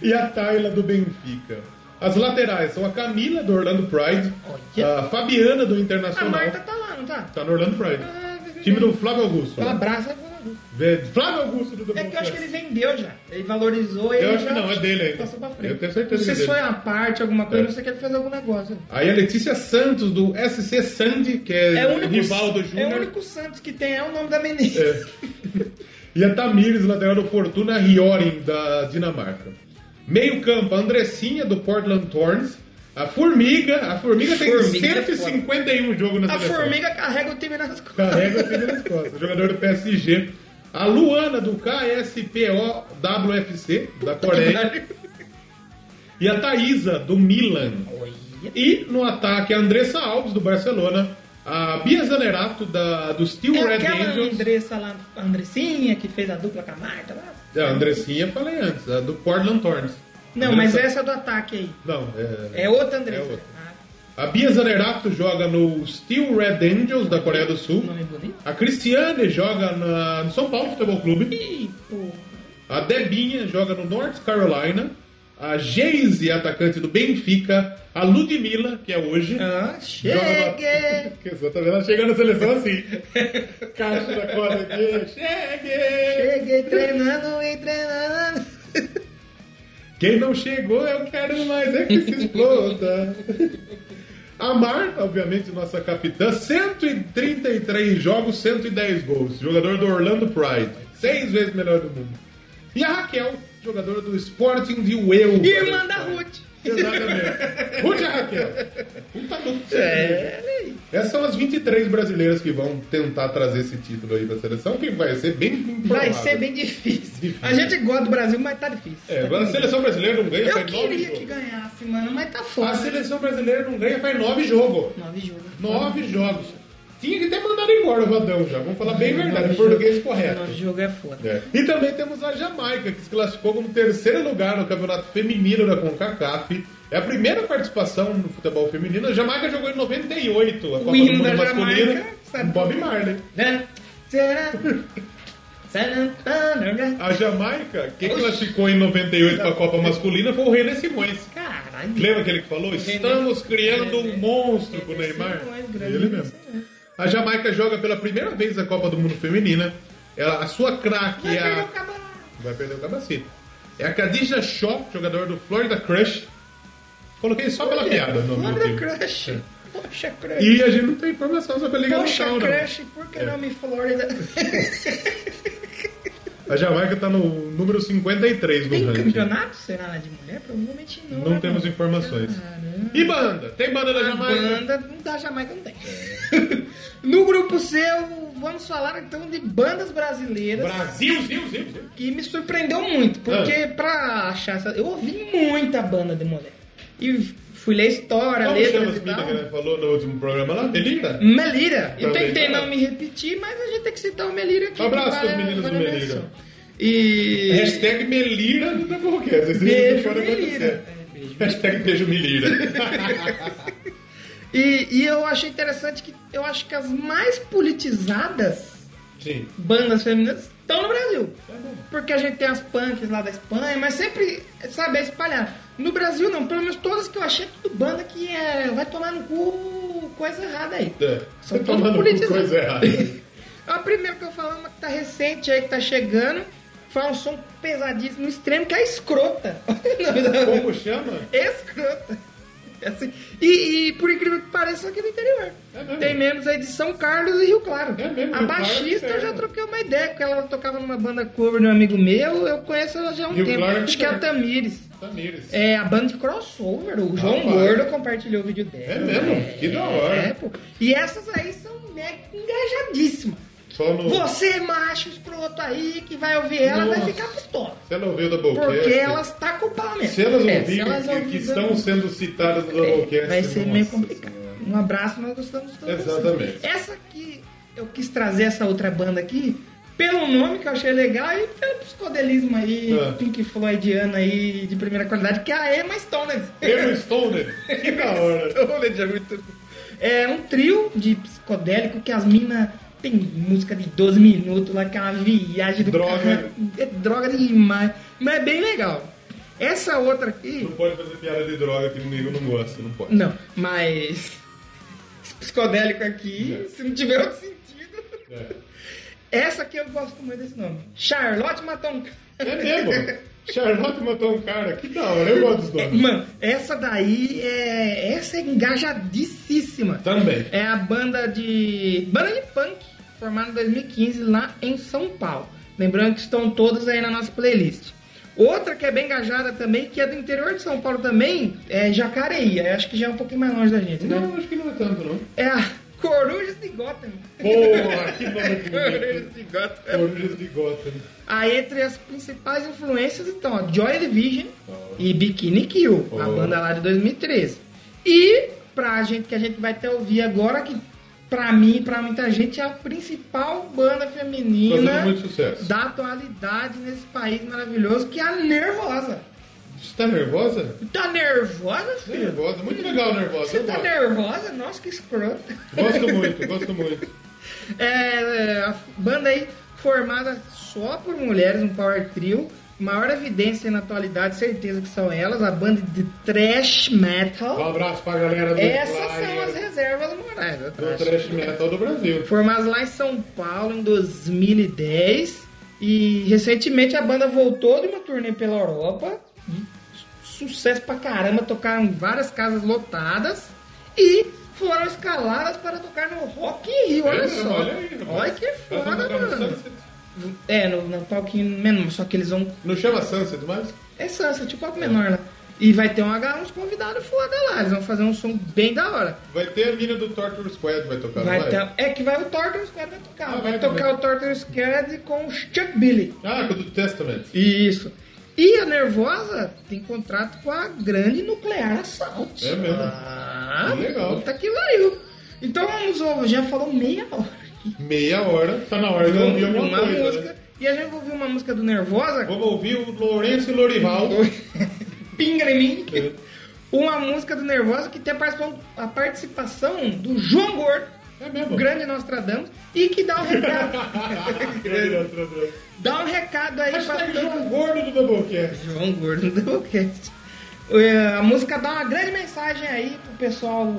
B: E a Tayla do Benfica. As laterais são a Camila do Orlando Pride,
A: Olha.
B: a Fabiana do
A: A
B: Internacional.
A: Marta tá lá, não tá?
B: Tá no Orlando Pride.
A: Ah, é
B: Time do Flávio Augusto.
A: Ela abraça.
B: Ve- Flávio Augusto do
A: É que eu acho que
B: Democrata.
A: ele vendeu já. Ele valorizou ele
B: Eu acho
A: já
B: que não, é dele ainda.
A: Passou pra frente.
B: Eu tenho certeza
A: Não sei
B: que é
A: se
B: dele.
A: foi a parte, alguma coisa,
B: É.
A: não sei que ele fez algum negócio.
B: Aí a Letícia Santos do SC Sandy, que é,
A: É o único,
B: rival do
A: é
B: Júnior.
A: o único Santos que tem, é o nome da menina.
B: É. E a Tamires, lateral do Fortuna Riorin, da Dinamarca. Meio campo, a Andressinha, do Portland Thorns. A Formiga, a Formiga,
A: Formiga é
B: tem 151 jogos um na
A: A
B: seleção.
A: formiga carrega o time nas costas.
B: Carrega o time nas costas, jogador do PSG. A Luana, do KSPO WFC, da Coreia. E a Thaísa, do Milan.
A: Olha.
B: E no ataque, a Andressa Alves, do Barcelona. A Bia Zanerato, da, do Steel
A: É
B: Red
A: aquela
B: Angels.
A: Andressa lá, a Andressinha, que fez a dupla com a Marta lá.
B: É, a Andressinha eu falei antes, a do Portland Thorns.
A: Não, mas
B: Andressa-
A: essa é do ataque aí.
B: Não, é.
A: É outra Andressa.
B: É outra.
A: Ah,
B: A Bia Zanerato joga no Steel Red Angels da Coreia do Sul.
A: nome bonito.
B: A Cristiane joga na, no São Paulo Futebol Clube.
A: Ih, porra.
B: A Debinha joga no North Carolina. A Geise, atacante do Benfica. A Ludmilla, que é hoje.
A: Ah,
B: Joga
A: chegue!
B: <laughs> Que só tá vendo ela chega na seleção
A: <laughs>
B: assim. Caixa da corda aqui. Chegue!
A: Cheguei treinando e treinando.
B: Quem não chegou, eu quero mais, é que se exploda. A Marta, obviamente, nossa capitã, 133 jogos, 110 gols. Jogador do Orlando Pride, seis vezes melhor do mundo. E a Raquel, jogadora do Sporting de Ueu.
A: Irmã da Ruth.
B: Exatamente. Ruth e a Raquel. Puta dupla.
A: É.
B: Essas são as 23 brasileiras que vão tentar trazer esse título aí da seleção, que vai ser bem
A: Vai
B: improvável.
A: ser bem difícil.
B: Difícil.
A: A gente gosta do Brasil, mas tá difícil.
B: É, agora a seleção brasileira não ganha,
A: Eu
B: faz nove
A: queria
B: jogos. Ah,
A: que ganhasse, mano, mas tá
B: A
A: foda.
B: seleção brasileira não ganha faz nove jogos.
A: Nove jogos.
B: Nove jogos. Tinha que ter mandado embora o Vadão já. Vamos falar bem a verdade. Em português correto.
A: Nove jogos é foda.
B: É. E também temos a Jamaica, que se classificou como terceiro lugar no campeonato feminino da CONCACAF. É a primeira participação no futebol feminino. A Jamaica jogou em 98 a Copa do
A: hino
B: Mundo
A: da Jamaica, é
B: masculina com
A: sabe?
B: Bob Marley.
A: Né? Será? Será? Tá, né, Será?
B: A Jamaica, quem
A: Oxi.
B: classificou em 98 para a Copa masculina foi o René Simões.
A: Caralho.
B: Lembra aquele que falou? Estamos criando um monstro com o Neymar.
A: Simões, é grande
B: Ele mesmo. A Jamaica joga pela primeira vez a Copa do Mundo Feminina. Ela, a sua craque
A: Vai
B: é
A: perder
B: a.
A: o cabelo.
B: Vai perder o cabacete. É a Khadija Shaw, jogador do Florida Crush. Coloquei só pela piada o nome do
A: Florida Crush.
B: time.
A: Poxa, Crush.
B: E é um a gente não tem informação sobre a Liga
A: Poxa,
B: Nacional, não.
A: Crush, por
B: É.
A: que nome Florida?
B: A Jamaica tá no número 53 do
A: Tem
B: ranking.
A: campeonato? Será lá de mulher? Provavelmente não. né,
B: Não temos
A: mano?
B: informações.
A: Caramba.
B: E banda? Tem banda da
A: A
B: Jamaica?
A: banda não da Jamaica não tem. <laughs> no grupo C, vamos falar então de bandas brasileiras
B: Brasil, Ah. Brasil, Brasil, Brasil.
A: que me surpreendeu muito, porque pra achar essa. Eu ouvi muita banda de mulher. E fui ler história,
B: Como chama
A: letras
B: as
A: e
B: minas
A: tal. Hum.
B: que nós falou no último programa lá? Melita?
A: Melira. Eu
B: Também,
A: tentei
B: tá.
A: não me repetir, mas a gente tem que citar o Melira aqui.
B: Um abraço
A: que
B: pros meninos do
A: a
B: Melira.
A: menção. E.
B: Hashtag Melira no Doublecast. Vocês
A: Beijo,
B: não podem
A: Melira.
B: acontecer.
A: É, beijo,
B: Hashtag beijo Melira.
A: <laughs> E, e eu achei interessante que eu acho que as mais politizadas
B: Sim.
A: bandas femininas estão no Brasil. Porque a gente tem as punks lá da Espanha, mas sempre, sabe, é espalhado. No Brasil não, pelo menos todas que eu achei, tudo banda que é, vai tomar no cu coisa errada aí.
B: É.
A: São
B: Tá
A: tudo
B: tomando
A: politizadas.
B: coisa errada.
A: A primeira que eu falo é uma que tá recente aí, que tá chegando. Faz um som pesadíssimo, extremo, que é escrota. <laughs>
B: Como chama?
A: escrota. É assim. E, e, por incrível que pareça, aqui do interior.
B: É mesmo?
A: Tem menos aí de São Carlos e Rio Claro.
B: É mesmo,
A: a
B: Rio Claro,
A: baixista
B: é.
A: eu já troquei uma ideia, porque ela tocava numa banda cover de um amigo meu, eu conheço ela já há um
B: Rio
A: tempo.
B: Claro é
A: Acho que é a Tamires.
B: Tamires.
A: É a banda de crossover, o João
B: Rapaz.
A: Gordo compartilhou o vídeo dela.
B: É mesmo? Que da hora.
A: É, pô. E essas aí são mega engajadíssimas.
B: Só no.
A: Você, é macho escroto aí, que vai ouvir ela, vai
B: Nossa.
A: ficar pistola.
B: Você não ouviu da
A: Porque
B: Doublecast?
A: elas tá com o pau mesmo.
B: Se elas
A: É,
B: ouvirem
A: se elas
B: que- que,
A: ouvirem-
B: estão sendo citadas no
A: É,
B: Doublecast.
A: vai ser meio
B: nossa
A: complicado.
B: senhora.
A: Um abraço, nós gostamos todos.
B: né? Exatamente.
A: vocês. Essa aqui, eu quis trazer essa outra banda aqui, pelo nome que eu achei legal e pelo psicodelismo aí,
B: Ah.
A: Pink Floydiano aí, de primeira qualidade, que é a Emma Stone.
B: Emma Stoner.
A: <laughs>
B: Que da hora.
A: Stone é muito... É um trio de psicodélico que as minas... Tem música de 12 minutos lá, que é uma viagem do
B: Droga.
A: caralho. É droga demais. Mas é bem legal. Essa outra aqui...
B: Não pode fazer piada de droga que o nego não gosta, não pode.
A: Não, mas. esse Psicodélico aqui,
B: É.
A: se não tiver outro sentido.
B: É,
A: Essa aqui eu gosto muito desse nome. Charlotte Maton.
B: é
A: <laughs>
B: mesmo? Charlotte matou um cara. Que da hora. Eu gosto dos
A: É,
B: nomes.
A: Mano, essa daí é. Essa é engajadíssima.
B: Também.
A: É a banda de. Banda de punk, formada em 2015 lá em São Paulo. Lembrando que estão todos aí na nossa playlist. Outra que é bem engajada também, que é do interior de São Paulo também, é Jacareí. Aí Acho que já é um pouquinho mais longe da gente, né?
B: Não, acho que não é tanto, não.
A: É a Corujas de Gotham.
B: Porra, que nome bonito.
A: Corujas de Gotham.
B: Corujas de Gotham.
A: Aí entre as principais influências estão a Joy Division
B: Oh.
A: e Bikini Kill, a
B: Oh.
A: banda lá de 2013. E pra gente que a gente vai até ouvir agora, que pra mim e pra muita gente é a principal banda
B: Fazendo
A: feminina
B: muito sucesso.
A: da atualidade nesse país maravilhoso, que é a Nervosa.
B: Você tá nervosa?
A: Tá nervosa, filho?
B: Nervosa. Muito legal, nervosa.
A: Você
B: Eu
A: tá
B: gosto.
A: nervosa? Nossa, que escrota.
B: Gosto muito, gosto muito.
A: É, é, a banda aí formada só por mulheres, um power trio. Maior evidência na atualidade, certeza que são elas, a banda de thrash
B: Um
A: metal.
B: abraço pra galera do
A: Essas são
B: Flyer,
A: as reservas morais da
B: do
A: thrash.
B: Trash Metal do Brasil.
A: Formadas lá em São Paulo em 2010 e recentemente a banda voltou de uma turnê pela Europa. Su- Sucesso pra caramba, tocaram em várias casas lotadas e foram escaladas para tocar no Rock in Rio, olha
B: É,
A: só.
B: olha aí, rapaz. Tá
A: Olha que foda,
B: Nós vamos tocar no
A: mano.
B: Sunset.
A: É, no, no palquinho menor, só que eles vão.
B: Não chama Sunset mais?
A: É Sansa, tipo palco menor lá. E vai ter um H, uns convidados foda lá, eles vão fazer um som bem da hora.
B: Vai ter a mina do Torture Squad Tá, vai tocar
A: Vai
B: não
A: ter- é que vai o Torture Squad vai tocar.
B: Ah,
A: vai
B: vai
A: tocar
B: também.
A: o Torture Squad com o Chuck Billy.
B: Ah, com o do Testament.
A: Isso. E a Nervosa tem contrato com a grande nuclear Assault.
B: É mesmo.
A: Ah,
B: Que legal.
A: Puta que pariu. Então vamos, ouvir, já falou meia hora.
B: Meia hora, tá na hora de
A: Vamos
B: ouvir
A: ouvir
B: alguma
A: uma
B: coisa.
A: música.
B: né?
A: E a gente vai ouvir uma música do Nervosa.
B: Vamos ouvir o Lourenço Lorival.
A: <laughs> Pinga em mim.
B: É.
A: Uma música do Nervosa que tem a participação, a participação do João Gordo,
B: É mesmo.
A: o grande Nostradamus, e que dá um recado,
B: <laughs> Grande outro, outro.
A: dá um recado aí pra
B: <laughs> Hashtag
A: todo-
B: João Gordo do Doublecast.
A: João Gordo do Doublecast. É, A música dá uma grande mensagem aí pro pessoal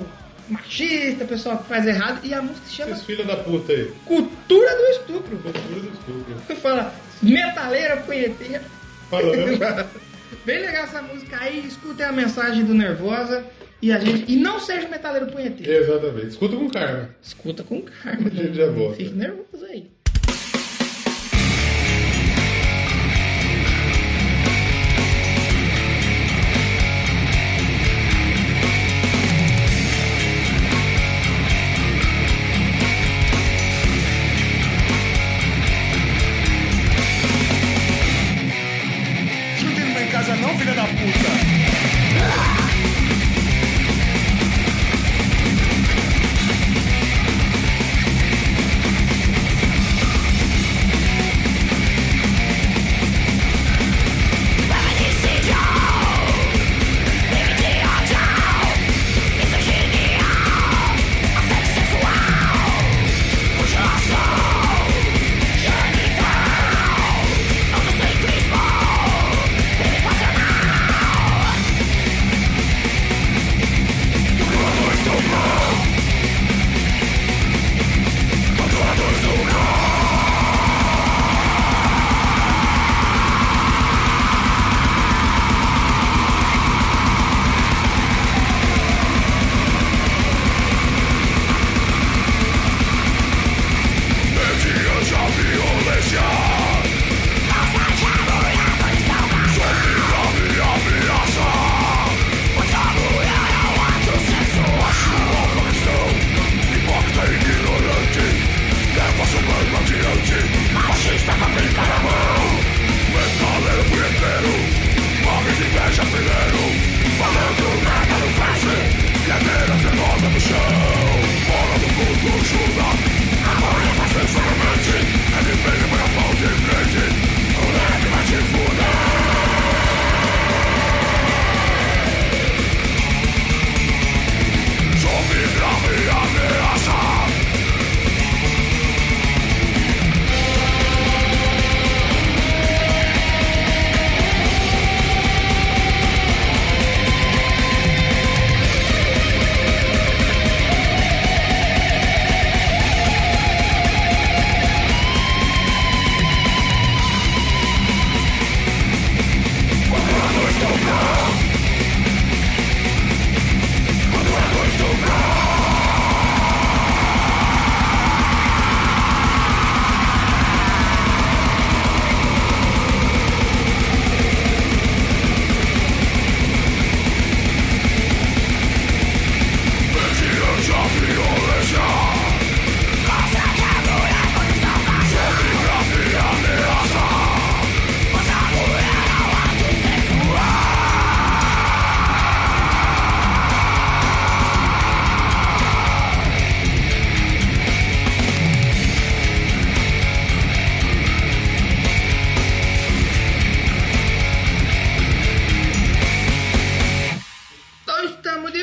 A: machista, pessoal que faz errado, e a música se chama
B: Esses filhos da puta aí.
A: Cultura do Estupro.
B: Cultura do estúdio.
A: Fala, metaleira, punheteira.
B: Fala mesmo?
A: <laughs> Bem legal essa música aí, escutem a mensagem do Nervosa e a gente. E não seja metaleiro punheteiro.
B: Exatamente. Escuta com karma.
A: Escuta com calma.
B: A gente já volta.
A: Fique nervoso aí.
D: Você não tem ninguém em casa não, filha da puta?
E: Você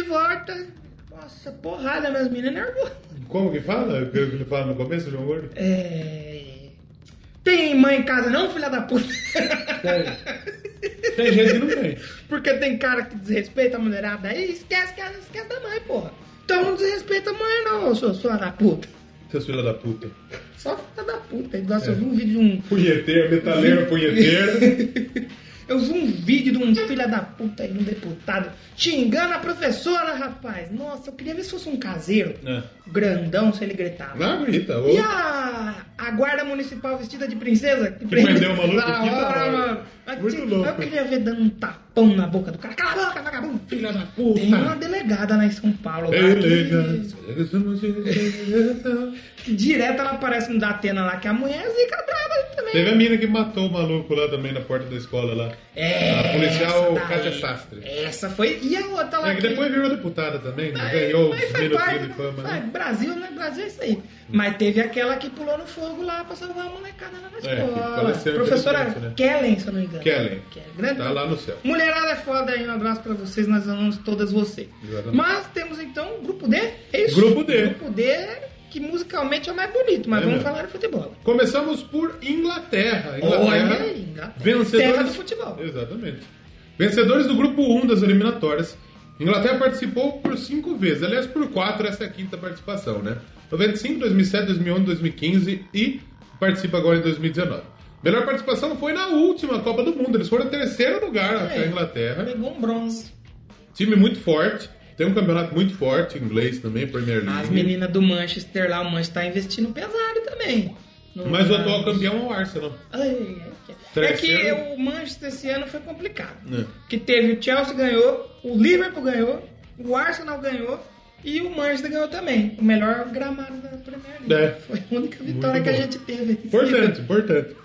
A: Então tá. Nossa, porrada nas meninas é nervosas.
B: Como que fala? O que ele fala no começo, João Gordo?
A: É. Tem mãe em casa não, filha da puta?
B: Tem. Tem gente que não tem.
A: <laughs> Porque tem cara que desrespeita a mulherada aí, esquece, que ela- esquece da mãe, porra. Então não desrespeita a mãe não, sua sua da puta.
B: Seus filhos da puta.
A: Só filha da puta. Nossa, eu vi um vídeo de um. <laughs>
B: Punheteiro, metaleiro, punheteiro.
A: Eu vi um vídeo de um filho da puta aí, um deputado, xingando a professora, rapaz. Nossa, eu queria ver se fosse um caseiro.
B: É.
A: Grandão, se ele gritava.
B: Não, grita.
A: E
B: Ô,
A: a, a guarda municipal vestida de princesa? Que
B: prendeu o maluco,
A: Na
B: que da
A: hora,
B: hora.
A: mano. Mas
B: tá Muito
A: tinha-
B: louco.
A: Eu queria ver dando um tapão na boca do cara. Cala a boca, vagabundo.
B: Filha da puta. É
A: Tem uma delegada lá em São Paulo. lá que,
B: Teve
A: que direto ela aparece no Datena lá, que a mulher é zica braba também.
B: a mina que matou o maluco lá também na porta da escola lá.
A: É,
B: A policial
A: essa daí.
B: Kátia Sastre.
A: Essa foi. E a outra lá.
B: É que depois virou deputada também, né?
A: Mas-
B: ganhou
A: mas
B: os
A: faz
B: minutos
A: parte,
B: de fama.
A: faz-
B: Né?
A: Brasil, né? Brasil é isso aí. Mas teve aquela que pulou no fogo lá pra salvar a molecada lá na
B: É, que
A: escola.
B: faleceu,
A: Professora
B: infelizmente, né?
A: Kellen, se eu não me engano.
B: Kellen.
A: grande
B: Tá lá no céu.
A: Mulherada é foda aí, um abraço pra vocês, nós amamos todas vocês.
B: Exatamente.
A: Mas temos então o grupo D, é isso?
B: Grupo D.
A: Grupo D, que musicalmente é o mais bonito, mas
B: É
A: vamos
B: mesmo.
A: falar de futebol.
B: Começamos por Inglaterra. Inglaterra,
A: Olha aí, Inglaterra.
B: vencedores
A: Terra do futebol.
B: Exatamente. Vencedores do grupo 1 das eliminatórias. Inglaterra participou por cinco vezes, aliás, por quatro, essa é a quinta participação, né? 95, 2007, 2011, 2015 e participa agora em 2019. Melhor participação foi na última Copa do Mundo, eles foram terceiro lugar
A: É.
B: até a Inglaterra.
A: Pegou um bronze.
B: Time muito forte, tem um campeonato muito forte, inglês também, Premier League.
A: As meninas do Manchester lá, o Manchester tá investindo pesado também. No-
B: Mas o
A: na-
B: atual campeão é o Arsenal.
A: Ai, ai, ai. É que
B: Terceiro.
A: o Manchester esse ano foi complicado.
B: É.
A: Que teve o Chelsea ganhou, o Liverpool ganhou, o Arsenal ganhou e o Manchester ganhou também. O melhor gramado da Premier League.
B: É.
A: Foi a única vitória
B: Muito
A: que a
B: bom.
A: gente teve.
B: Importante, importante.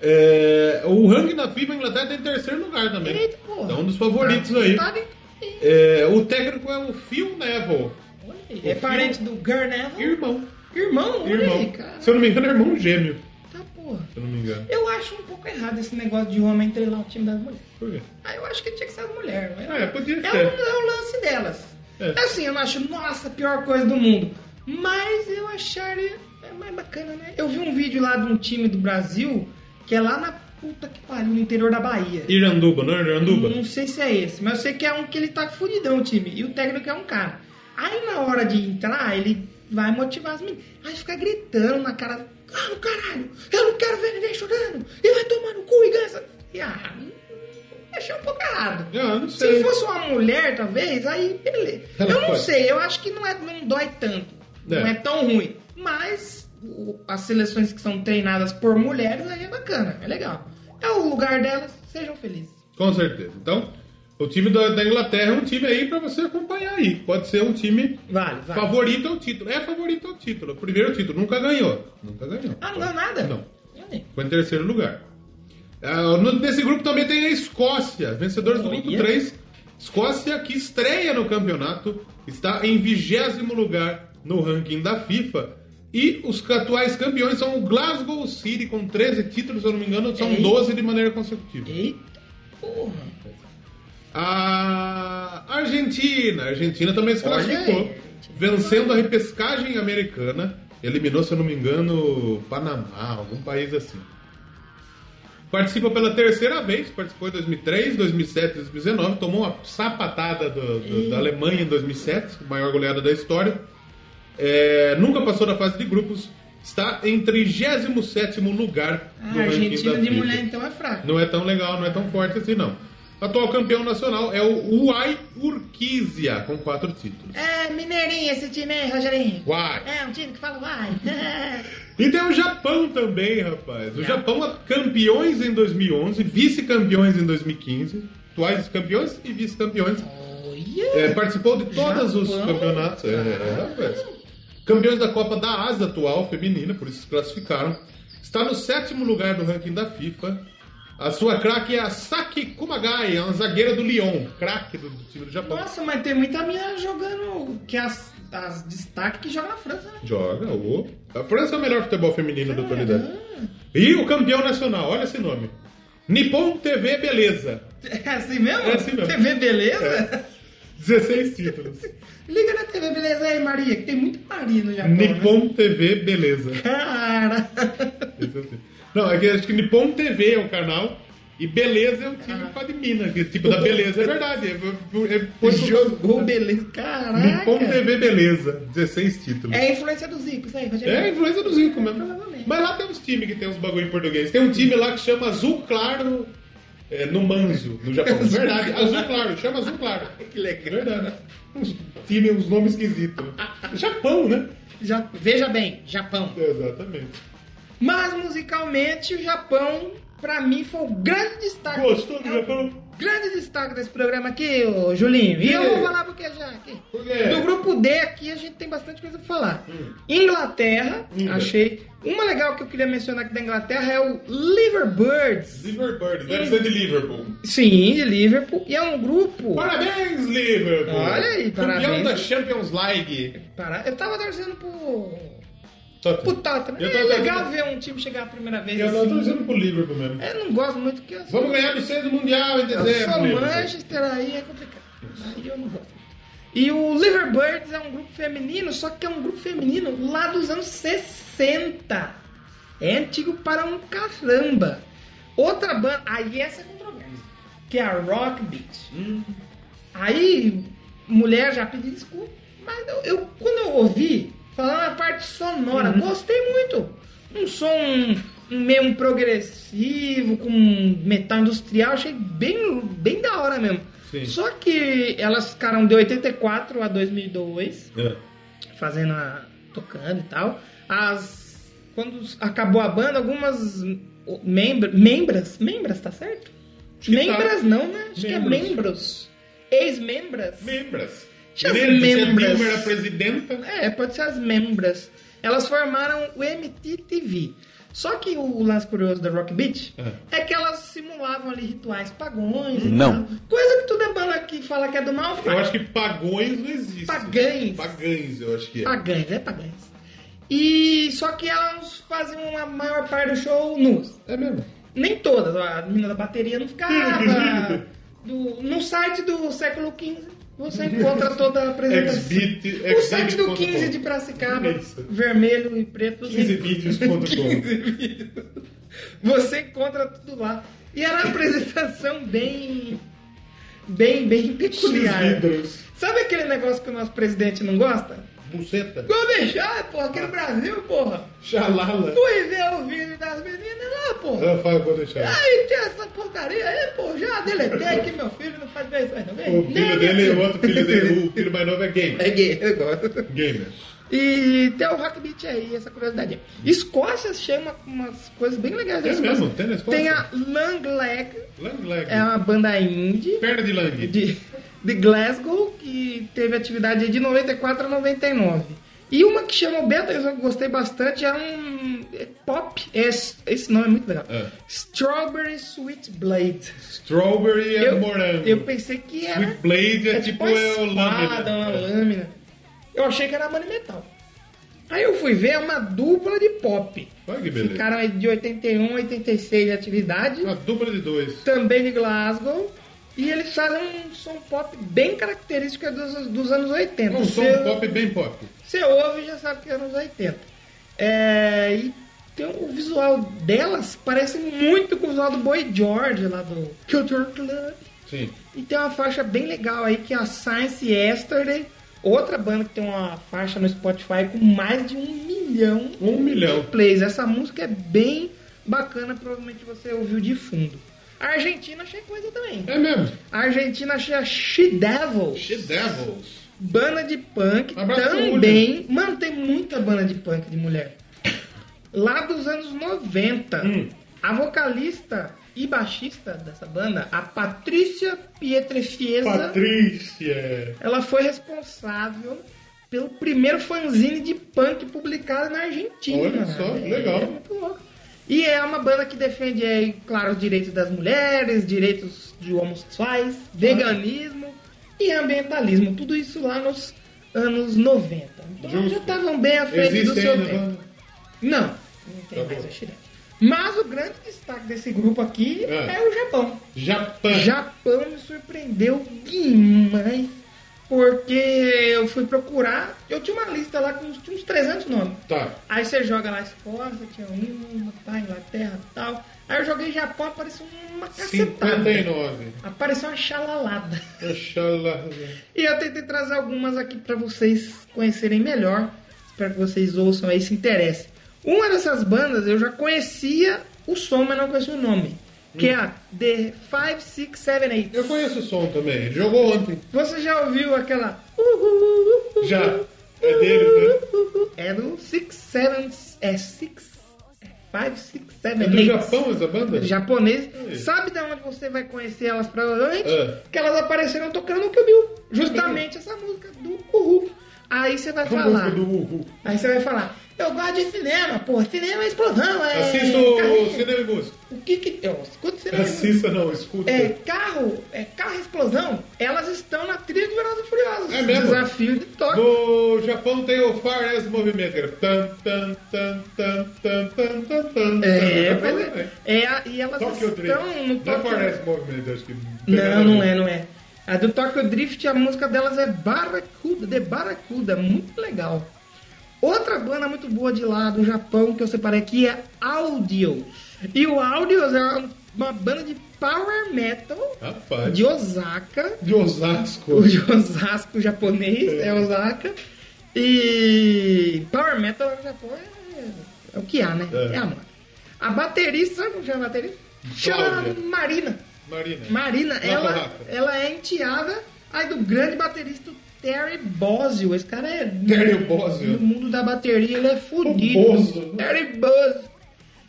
B: É, o ranking da FIFA, a Inglaterra tem terceiro lugar também.
A: Eita, porra.
B: Então, um dos favoritos aí.
A: Tá, bem, hein?
B: É, o técnico é o Phil Neville.
A: Olha aí. É parente do Garnett.
B: Irmão.
A: Irmão, olha
B: Irmão.
A: aí, cara.
B: Se eu não me engano, é irmão gêmeo.
A: Tá, porra.
B: Se eu não me engano.
A: Eu acho um pouco errado esse negócio de homem treinar o time das mulheres.
B: Por quê?
A: Ah, eu acho que tinha que ser as mulheres. né?
B: É, podia
A: é,
B: ser.
A: o, é o lance delas.
B: É.
A: Assim, eu não acho, nossa, a pior coisa do mundo. Mas eu acharia é mais bacana, né? Eu vi um vídeo lá de um time do Brasil, que é lá na puta que pariu, no interior da Bahia.
B: Iranduba, não é Iranduba?
A: Não sei se é esse, mas eu sei que é um que ele tá fudidão o time. E o técnico é um cara. Aí na hora de entrar, ele vai motivar as meninas. Aí fica gritando na cara. Ah, no caralho, eu não quero ver ninguém chorando. E vai tomar no cu e ganha. essa-" E, ah, achei um pouco errado.
B: Ah, não sei.
A: Se fosse uma mulher, talvez, aí beleza.
B: Ela
A: eu não
B: pode.
A: sei, eu acho que não, é, não dói tanto.
B: É.
A: Não é tão ruim. Mas o- as seleções que são treinadas por mulheres aí é bacana, é legal. É o lugar delas, sejam felizes.
B: Com certeza. Então, o time da, da Inglaterra é um time aí pra você acompanhar aí. Pode ser um time
A: Vale, vale.
B: favorito ao título. É favorito ao título. Primeiro título. Nunca ganhou. Nunca ganhou.
A: Ah, não dá nada?
B: Não.
A: Olha aí.
B: Foi em terceiro lugar. Ah, no- nesse grupo também tem a Escócia, vencedores do grupo
A: Olha.
B: 3. Escócia, que estreia no campeonato, está em vigésimo lugar no ranking da FIFA. E os atuais campeões são o Glasgow City, com 13 títulos, se eu não me engano, são
A: Ei.
B: 12 de maneira consecutiva.
A: Eita porra.
B: A Argentina. A Argentina também se
A: Olha aí,
B: classificou.
A: Argentina.
B: Vencendo a repescagem americana. Eliminou, se eu não me engano, Panamá, algum país assim. Participa pela terceira vez, participou em 2003, 2007 2019. Tomou uma sapatada do- do- da Alemanha em 2007, maior goleada da história. É, nunca passou da fase de grupos. Está em 37º lugar
A: A
B: no ranking
A: Ah, Argentina
B: é da
A: de
B: FIFA.
A: mulher então é fraca.
B: Não é tão legal, não é tão forte assim, não. O atual campeão nacional é o Uai Urquizia, com quatro títulos.
A: É, mineirinho esse time aí, Rogerinho.
B: Uai.
A: É, um time que fala vai. <laughs>
B: E tem o Japão também, rapaz. O Japão, campeões em 2011, vice-campeões em 2015, atuais campeões e vice-campeões.
A: Olha.
B: É, participou de todos os
A: Japão?
B: campeonatos. É, é, rapaz. Campeões da Copa da Ásia atual, feminina, por isso se classificaram. Está no sétimo lugar do ranking da FIFA. A sua craque é a Saki Kumagai, é uma zagueira do Lyon, craque do, do time do Japão.
A: Nossa, mas tem muita mina jogando que as, as destaque que joga na França, né?
B: Joga, o. A França é o melhor futebol feminino da atualidade.
A: Caramba.
B: E o campeão nacional, olha esse nome. Nippon TV Beleza.
A: <laughs> É assim mesmo?
B: É assim mesmo.
A: TV Beleza? <laughs>
B: É. 16 títulos.
A: Liga na TV, beleza aí, Maria? Que tem muito Maria no Japão. né?
B: Nippon TV, beleza.
A: Cara. <laughs>
B: Esse é o tipo. Não, é que acho que Nippon TV é o canal. E beleza é o time por causa de Minas. Que esse tipo da beleza é verdade. É, é, é, foi-
A: Jogou beleza. Caraca.
B: Nippon TV Beleza. 16 títulos.
A: É a influência do Zico, isso aí, Rogério.
B: É a influência do Zico mesmo.
A: Provavelmente.
B: Mas lá tem uns times que tem uns bagulho em português. Tem um time lá que chama Azul Claro é, no Manzo, no Japão.
A: Azul
B: Verdade, Azul Claro, chama Azul Claro.
A: Que legal.
B: Verdade. Uns times, uns nomes esquisitos. Japão, né?
A: Já, veja bem, Japão.
B: Exatamente.
A: Mas musicalmente, o Japão, pra mim, foi o grande destaque.
B: Gostou do
A: É o
B: Japão?
A: Grande destaque desse programa aqui, ô Julinho. E eu
B: Por quê?
A: vou falar porque já aqui.
B: Por quê?
A: Do grupo D aqui a gente tem bastante coisa pra falar.
B: É. Hum.
A: Inglaterra,
B: Hum.
A: achei. Uma legal que eu queria mencionar aqui da Inglaterra é o Liverbirds.
B: Liverpool, deve ser de Liverpool.
A: Sim, de Liverpool. E é um grupo.
B: Parabéns, Liverpool!
A: Olha aí,
B: Campeão
A: parabéns.
B: da Champions League.
A: Para- Eu tava torcendo pro. pro
B: Tottenham.
A: Tottenham.
B: Eu
A: É
B: tava
A: legal
B: torcendo-
A: ver um time chegar a primeira vez.
B: Eu tô
A: assim.
B: torcendo pro Liverpool mesmo.
A: Eu não gosto muito que eu sou,
B: Vamos ganhar do centro mundial em
A: eu
B: dezembro.
A: sou
B: Liverpool.
A: Manchester, aí é complicado. Aí eu não gosto. E o Liverbirds é um grupo feminino, só que é um grupo feminino lá dos anos 60. É antigo para um caramba. Outra banda, aí essa é controversa, que é a Rock Beat. Aí, mulher já pediu desculpa, mas eu, eu- quando eu ouvi, falando a parte sonora, gostei muito. Um som um- meio um progressivo, com metal industrial, achei bem, bem da hora mesmo.
B: Sim.
A: Só que elas ficaram de 84 a 2002
B: É.
A: fazendo a. tocando e tal. As. Quando acabou a banda, algumas o- membra, membras. Membras, tá certo?
B: Acho que
A: Membras
B: tá.
A: não, né? Acho que é
B: Membros.
A: membros. Ex-membras.
B: Membras.
A: Tinha as
B: Grande
A: membras.
B: Dilma era é presidenta.
A: É, pode ser as membras. Elas formaram o MTTV. Só que o lance curioso da Rock Beat é, que elas simulavam ali rituais pagões. e
C: Não.
A: tal. Coisa que toda banda que fala que é do mal
B: Eu
A: faz.
B: acho que pagões não existe.
A: Pagães.
B: Pagães, eu acho que é.
A: Pagães, é pagães. E só que elas faziam a maior parte do show nus.
B: É mesmo.
A: Nem todas, a menina da bateria não ficava. Do- no site do século XV você encontra toda a apresentação.
B: Exbit-
A: É. o site do
B: exhibit.com.
A: 15 de Piracicaba,
B: Isso.
A: vermelho e preto. você <laughs>
B: 15vídeos.com.
A: 15 vídeos. Você encontra tudo lá. E era uma apresentação <laughs> bem. bem, bem peculiar.
B: vidros.
A: Sabe aquele negócio que o nosso presidente não gosta?
B: Buceta.
A: Vou deixar, porra, aqui no Brasil, porra.
B: Xalala.
A: Fui ver o vídeo das meninas lá, porra.
B: Ah, fala, vou deixar.
A: Aí tem essa porcaria aí, porra. Já deletei que meu filho não faz bem isso aí, não vem?
B: É, O
A: Nem
B: filho dele,
A: meu
B: o outro filho dele, o filho mais novo é gamer.
A: É gay, eu gosto.
B: Gamer.
A: E tem o Rock Beat aí, essa curiosidade. Escócia chama umas coisas bem legais. da
B: É
A: Escócia.
B: mesmo? Tem na Escócia?
A: Tem a Lang Leg,
B: Lang leg.
A: é uma banda indie
B: Perna de lang.
A: de, de Glasgow, que teve atividade aí de 94 a 99. E uma que chamou bem atenção, que eu gostei bastante, é um é pop, é, esse nome é muito legal.
B: É.
A: Strawberry Sweet Blade.
B: Strawberry é
A: Eu,
B: morango.
A: eu pensei que era...
B: Sweet Blade é, tipo
A: uma
B: é o
A: espada, uma
B: lâmina. É.
A: lâmina. Eu achei que era banda de metal. Aí eu fui ver, é uma dupla de pop.
B: Olha que beleza.
A: Ficaram aí de 81 a 86 de atividade
B: Uma dupla de dois.
A: também de Glasgow. E eles fazem um som pop bem característico dos, dos anos 80.
B: Um som
A: Você-
B: pop bem pop.
A: Você ouve e já sabe que é anos 80. É, e tem o visual delas parece muito com o visual do Boy George lá do Culture Club.
B: Sim.
A: E tem uma faixa bem legal aí que é a Science Yesterday, outra banda que tem uma faixa no Spotify com mais de um milhão
B: Um milhão.
A: plays. Essa música é bem bacana, provavelmente você ouviu de fundo. A Argentina achei coisa também.
B: É mesmo.
A: A Argentina achei a She Devil,
B: She Devils.
A: banda de punk,
B: Um abraço,
A: também. Mano, tem muita banda de punk de mulher. Lá dos anos 90,
B: Hum.
A: a vocalista e baixista dessa banda, a Patrícia Pietrefiesa,
B: Patrícia.
A: ela foi responsável pelo primeiro fanzine de punk publicado na Argentina.
B: Olha só,
A: É,
B: legal.
A: é muito louco. E é uma banda que defende, aí, claro, os direitos das mulheres, direitos de homossexuais, veganismo e ambientalismo. Tudo isso lá nos anos 90. Então
B: Justo.
A: já estavam bem à frente do
B: Existe
A: seu
B: ainda,
A: tempo.
B: mano?
A: Não, não tem
B: Tá
A: mais
B: bom.
A: a Shirek. Mas o grande destaque desse grupo aqui
B: Ah.
A: é o Japão.
B: Japão.
A: Japão me surpreendeu demais. porque eu fui procurar, eu tinha uma lista lá com uns, tinha uns 300 nomes.
B: Tá.
A: Aí você joga lá Escócia, tinha uma, tá, Inglaterra tal. Aí eu joguei Japão, apareceu uma cacetada.
B: 59.
A: Apareceu uma chalalada.
B: Oxalá.
A: <laughs> E eu tentei trazer algumas aqui pra vocês conhecerem melhor. Espero que vocês ouçam aí e se interessem. Uma dessas bandas eu já conhecia o som, mas não conhecia o nome. Que é a The 5678.
B: Eu conheço o som também. Ele jogou ontem.
A: Você já ouviu aquela. Uhu, uhu,
B: Já.
A: uhu,
B: É deles, né?
A: uhu, É do 67. É 6. É 567.
B: É do Japão É essa banda?
A: japonês.
B: Aí.
A: Sabe de onde você vai conhecer elas provavelmente?
B: Ah.
A: Que elas apareceram tocando no Kill Justamente essa música do Uhu. Aí você vai
B: A
A: falar.
B: música do Uhu.
A: Aí você vai falar. Eu gosto de cinema, pô. Cinema é explosão, é.
B: Assista
A: carrinho.
B: o Cinema e Música.
A: O que que. Eu escuto cinema.
B: Assista não, escuta.
A: É, carro, é, carro e explosão, elas estão na trilha de Velozes e Furiosos.
B: É mesmo?
A: Desafio de toque.
B: No Japão tem o Far As Movimento. que era Tan, tan, tan, tan, tan, tan, tan, tan.
A: É,
B: Japão
A: pois
B: também.
A: é. É a- e elas
B: Tokyo
A: estão
B: Drift.
A: no
B: Não é Far
A: Tokyo...
B: As Movimento, acho que.
A: Não, não é, não é. A do Tokyo Drift, a música delas é Barracuda, de Barracuda, muito legal. Outra banda muito boa de lá do Japão que eu separei aqui é Audios. E o Audios é uma banda de power metal
B: Rapaz.
A: de Osaka.
B: De Osasco.
A: O <laughs> de Osasco japonês é Osaka. E Power Metal lá no Japão é, é o que há, né? É,
B: É.
A: a moda. A baterista, sabe como chama a baterista? Chama
B: Cláudia.
A: Marina.
B: Marina.
A: Marina,
B: né? Na
A: ela,
B: barraca.
A: ela é enteada aí do grande baterista Terry Bozzio. Esse cara é.
B: Terry Bozzio.
A: No mundo da bateria, ele é
B: Bozzio.
A: fudido. Terry Bozzio.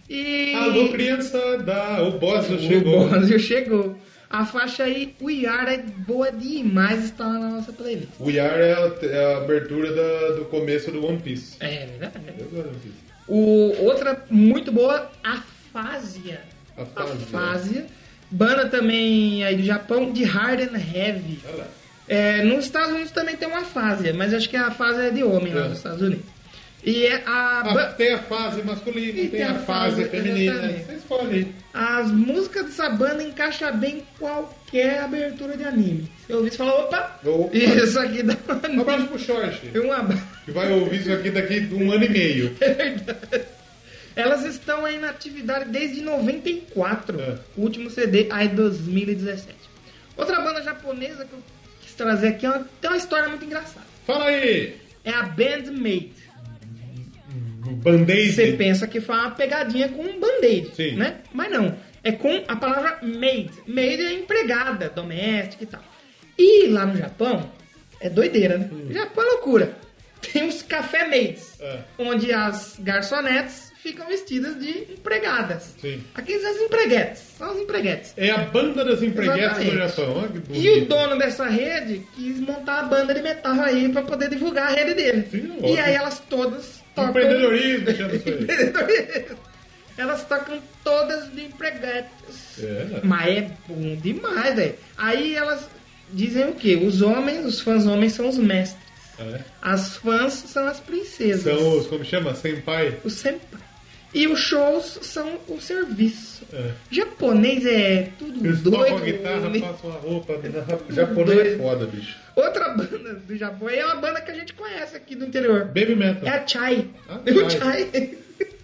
A: E.
B: Alô, criançada. O Bósio chegou.
A: O Bozzio chegou. A faixa aí, o Yara é boa demais, está lá na nossa playlist.
B: O Yar é a, é a abertura da- do começo do One Piece.
A: É verdade.
B: Eu gosto do One Piece.
A: O, outra muito boa, Afásia.
B: Afásia.
A: Afásia. Banda também aí do Japão, de Hard and Heavy.
B: Olha lá.
A: É, nos Estados Unidos também tem uma Afásia, mas acho que a Afásia é de homem lá
B: É.
A: nos Estados Unidos. E é a,
B: Ah,
A: ba-
B: tem a fase masculina,
A: E
B: tem, a fase feminina.
A: Então, exatamente.
B: Você escolhe.
A: as músicas dessa banda encaixam bem em qualquer abertura de anime. Eu ouvi você falar, opa,
B: Opa.
A: isso aqui dá um
B: Um
A: anime.
B: abraço pro Jorge,
A: Um abraço.
B: que vai ouvir isso aqui daqui de um ano e meio.
A: É verdade. Elas estão aí na atividade desde 94.
B: É.
A: O último CD aí 2017. Outra banda japonesa que eu quis trazer aqui é uma- tem uma história muito engraçada.
B: Fala aí!
A: É a Bandmate.
B: Band-Aid.
A: Você pensa que foi uma pegadinha com um band-aid,
B: Sim.
A: né? Mas não. É com a palavra maid. Maid é empregada, doméstica e tal. E lá no Japão, é doideira, né? Japão é loucura. Tem uns café maids,
B: Hum. É.
A: onde as garçonetes ficam vestidas de empregadas.
B: Sim.
A: Aqui são as empreguetes, são as empreguetes.
B: É a banda das empreguetas do
A: Exatamente.
B: Japão. Olha que bonito.
A: E o dono dessa rede quis montar a banda de metal aí pra poder divulgar a rede dele.
B: Sim, lógico.
A: e aí elas todas tocam...
B: Empreendedorismo, chama isso aí.
A: Empreendedorismo. Elas tocam todas de empregadas.
B: É, né?
A: Mas é bom demais, velho. Aí elas dizem o quê? Os homens, os fãs homens são os mestres.
B: É.
A: As fãs são as princesas.
B: São os, como chama? Senpai?
A: O senpai. E os shows são o serviço.
B: É.
A: Japonês é tudo
B: Eles
A: doido.
B: tocam a guitarra,
A: né?
B: passam a roupa. Japonês é
A: Doido.
B: foda, bicho.
A: Outra banda do Japão é uma banda que a gente conhece aqui do interior.
B: Baby Metal.
A: É a Chai.
B: Ah,
A: <laughs> o
B: Chai.
A: Chai.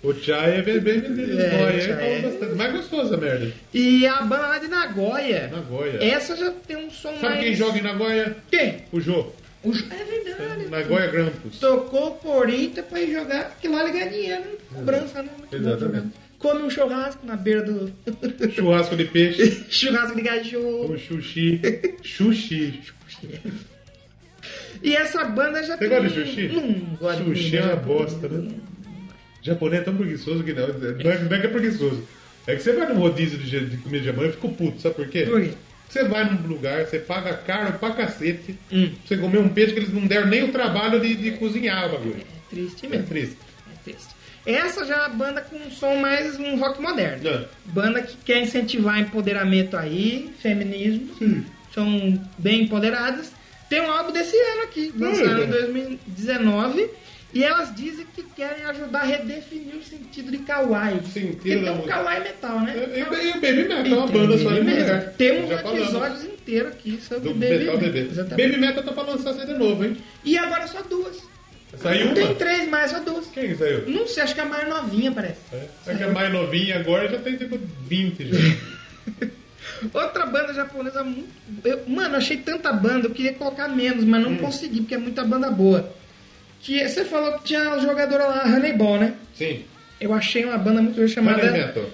B: O Chai é bem bem deles,
A: É,
B: boy,
A: Chai
B: é,
A: é-
B: bastante. mais gostoso a merda.
A: E a banda lá de Nagoya.
B: Nagoya.
A: Essa já tem um som
B: Sabe
A: mais.
B: quem joga em Nagoya?
A: Quem?
B: O Jô.
A: O... Jo- É verdade.
B: Nagoya Grampus.
A: Tocou Porita pra ir jogar, que lá ligar dinheiro, né? Cobrança, né? Muito bom
B: Exatamente.
A: jogar. Come um churrasco na beira do. <laughs>
B: Churrasco de peixe.
A: churrasco de gajo.
B: o sushi. Sushi.
A: E essa banda já
B: Você
A: tem.
B: gosta de sushi?
A: Não gosto de
B: Sushi
A: comida
B: é uma
A: japonesa.
B: bosta, né? Japonês é tão preguiçoso que não. Não é, não é que é preguiçoso. É que você vai num rodízio de, ja- de comida japonesa, eu fico puto, sabe por quê?
A: Por quê?
B: Você vai num lugar, você paga caro pra cacete,
A: Hum.
B: você comer um peixe que eles não deram nem o trabalho de, de cozinhar o bagulho.
A: É triste
B: É
A: mesmo.
B: triste.
A: É triste. Essa já é uma banda com um som mais um rock moderno.
B: É.
A: Banda que quer incentivar empoderamento aí, feminismo. São bem empoderadas. Tem um álbum desse ano aqui,
B: Hum.
A: lançado
B: Olha.
A: em 2019. E elas dizem que querem ajudar a redefinir o sentido de kawaii.
B: sentido
A: Porque
B: da
A: tem um
B: música.
A: kawaii metal, né?
B: E e- e o Baby Metal é uma banda só de
A: Tem
B: mulher.
A: Temos
B: Já falamos.
A: episódios inteiro aqui sobre
B: Do
A: Baby
B: Metal
A: Metal.
B: Bebê.
A: Exatamente.
B: Baby Metal tá pra lançar CD novo, hein?
A: E agora só duas.
B: Saiu
A: Não tem
B: uma.
A: três mais, só duas.
B: Quem que saiu?
A: Não sei, acho que é a mais novinha, parece.
B: É, é que é mais novinha agora já tem tipo 20 já.
A: Outra banda japonesa muito. eu- mano, eu achei tanta banda, eu queria colocar menos, mas não
B: Hum.
A: consegui, porque é muita banda boa. Que é, você falou que tinha uma jogadora lá, Honeyball, né?
B: Sim.
A: Eu achei uma banda muito boa chamada
B: Honey Metal.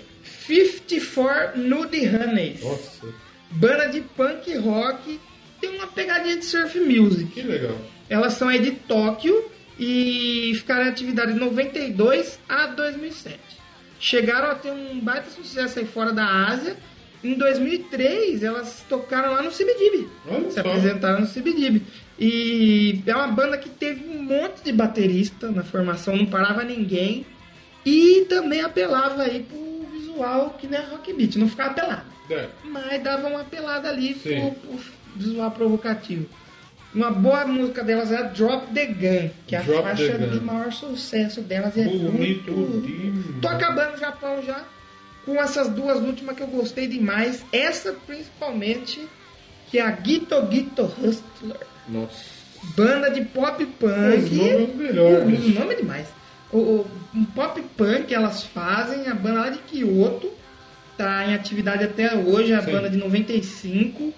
A: 54 Nude Honeys.
B: Nossa,
A: Banda de punk rock, tem uma pegadinha de surf music.
B: que legal.
A: Elas são aí de Tóquio e ficaram em atividade de 92 a 2007. Chegaram a ter um baita sucesso aí fora da Ásia. Em 2003, elas tocaram lá no CBDB.
B: Olha
A: Se
B: só.
A: apresentaram no CBDB. E é uma banda que teve um monte de baterista na formação, não parava ninguém. E também apelava aí pro visual que nem a Rock Beat, não ficava pelado
B: É.
A: mas dava uma pelada ali pro,
B: Sim.
A: pro visual provocativo. Uma boa música delas é a Drop the Gun, que é a
B: Drop the
A: faixa
B: Gun.
A: de maior sucesso delas. É
B: Bonito
A: muito...
B: demais.
A: Tô acabando o Japão já com essas duas últimas que eu gostei demais. Essa principalmente, que é a Gito Gito Hustler.
B: Nossa.
A: Banda de pop
B: Os
A: punk.
B: nomes melhores.
A: O nome é demais. O, o- um pop punk elas fazem, a banda lá de Kyoto, tá em atividade até hoje, a
B: Sim.
A: banda de 95.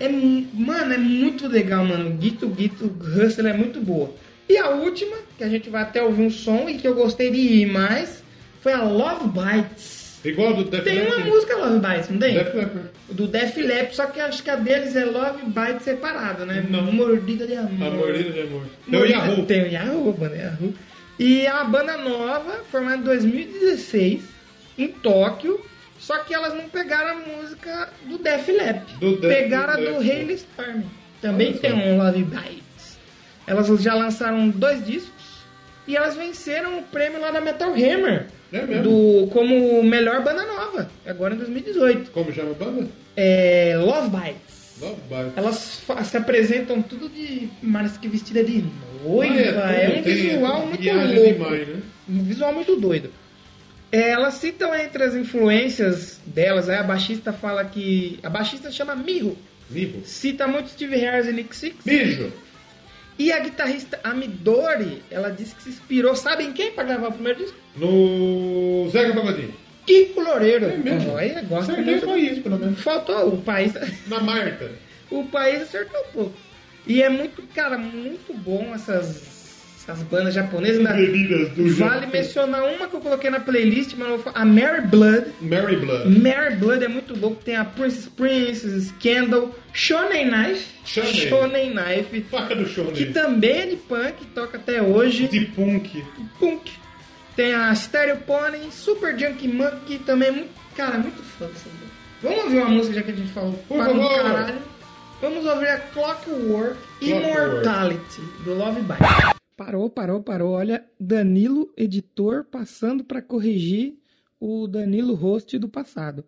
A: É, mu- mano, é muito legal, mano. Gito Gito Hustle é muito boa. E a última, que a gente vai até ouvir um som e que eu gostei de ir mais, foi a Love Bites.
B: Igual do Def
A: Tem uma
B: Leppard.
A: música Love Bites, não tem?
B: Def Leppard.
A: Do Def Leppard, só que acho que a deles é Love Bite separada, né?
B: Não.
A: Mordida de amor.
B: A é mordida de amor. Tem o Yahoo.
A: Tem o Yahoo, mano, Yahoo. E é uma banda nova, formada em 2016, em Tóquio. Só que elas não pegaram a música do Def Leppard.
B: Do Def
A: pegaram a do
B: Leppard.
A: Hailstorm. Também
B: Olha só.
A: tem um Love Bites. Elas já lançaram dois discos. E elas venceram o prêmio lá da Metal Hammer.
B: É mesmo?
A: Do, como melhor banda nova. Agora em 2018.
B: Como chama a banda?
A: É, Love Bites.
B: Love Bites.
A: Elas fa- se apresentam tudo de Maris que vestida de noiva.
B: Ah,
A: é,
B: tudo,
A: um
B: tem-
A: visual
B: tudo
A: muito
B: viagem
A: louco.
B: demais, né?
A: Um visual muito doido. É, elas citam entre as influências delas, aí a baixista fala que. A baixista chama Miho.
B: Mijo.
A: Cita muito Steve Harris e Nick Six.
B: Mijo.
A: E a guitarrista Amidori, ela disse que se inspirou, sabe em quem para gravar o primeiro disco?
B: No Zeca Pagodinho.
A: Kiko Loureiro.
B: É mesmo?
A: Olha, gosta
B: Acertei
A: muito.
B: só isso, pelo menos.
A: Faltou o país.
B: Na Marta.
A: o país acertou um pouco. E é muito, cara, muito bom essas, essas bandas japonesas. Na-
B: Bebidas do
A: Vale
B: Japão.
A: mencionar uma que eu coloquei na playlist, mas eu vou falar. a Mary Blood.
B: Mary Blood.
A: Mary Blood é muito louco, tem a Princess Princess, Scandal, Shonen Knife,
B: Shonen.
A: Shonen Knife,
B: Faca do show
A: que
B: dele.
A: também é de punk, toca até hoje.
B: De punk.
A: Punk. Tem a Stereo Pony, Super Junkie Monkey, também é muito. Cara, é muito fã dessa banda. Vamos ouvir uma música já que a gente falou
B: Por
A: para um
B: favor.
A: caralho. Vamos ouvir a Clockwork Immortality do Love Bite. Parou, parou, parou. Olha, Danilo, editor, passando para corrigir o Danilo host do passado.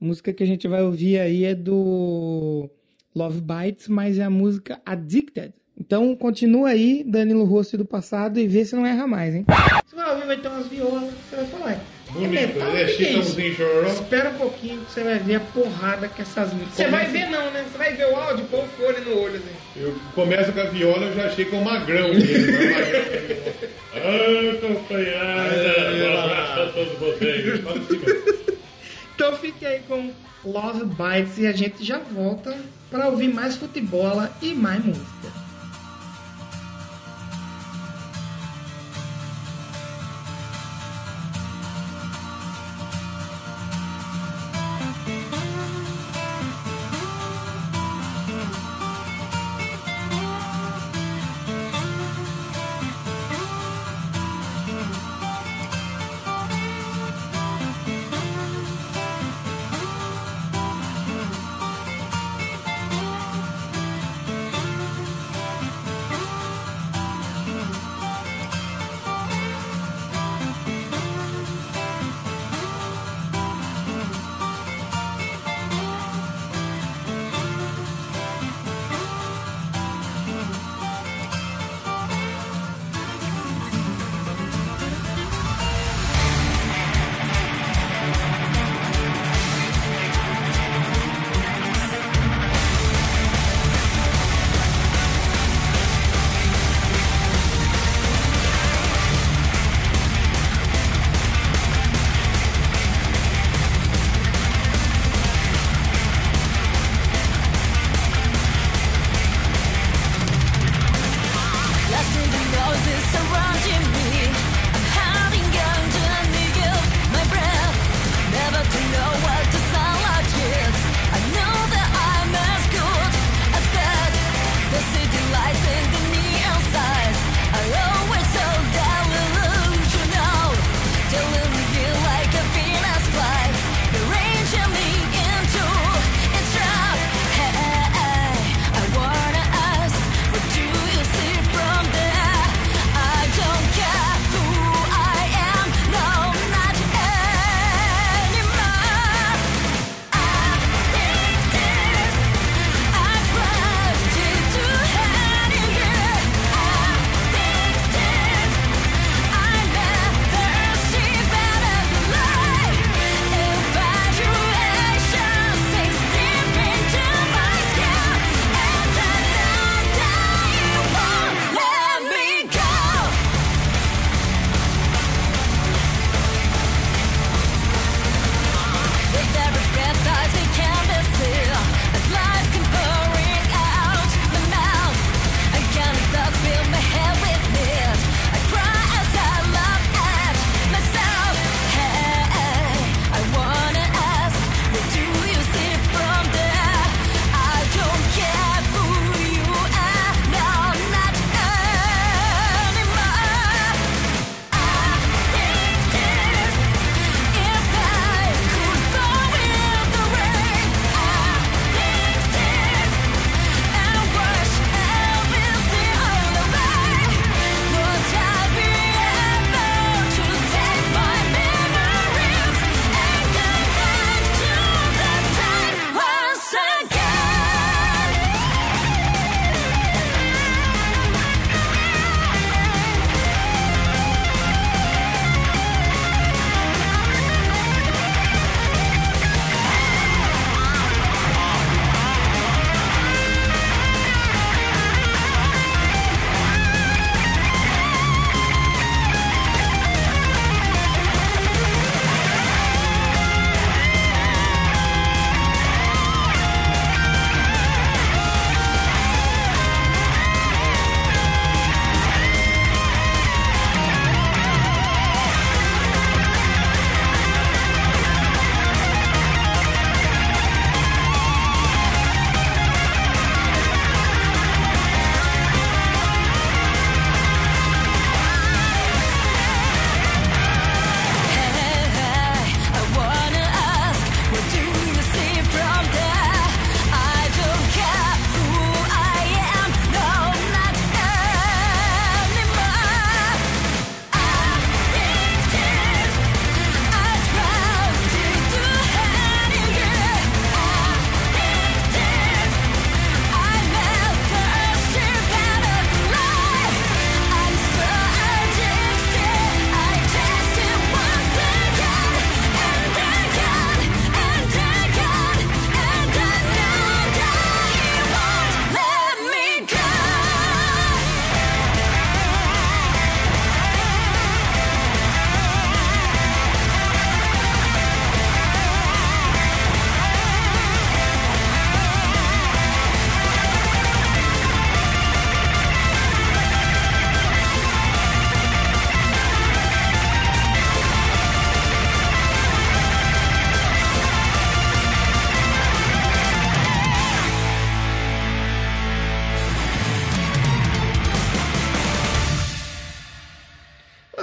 A: A música que a gente vai ouvir aí é do Love Bites, mas é a música Addicted. Então continua aí, Danilo Rosto do passado, e vê se não erra mais, hein? Você vai ouvir, vai ter umas violas, você vai falar. "É
B: Bonito.
A: metal,
B: É
A: o que que isso?"
B: Chitãozinho Chororó.
A: Espera um pouquinho que você vai ver a porrada que essas músicas. Você vai ver não, né? Você vai ver o áudio, põe o fone no olho, assim.
B: Eu começo com a viola, eu já achei que é o magrão. mesmo, é o magrão. <laughs> Ah,
A: É,
B: companheira. Um abraço a todos vocês. Fala assim, meu.
A: Então fique aí com Love Bites e a gente já volta pra ouvir mais futebola e mais música.
E: Thank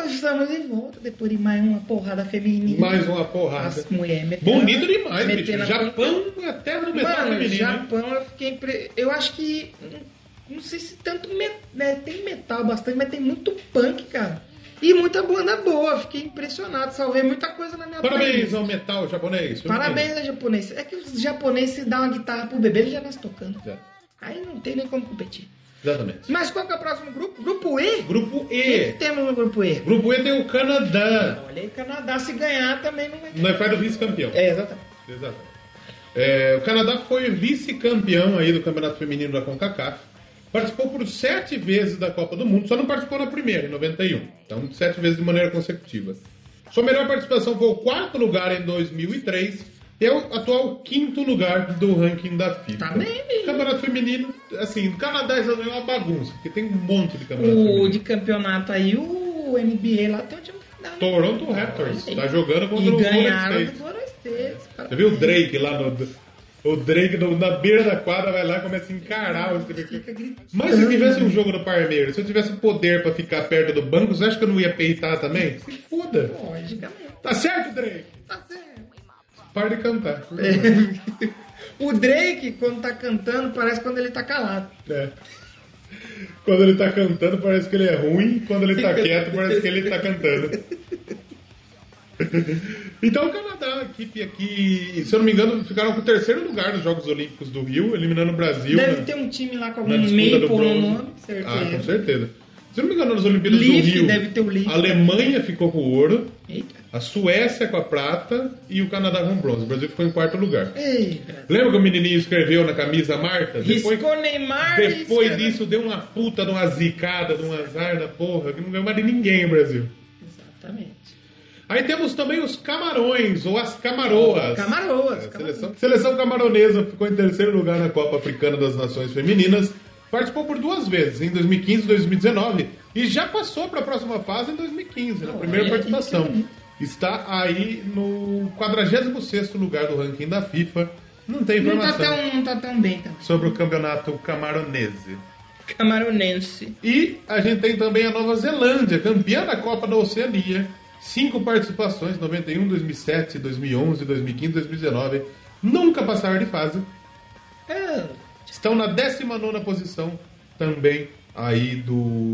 A: Estamos de volta depois de mais uma porrada feminina.
B: Mais uma porrada.
A: As mulheres metendo-
B: Bonito demais, bicho.
A: metendo a-
B: Japão é a terra do metal
A: Mano,
B: feminino. hein?
A: Japão, eu fiquei. impre- Eu acho que. hum, não- Não sei se tanto. me- né, Tem metal bastante, mas tem muito punk, cara. E muita banda boa. Fiquei impressionado. Salvei muita coisa na minha
B: Parabéns
A: playlist.
B: ao metal japonês.
A: Parabéns aos japoneses. É que os japoneses se dão uma guitarra pro bebê, ele já nasce tocando.
B: É,
A: Aí não tem nem como competir.
B: Exatamente.
A: Mas qual que é o próximo grupo? Grupo E?
B: Grupo
A: O que,
B: E.
A: que temos no grupo E?
B: Grupo E tem o Canadá.
A: Olha aí, o Canadá se ganhar também não vai.
B: Nós faz o vice-campeão.
A: É, exatamente.
B: Exato. É, o Canadá foi vice-campeão aí do Campeonato Feminino da CONCACAF. Participou por sete vezes da Copa do Mundo, só não participou na primeira, em 91. Então, sete vezes de maneira consecutiva. Sua melhor participação foi o quarto lugar em 2003 e é o atual quinto lugar do ranking da FIFA.
A: Tá bem, menino.
B: Campeonato feminino, assim, o Canadá já é uma bagunça, porque tem um monte de campeonato
A: O
B: feminino.
A: de campeonato aí, o NBA lá tem um time que dá, né?
B: Toronto Raptors tá jogando contra
A: E
B: o Golden
A: ganharam
B: State.
A: do Forasteiros.
B: Você viu o Drake lá no. O Drake no- na beira da quadra vai lá e começa a encarar os
A: Fica gritando.
B: Mas se tivesse um jogo no Palmeiras, se eu tivesse poder pra ficar perto do banco, você acha que eu não ia peitar também? Se foda.
A: Logicamente.
B: Tá certo, Drake?
A: Tá
B: <laughs>
A: certo.
B: Para de cantar.
A: o Drake, quando tá cantando, parece quando ele tá calado.
B: É. Quando ele tá cantando, parece que ele é ruim. Quando ele tá quieto, parece que ele tá cantando. Então o Canadá, a equipe aqui, se eu não me engano, ficaram com o terceiro lugar nos Jogos Olímpicos do Rio, eliminando o Brasil.
A: Deve
B: né?
A: ter um time lá com
B: Na
A: algum
B: disputa
A: Maple
B: do
A: no
B: bronze.
A: nome, certeza.
B: Ah, com certeza. Se eu não me engano, nas Olimpíadas
A: Leaf,
B: do Rio,
A: deve ter o né? Leaf.
B: a Alemanha ficou com o ouro,
A: Eita.
B: a Suécia com a prata e o Canadá com o bronze. O Brasil ficou em quarto lugar.
A: Eita.
B: Lembra que o menininho escreveu na camisa Marta? Depois,
A: Riscou Neymar e
B: depois
A: escreveu-
B: disso, deu uma puta de uma zicada, de um azar da porra, que não ganhou mais de ninguém o Brasil.
A: Exatamente.
B: Aí temos também os camarões, ou as camaroas.
A: Camaroas.
B: É,
A: Camaroas.
B: Seleção, seleção camaronesa ficou em terceiro lugar na Copa Africana das Nações Femininas. Participou por duas vezes, em 2015 e 2019, e já passou para a próxima fase em 2015, na
A: Olha
B: primeira
A: aí, é que
B: participação.
A: bonito.
B: Está aí no 46º lugar do ranking da FIFA. Não tem
A: Não tá,
B: informação
A: tão, não tá tão bem também.
B: sobre o campeonato camaronese.
A: Camaronense.
B: E a gente tem também a Nova Zelândia, campeã da Copa da Oceania. Cinco participações, 91, 2007, 2011, 2015, 2019. Nunca passaram de fase.
A: Ah,
B: Estão na 19 posição também aí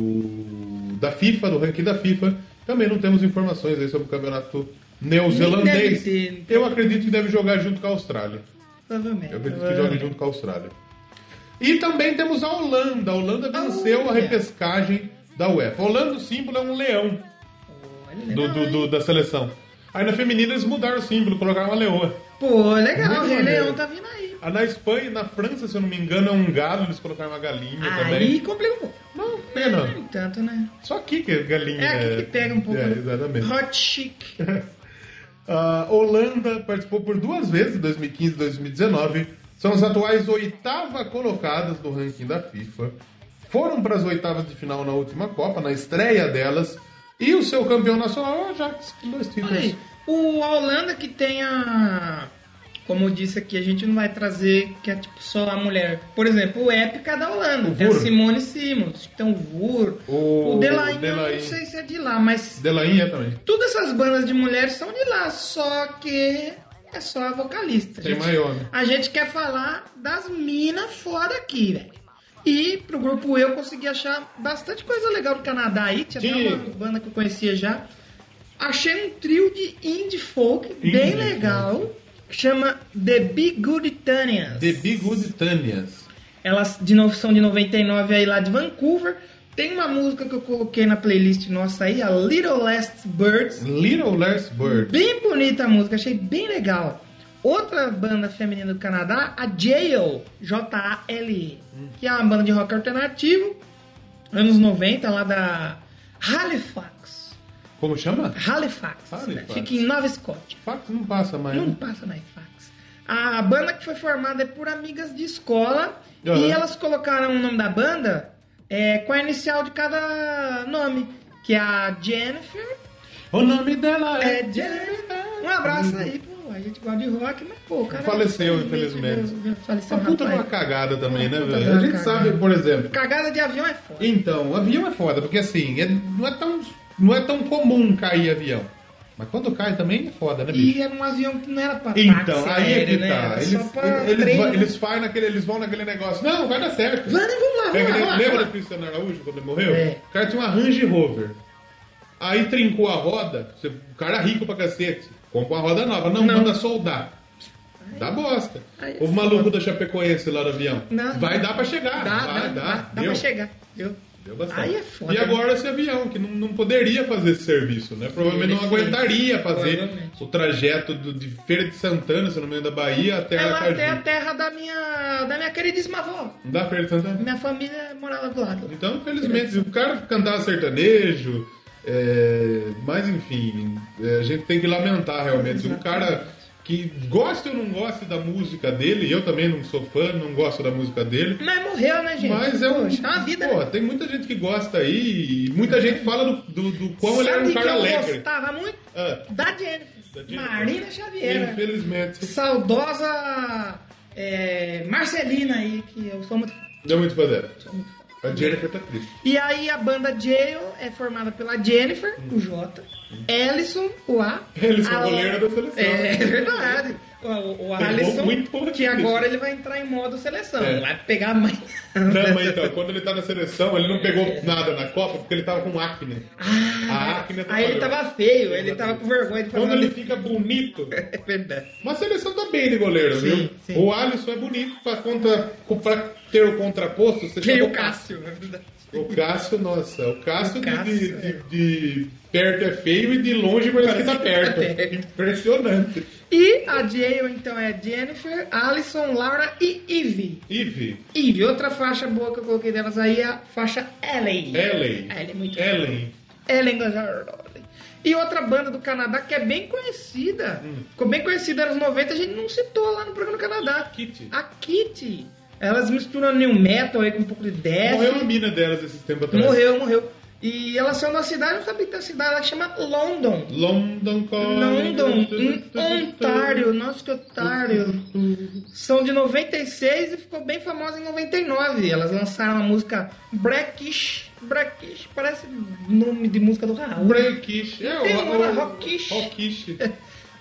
B: do da FIFA, do ranking da FIFA. Também não temos informações aí sobre o campeonato neozelandês.
A: Nem deve ter. então.
B: Eu acredito que deve jogar junto com a Austrália.
A: provavelmente.
B: Eu acredito que joga junto com a Austrália. E também temos a Holanda. A Holanda
A: A
B: venceu a
A: Holanda.
B: repescagem da UEFA. A Holanda, o símbolo é um leão
A: Olha,
B: do,
A: legal,
B: do-
A: hein?
B: do- da seleção. Aí na feminina eles mudaram o símbolo, colocaram uma leoa.
A: Pô, legal.
B: Muito
A: O Rei
B: maneiro.
A: Leão tá vindo aí.
B: Ah, Na Espanha e na França, se eu não me engano, é um galo, eles colocaram uma galinha
A: Aí
B: também.
A: complicou.
B: Não, pena.
A: No entanto, né?
B: Só aqui que é galinha.
A: É aqui que pega um pouco.
B: É,
A: né?
B: exatamente.
A: Hot chic.
B: A Holanda participou por duas vezes, 2015 e 2019. São as atuais oitava colocadas do ranking da FIFA. Foram para as oitavas de final na última Copa, na estreia delas. E o seu campeão nacional é o Ajax, com dois
A: Olha
B: títulos.
A: aí. O a Holanda que tem a. Como eu disse aqui, a gente não vai trazer que é tipo só a mulher. Por exemplo, o épica é da Holanda.
B: O
A: Tem a
B: Vur.
A: Simone Simons. Tem o Vur.
B: O
A: O, Delain,
B: Delahaye.
A: não sei se é de lá, mas
B: Delain é também.
A: todas essas bandas de mulheres são de lá. Só que é só a vocalista.
B: Tem
A: gente.
B: maior, né?
A: A gente quer falar das minas fora aqui, velho. E pro grupo eu consegui achar bastante coisa legal do Canadá aí. Tinha até
B: Sim.
A: uma banda que eu conhecia já. Achei um trio de indie folk bem
B: Indie
A: legal. Que chama The Big Good Italians.
B: The Big Good Tanias.
A: Elas de novo são de 99 aí lá de Vancouver. Tem uma música que eu coloquei na playlist nossa aí, a Little Last Birds.
B: Little Lars Bird.
A: Bem bonita a música, achei bem legal. Outra banda feminina do Canadá, a Jail, J-A-L-E,
B: Hum.
A: que é uma banda de rock alternativo, anos 90, lá da Halifax.
B: Como chama?
A: Halifax,
B: Halifax.
A: né? fica em Nova Escócia.
B: Fax não passa mais.
A: Não
B: né?
A: passa na Halifax. A banda que foi formada é por amigas de escola
B: Aham.
A: e elas colocaram o nome da banda é, com a inicial de cada nome, que é a Jennifer,
B: O nome dela é...
A: é, Jennifer. Um abraço aí, pô. A gente gosta de rock, mas pô, cara. é
B: Faleceu,
A: Deus, Faleceu
B: Uma puta de uma
A: rapaz. É
B: cagada também, né,
A: Uma puta
B: velho?
A: de
B: A
A: uma
B: gente
A: cagada.
B: sabe, por exemplo,
A: Cagada de avião é foda.
B: Então, o avião é foda, porque assim, é- não é tão não é tão comum cair avião. Mas quando cai também é foda, né, bicho?
A: E era um avião que não era pra táxi
B: Então, aí é
A: aéreo,
B: que
A: né?
B: tá.
A: Era
B: Eles,
A: só pra
B: eles, eles,
A: treino.
B: vão- eles fazem naquele, eles vão naquele negócio. Não, vai dar certo.
A: Vamos lá, vamos lá,
B: Lembra,
A: vamos lá.
B: lembra do Cristiano Araújo quando ele morreu?
A: É.
B: O cara tinha uma Range Rover. Aí trincou a roda. você- O cara é rico pra cacete. Compra uma roda nova. Não,
A: Não.
B: manda soldar. Dá bosta.
A: Aí é
B: o maluco da Chapecoense lá no avião.
A: Não.
B: vai dar pra chegar.
A: Dá,
B: vai,
A: dá, dá, dá
B: Deu.
A: pra chegar. Deu.
B: Deu bastante.
A: Aí é foda,
B: E agora esse avião, que não, não poderia fazer esse serviço, né? Provavelmente
A: Ele
B: não
A: fez.
B: aguentaria fazer
A: Provavelmente.
B: o trajeto do- de Feira de Santana, se não me engano, da Bahia até
A: É lá
B: Aracaju.
A: até a terra da minha, da minha queridíssima avó.
B: Não dá Feira de Santana? né?
A: Minha família morava do lado.
B: Então, infelizmente, se o cara cantar sertanejo, é, mas enfim, é, a gente tem que lamentar realmente. Se o cara que gosta ou não gosta da música dele, eu também não sou fã, não gosto da música dele,
A: Mas morreu, né, gente?
B: Mas é um.
A: Poxa, é uma vida.
B: Pô, tem muita gente que gosta aí e muita gente fala do, do, do quão ele era
A: Sabe
B: um
A: que
B: cara
A: eu
B: alegre.
A: gostava muito?
B: Ah.
A: Da Jennifer.
B: Da Jennifer.
A: Marina Xavier.
B: Infelizmente.
A: Saudosa é, Marcelina aí, que eu sou muito fã.
B: Deu muito pra dela.
A: sou muito fã.
B: A Jennifer tá triste.
A: E aí a banda Jail é formada pela Jennifer, o J, Ellison, o A.
B: Ellison,
A: a-
B: goleiro da seleção.
A: É, é verdade. O, o, o
B: Pegou
A: Alisson,
B: muito pouco
A: que
B: disso.
A: agora ele vai entrar em modo seleção.
B: É.
A: Vai pegar a mãe.
B: Não, mas então, quando ele tá na seleção, ele não pegou nada na Copa porque ele tava com acne. a acne
A: Ah, Aí ele
B: atrapalhou.
A: tava feio, ele tava com vergonha de fazer
B: Quando
A: uma- <laughs>
B: ele fica bonito.
A: É verdade.
B: Mas a seleção tá bem de goleiro,
A: Sim,
B: viu?
A: sim.
B: O Alisson é bonito pra, contra, pra ter o contraposto. Você
A: Tem
B: chama
A: o Cássio, é verdade.
B: O Cássio, nossa, o Cássio,
A: O
B: de-
A: Cássio,
B: de,
A: é.
B: de- de perto é feio e de longe parece que tá perto.
A: perto.
B: Impressionante.
A: E a Jail, então, é Jennifer, Alison, Laura e Ivy.
B: Ivy,
A: Ivy, outra faixa boa que eu coloquei delas aí é a faixa Ellen.
B: Ellen,
A: Ellen, Ah, é muito
B: Ellen.
A: Ellen Gajardoli. E outra banda do Canadá que é bem conhecida. Ficou bem conhecida nos 90, a gente não citou lá no programa do Canadá.
B: Kitty.
A: A Kitty. Elas misturam new metal aí com um pouco de death.
B: Morreu a mina delas esses tempos atrás.
A: morreu. morreu. E elas são da cidade, não sabe que tem uma cidade lá que chama London.
B: London Calling.
A: London, em Ontário, nossa um que otário. São de 96 e ficou bem famosa em 99. Elas lançaram a música Breakish. Breakish parece nome de música do Raul.
B: Breakish. É,
A: Tem
B: o,
A: uma
B: o-
A: Rockish.
B: Rockish.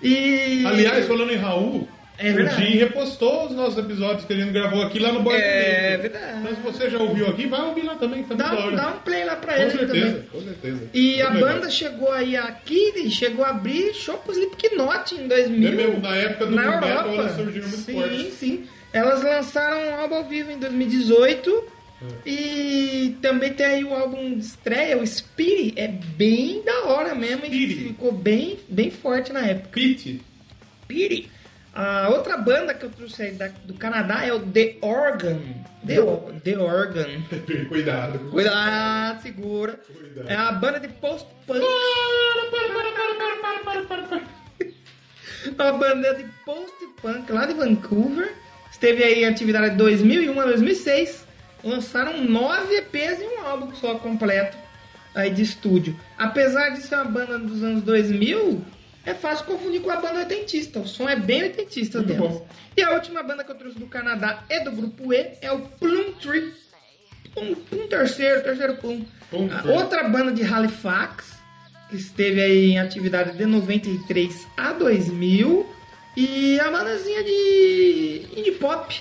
A: E.
B: Aliás, falando em Raul,
A: É
B: o
A: verdade.
B: Jim repostou os nossos episódios que a gente gravou aqui lá no Board
A: É
B: Dave.
A: verdade.
B: Então se você já ouviu aqui, vai ouvir lá também, que tá
A: dá,
B: muito da
A: um,
B: hora.
A: dá um play lá pra
B: Com
A: ele
B: certeza,
A: também.
B: com certeza.
A: E
B: Muito
A: a
B: legal.
A: banda chegou aí aqui, e chegou a abrir show pro Slipknot em 2000.
B: É mesmo, na época do
A: na
B: New Metal,
A: Europa.
B: elas surgiram é muito
A: sim,
B: fortes.
A: sim. Elas lançaram um álbum ao vivo em 2018. E também tem aí o álbum de estreia, o Spirit, é bem da hora mesmo, e
B: Spirit.
A: ficou bem, bem forte na época.
B: Pete, <laughs>
A: Spirit. A outra banda que eu trouxe aí da- do Canadá é o The Organ. The, O- The Organ.
B: cuidado.
A: Cuidado, segura.
B: Cuidado.
A: É a banda de post-punk. Uma banda de post-punk lá de Vancouver. Esteve aí em atividade de 2001 a 2006. Lançaram nove EPs e um álbum só completo aí de estúdio. Apesar de ser uma banda dos anos 2000, é fácil confundir com a banda oitentista. O som é bem oitentista
B: Muito
A: delas.
B: bom.
A: E a última banda que eu trouxe do Canadá e do grupo E é o Plum Tree. Um, um terceiro, terceiro plum.
B: Plum
A: A
B: Tree.
A: Outra banda de Halifax, que esteve aí em atividade de 93 a 2000. E a bandazinha de indie pop.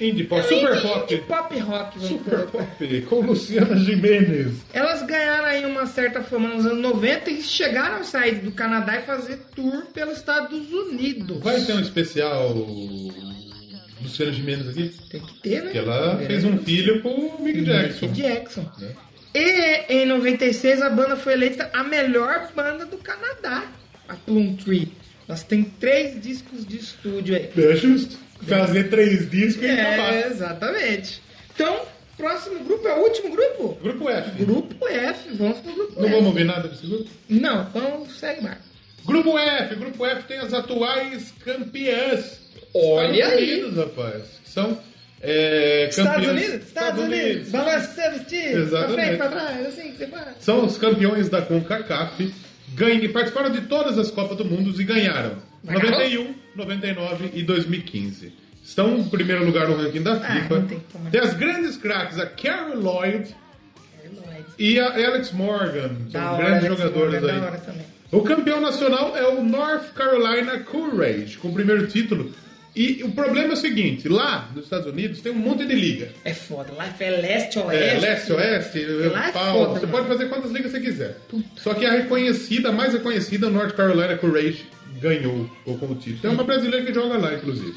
B: Indie pop, É super
A: Indie- indie
B: pop.
A: pop rock. vamos
B: Super
A: colocar.
B: pop, com Luciana Jimenez.
A: Elas ganharam aí uma certa fama nos anos 90 e chegaram a sair do Canadá e fazer tour pelos Estados Unidos.
B: Vai ter um especial Luciana Jimenez aqui?
A: Tem que ter, né?
B: Que ela fez um filho com o Mick Jackson.
A: Mick Jackson.
B: Né?
A: E em 96 a banda foi eleita a melhor banda do Canadá, a Plum Tree. Nós tem três discos de estúdio aí.
B: É justo. Fazer três discos e
A: É,
B: acabar.
A: <laughs> exatamente. Então, próximo grupo é o último grupo?
B: Grupo F.
A: Grupo F, vamos pro grupo
B: Não
A: F.
B: vamos ouvir nada desse grupo?
A: Não, então segue mais.
B: Grupo F. Grupo F tem as atuais campeãs.
A: Olha
B: Estados
A: aí.
B: Unidos, rapaz. São é, campeãs.
A: Estados Unidos? Estados
B: Estados
A: Unidos.
B: Unidos.
A: Balançando os times. Pra
B: Exatamente.
A: frente, pra trás, assim que você faz.
B: São os campeões da CONCACAF, ganham, participaram de todas as Copas do Mundo e ganharam.
A: Legal.
B: 91, 99 e 2015. Estão em primeiro lugar no ranking da
A: Ah,
B: FIFA.
A: não tem como.
B: tem as grandes craques, a Carol Lloyd
A: É nóis.
B: E a Alex Morgan,
A: Da
B: são
A: hora,
B: grandes
A: Alex
B: jogadores
A: Morgan,
B: aí.
A: Da hora também.
B: O campeão nacional é o North Carolina Courage, com o primeiro título. E o problema é o seguinte: lá nos Estados Unidos tem um monte de liga.
A: É foda. Lá é leste, oeste.
B: É, leste, oeste,
A: Lá é
B: pau.
A: foda,
B: você
A: mano.
B: pode fazer quantas ligas você quiser. Só que a reconhecida, a mais reconhecida, o North Carolina Courage ganhou ou com o título. Tem uma brasileira que joga lá, inclusive.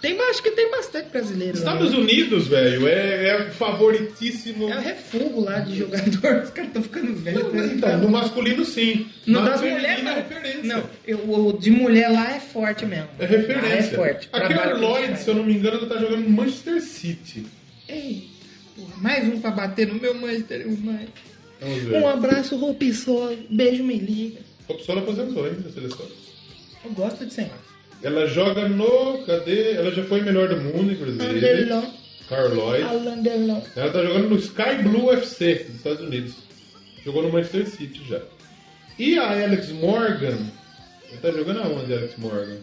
A: Tem, acho que tem bastante brasileiro. lá,
B: Estados
A: né?
B: Unidos, velho, é, é favoritíssimo.
A: É o refugo lá de jogador. <laughs> Os caras estão ficando velhos. né?
B: Então, no masculino, sim.
A: Não,
B: Mas
A: das
B: feminino
A: mulheres
B: é
A: não.
B: referência.
A: Não, eu- o de mulher lá é forte mesmo.
B: É
A: Lá é
B: referência.
A: forte.
B: A Keller
A: Trabalho
B: Lloyd,
A: demais.
B: se eu não me engano, ela tá jogando no Manchester City.
A: Ei, porra, mais um pra bater no meu Manchester United.
B: Vamos ver.
A: Um abraço, Roupissola. Beijo, me liga.
B: Copsola aposentou, hein, da seleção.
A: Eu gosto de ser mais.
B: Ela joga no... Cadê? Ela já foi melhor do mundo, inclusive.
A: Anderlon,
B: Carl Lloyd.
A: Alan Derlon.
B: Ela tá jogando no Sky Blue FC dos Estados Unidos. Jogou no Manchester City já. E a Alex Morgan? Ela tá jogando aonde, Alex Morgan?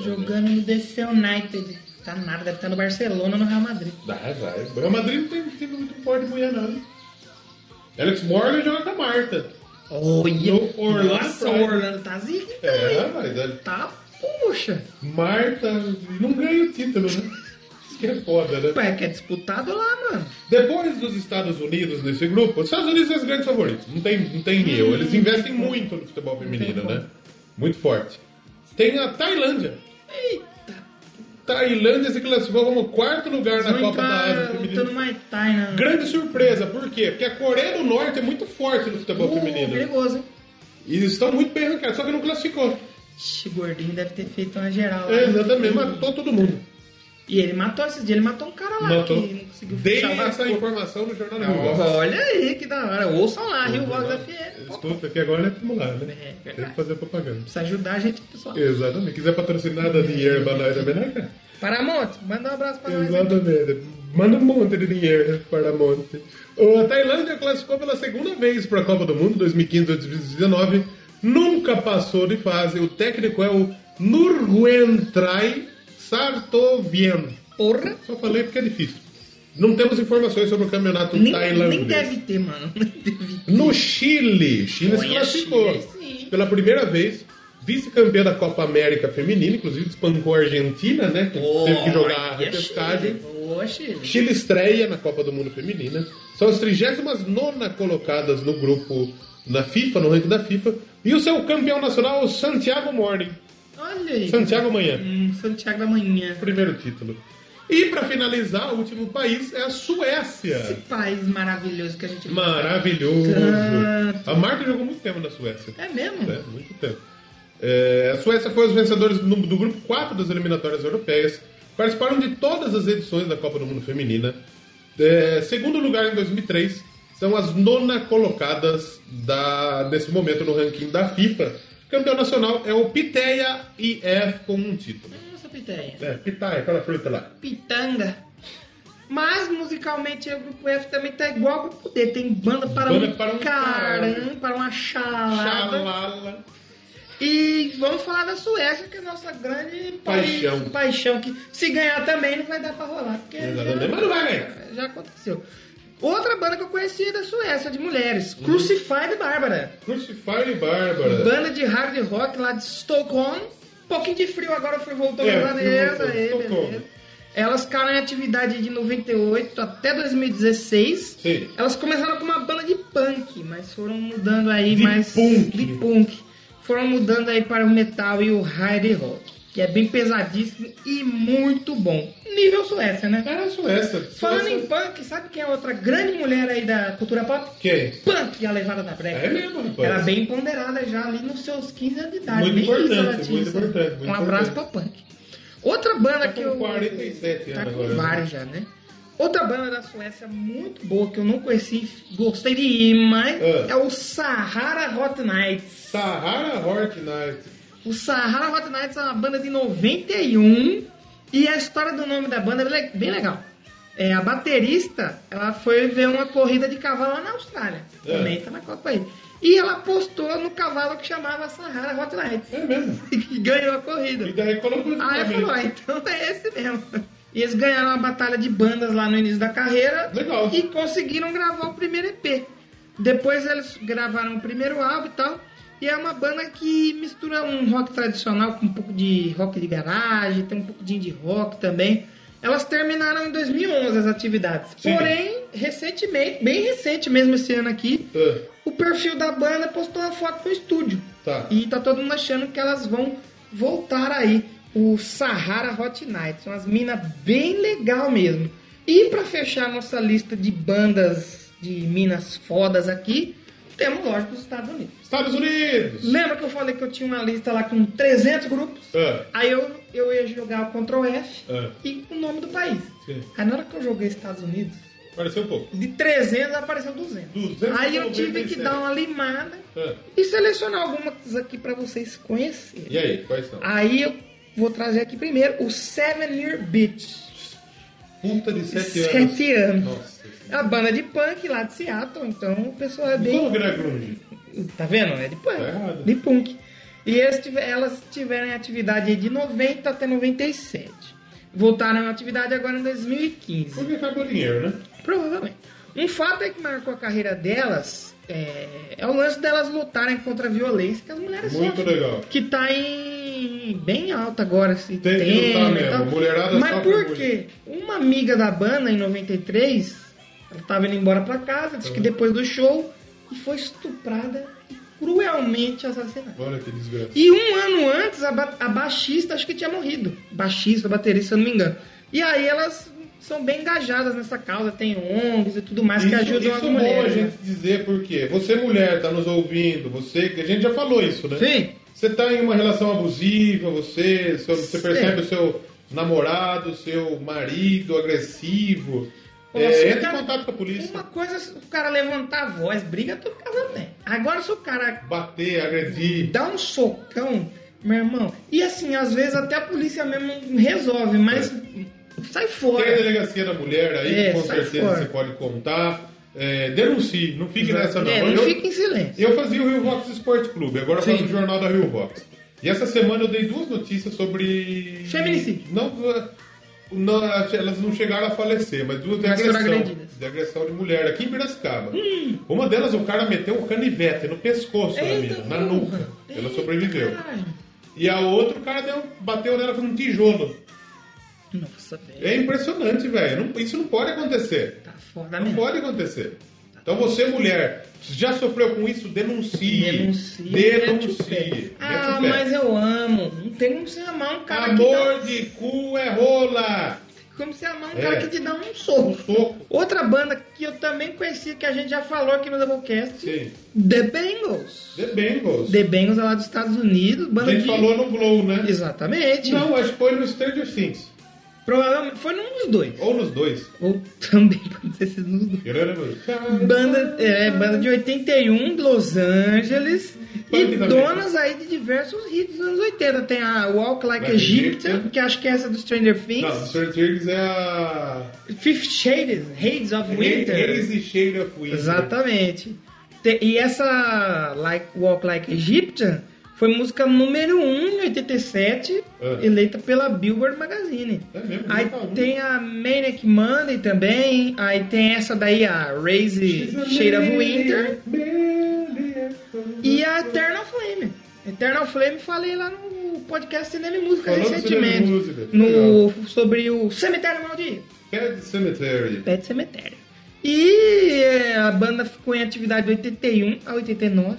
A: Jogando no DC United. Tá nada, deve estar no Barcelona ou no Real Madrid.
B: Dá, vai. O Real Madrid não tem time muito forte de mulher, não. né? Alex Morgan joga com a Marta.
A: Olha!
B: No Orlando
A: Nossa,
B: Pride.
A: o Orlando tá zica, então,
B: É,
A: hein?
B: mas a
A: Tá, puxa.
B: Marta não ganha o título, né? Isso que é foda, né?
A: Ué, que é disputado lá, mano.
B: Depois dos Estados Unidos nesse grupo, os Estados Unidos são os grandes favoritos. Não tem, não tem
A: Hum.
B: eu. Eles investem muito no futebol feminino,
A: como.
B: né? Muito forte. Tem a Tailândia.
A: Eita,
B: Tailândia se classificou como quarto lugar na
A: vão
B: Copa da
A: entrar
B: Ásia
A: lutando
B: Feminina.
A: Muay Thai, né?
B: Grande surpresa, por quê? Porque a Coreia do Norte é muito forte no futebol
A: Uh,
B: feminino.
A: perigoso, hein?
B: E eles estão muito bem ranqueados, só que não classificou.
A: Ixi, gordinho deve ter feito uma geral.
B: É,
A: lá.
B: exatamente, matou todo mundo.
A: E ele matou esses dias, ele matou um cara lá
B: Matou.
A: que não conseguiu
B: Dei
A: fechar É, o
B: essa
A: barco.
B: informação no Jornal do
A: Não,
B: Negócio.
A: Olha aí, que da hora. Ouçam lá, Rio Vox FM. Pô,
B: Escuta, que agora é tumular,
A: É,
B: né? Tem
A: verdade.
B: que fazer propaganda.
A: Precisa ajudar a gente, pessoal.
B: Exatamente. Quiser patrocinar dá dinheiro pra nós também, né, cara?
A: Paramonte, manda um abraço pra nós. hein?
B: Exatamente. Manda um monte de dinheiro para monte. O- A Tailândia classificou pela segunda vez para a Copa do Mundo, 2015-2019. Nunca passou de fase. O técnico é o Nurguentrai Sartovien.
A: Porra.
B: Só falei porque é difícil. Não temos informações sobre o campeonato
A: Nem,
B: tailandês.
A: nem deve ter, mano. <laughs> Nem deve ter.
B: No Chile, Chile se
A: Olha,
B: classificou
A: Chile, sim.
B: pela primeira vez. Vice-campeã da Copa América Feminina, inclusive despancou a Argentina, né? Que teve que jogar a
A: Olha,
B: repescagem.
A: Chile. Ô, Chile.
B: Chile estreia na Copa do Mundo Feminina. São as 39 colocadas no grupo na FIFA, no ranking da FIFA. E o seu campeão nacional, o Santiago Morning.
A: Olha aí.
B: Santiago Manhã.
A: Hum, Santiago da Manhã.
B: Primeiro título. E para finalizar, o último país é a
A: Esse
B: Suécia.
A: país maravilhoso que a gente...
B: Maravilhoso.
A: Tanto.
B: A Marta jogou muito tempo na Suécia.
A: É mesmo?
B: né? Muito tempo. É, a Suécia foi os vencedores do, do grupo 4 das eliminatórias europeias. Participaram de todas as edições da Copa do Mundo Feminina. É, segundo lugar em 2003, são as nona colocadas da, nesse momento no ranking da FIFA. Campeão nacional é o Piteia IF com um título.
A: Nossa, Piteia.
B: É, Pitaia, aquela fruta lá.
A: Pitanga. Mas musicalmente o grupo F também tá igual ao grupo D. Tem banda para,
B: Banda
A: um,
B: para um
A: caramba,
B: caralho.
A: para uma chalada.
B: Xalala.
A: E vamos falar da Suécia, que é a nossa grande
B: Paixão.
A: país- paixão. Que se ganhar também não vai dar pra rolar. Porque
B: Exatamente, mas não vai né? ganhar.
A: já aconteceu. Outra banda que eu conhecia da Suécia, de mulheres,
B: Uhum.
A: Crucified Bárbara.
B: Crucify Bárbara.
A: Banda de hard rock lá de Stockholm. Um pouquinho de frio agora, o frio voltou
B: É,
A: pra
B: o frio
A: beleza,
B: voltou,
A: aí,
B: Stockholm.
A: beleza. Elas ficaram em atividade de 98 até 2016.
B: Sim.
A: Elas começaram com uma banda de punk, mas foram mudando aí
B: De
A: mais.
B: punk.
A: De punk. Foram mudando aí para o metal e o hard rock, que é bem pesadíssimo e muito bom. Nível Suécia, né?
B: Era a Suécia.
A: Falando
B: Suécia-
A: em punk, sabe quem é outra grande mulher aí da cultura pop?
B: Quem?
A: Punk, a levada da brega.
B: É mesmo, rapaz.
A: Ela bem ponderada já ali nos seus 15 anos de idade.
B: Muito
A: Nem isso
B: importante,
A: ela tinha,
B: muito
A: sabe?
B: importante, muito
A: um abraço
B: importante.
A: pra punk. Outra banda
B: Tá
A: que
B: com
A: eu...
B: 47
A: Tá
B: anos
A: com
B: agora, né?
A: vários já, né? Outra banda da Suécia muito boa, que eu não conheci, gostei de ir, mas
B: Ah.
A: é o Sahara Hot Nights.
B: Sahara Hort Night.
A: O Sahara Hot Nights é uma banda de 91 e a história do nome da banda é le- bem legal. É, a baterista, ela foi ver uma corrida de cavalo lá na Austrália.
B: É.
A: Também tá na Copa aí. E ela postou no cavalo que chamava Sahara Hot Nights. <laughs>
B: É mesmo.
A: E ganhou a corrida.
B: E daí colocou esse
A: Aí eu
B: nome
A: falou, ah, então é esse mesmo. E eles ganharam uma batalha de bandas lá no início da carreira.
B: Legal.
A: E conseguiram gravar o primeiro EP. Depois eles gravaram o primeiro álbum e tal. E é uma banda que mistura um rock tradicional com um pouco de rock de garagem, tem um pouco de indie rock também. Elas terminaram em 2011 as atividades.
B: Sim.
A: Porém, recentemente, bem recente mesmo esse ano aqui,
B: Ah,
A: o perfil da banda postou uma foto no estúdio.
B: Tá.
A: E tá todo mundo achando que elas vão voltar aí. O Sahara Hot Nights. Umas minas bem legal mesmo. E pra fechar nossa lista de bandas de minas fodas aqui, temos, lógico, os Estados Unidos.
B: Estados Unidos!
A: Lembra que eu falei que eu tinha uma lista lá com 300 grupos?
B: Ah,
A: Aí eu, eu ia jogar o Ctrl F
B: É.
A: e o nome do país.
B: Sim.
A: Aí na hora que eu joguei Estados Unidos,
B: pareceu um pouco.
A: de 300 apareceu 200.
B: 200,
A: Aí eu
B: vamos ver
A: tive
B: bem
A: que
B: certo.
A: dar uma limada
B: Ah,
A: e selecionar algumas aqui pra vocês conhecerem.
B: e aí, quais são?
A: Aí eu vou trazer aqui primeiro o Seven Year Beach.
B: Puta de sete anos.
A: Sete anos.
B: Nossa.
A: É a banda de punk lá de Seattle, então o pessoal é bem.
B: Como que não é grunge?
A: Tá vendo? É de punk.
B: Tá errado.
A: de punk. E eles tive- elas tiveram em atividade de 90 até 97. Voltaram à atividade agora em 2015.
B: Porque acabou o dinheiro, né?
A: Provavelmente. Um fato é que marcou a carreira delas é, é o lance delas lutarem contra a violência que as mulheres
B: Muito
A: sofrem.
B: legal.
A: Que tá em bem alta agora. Se
B: Tem que lutar mesmo. Mulherada
A: Mas
B: sofre
A: por quê? Uma amiga da banda, em 93, ela tava indo embora pra casa, disse
B: Uhum.
A: que depois do show, e foi estuprada e cruelmente assassinada.
B: Olha que desgraça.
A: E um ano antes, a, ba- a baixista acho que tinha morrido. Baixista, baterista, se eu não me engano. E aí elas são bem engajadas nessa causa, tem ONGs e tudo mais que
B: isso,
A: ajudam as
B: isso é bom a
A: mulheres. né?
B: gente dizer porque você mulher tá nos ouvindo, você que a gente já falou isso, né?
A: né? Sim,
B: Você tá em uma relação abusiva, você, seu- você
A: Sim.
B: percebe o seu namorado, seu marido agressivo.
A: Ô,
B: É,
A: se o
B: entra
A: assim, cara-
B: em contato com a polícia,
A: uma coisa é o cara levantar a voz, briga, todo casal tem. Agora se o cara
B: bater, agredir.
A: dá um socão, meu irmão, e assim, às vezes até a polícia mesmo resolve, mas
B: É.
A: sai
B: Tem a
A: fora.
B: delegacia da mulher aí,
A: É,
B: que com
A: sai
B: certeza
A: fora.
B: você pode contar. É, denuncie, não fique nessa não.
A: É, não
B: Eu-
A: fica em silêncio.
B: Eu fazia o Rio Vox Esporte Clube, agora eu
A: Sim.
B: faço o jornal da Rio Vox. E essa semana eu dei duas notícias sobre.
A: Feminicídio.
B: Não, é, não, elas não chegaram a falecer, mas duas de
A: Mas foram
B: agressão.
A: agredidas. Hum.
B: De agressão de mulher aqui em Piracicaba. Uma delas, o cara meteu um canivete no pescoço da
A: Eita,
B: mina, na
A: porra.
B: nuca. Ela
A: Eita,
B: sobreviveu.
A: caralho.
B: E a outra, o cara deu, bateu nela com um tijolo.
A: Nossa, velho,
B: É impressionante, velho. Não- Isso não pode acontecer.
A: tá foda
B: Não
A: mesmo.
B: pode acontecer. Então você, mulher, já sofreu com isso? Denuncie.
A: Denuncie. mete o pé.
B: Denuncie. Mete
A: Ah,
B: o pé.
A: mas eu amo. Não tem como se amar um cara que dá,
B: Amor de cu é rola.
A: como se amar um
B: É.
A: cara que te dá um
B: Um
A: soco.
B: soco.
A: Outra banda que eu também conheci, que a gente já falou aqui no Doublecast,
B: Sim.
A: The Bengals.
B: The Bengals.
A: The Bengals é lá dos Estados Unidos,
B: A
A: banda
B: gente
A: que...
B: falou no Glow, né?
A: Exatamente.
B: Não, acho que foi no Stranger Things.
A: Provavelmente foi num dos dois.
B: Ou nos dois.
A: Ou <laughs> também pode ter sido nos dois.
B: Eu não lembro.
A: Banda, é, banda de 81, de Los Angeles.
B: Punk
A: e
B: também.
A: donas aí de diversos hits dos anos 80. Tem a Walk Like
B: Like
A: Egyptian,
B: Egyptian.
A: que acho que é essa do Stranger Things.
B: Não, Stranger Things é a...
A: Fifth Shades, Hades of Winter.
B: Eles e Shade of Winter.
A: Exatamente. Te- E essa like, Walk Like Egyptian foi música número 1 em 87,
B: Ah.
A: eleita pela Billboard Magazine.
B: É mesmo?
A: aí
B: Nunca ouvi.
A: tem a Manic Monday também, aí tem essa daí, a Raise Shade of Winter e a Eternal Flame. Eternal Flame falei lá no podcast Cinema e Música
B: Falou do
A: recentemente.
B: Cinema e Música, que
A: no, sobre o Cemitério Maldito.
B: Bad Cemetery.
A: Pet Cemitério. E é, a banda ficou em atividade de 81 a 89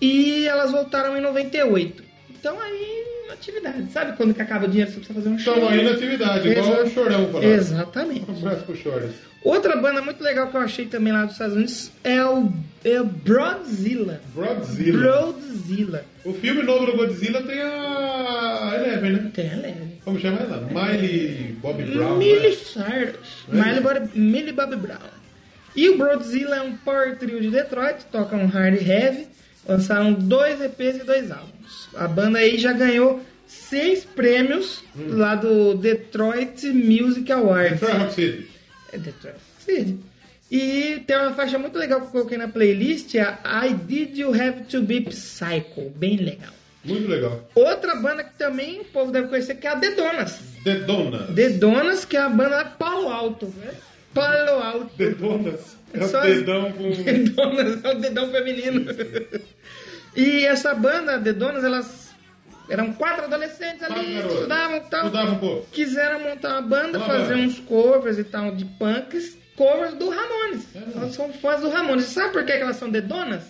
A: e elas voltaram em 98. Então aí atividade, sabe quando que acaba o dinheiro você precisa fazer um show?
B: Estamos Então, aí na atividade, igual
A: Exa-
B: o Chorão falando. Um
A: Exatamente.
B: abraço pro Chores.
A: Outra banda muito legal que eu achei também lá dos Estados Unidos é o, é o Broadzilla.
B: Godzilla.
A: Broadzilla.
B: O filme novo do Godzilla tem a Eleven, né?
A: Tem a leve.
B: Como chama ela? Miley Bob Brown.
A: Miley
B: né?
A: Cyrus.
B: É.
A: Miley Bob- Millie Bobby Brown. E o Broadzilla é um power trio de Detroit, toca um hard heavy, lançaram dois EPs e dois álbuns. A banda aí já ganhou seis prêmios
B: Hum.
A: lá do Detroit Music Awards.
B: Detroit Rock City.
A: É Detroit City. E tem uma faixa muito legal que eu coloquei na playlist, é a I Did You Have To Be Psycho, bem legal.
B: Muito legal.
A: Outra banda que também o povo deve conhecer que é a The Donas.
B: The Dona.
A: The Donas, que é a banda lá de Palo Alto. né? Palo alto. <laughs>
B: Dedonas. É
A: Só
B: o
A: as-
B: dedão
A: <laughs>
B: com.
A: Dedonas, é o dedão feminino. E essa banda, Dedonas, elas eram quatro adolescentes ali,
B: Quatro garotas.
A: estudavam então. e tal.
B: Estudavam um pouco.
A: Quiseram montar uma banda,
B: Uma
A: fazer
B: banda.
A: uns covers e tal, de punks, covers do Ramones.
B: É.
A: Elas são fãs do Ramones. Sabe por que que elas são Dedonas?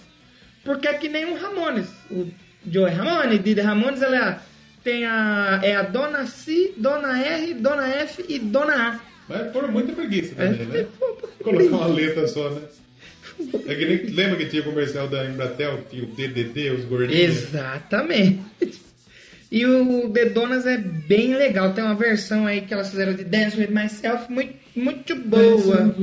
A: Porque é que nem o Ramones. O Joey Ramone, Didi Ramones, ela é a- tem a, é a Dona C, Dona R, Dona F e Dona A.
B: Mas foram muita preguiça
A: É,
B: também,
A: <laughs>
B: né?
A: foi um pouco
B: Colocar uma letra só, né? É que nem- lembra que tinha comercial da Embratel, que tinha o DDD, os gordinhos?
A: Exatamente. E o Dedonas é bem legal. Tem uma versão aí que elas fizeram de Dance With Myself muito, muito
B: um,
A: boa.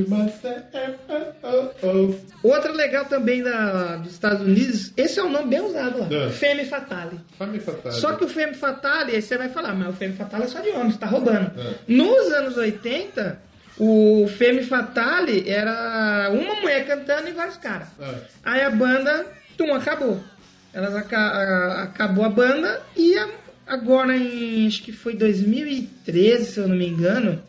A: Outra legal também da, dos Estados Unidos, esse é um nome bem usado lá.
B: É.
A: Femme Fatale.
B: Fame Fatale.
A: Só que o Femme Fatale, aí você vai falar, mas o Femme Fatale é só de homens, tá roubando.
B: É.
A: Nos anos 80, o Femme Fatale era uma mulher cantando e vários caras.
B: É.
A: Aí a banda, tum, acabou. Elas aca a- acabou a banda e a- agora em, acho que foi 2013, se eu não me engano,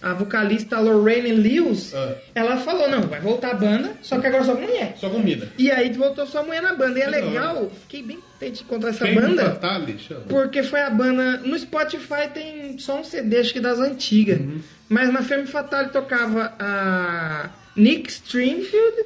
A: a vocalista Lorraine Lewis,
B: É.
A: ela falou, não, vai voltar a banda, só que agora só com mulher.
B: Só comida.
A: E aí voltou só mulher na banda. E é
B: Que da
A: legal, fiquei bem contente de encontrar essa
B: Fame
A: banda.
B: Fatale, chama.
A: Porque foi a banda. No Spotify tem só um CD, acho que das antigas.
B: Uhum.
A: Mas na Femme Fatale tocava a Nick Stringfield,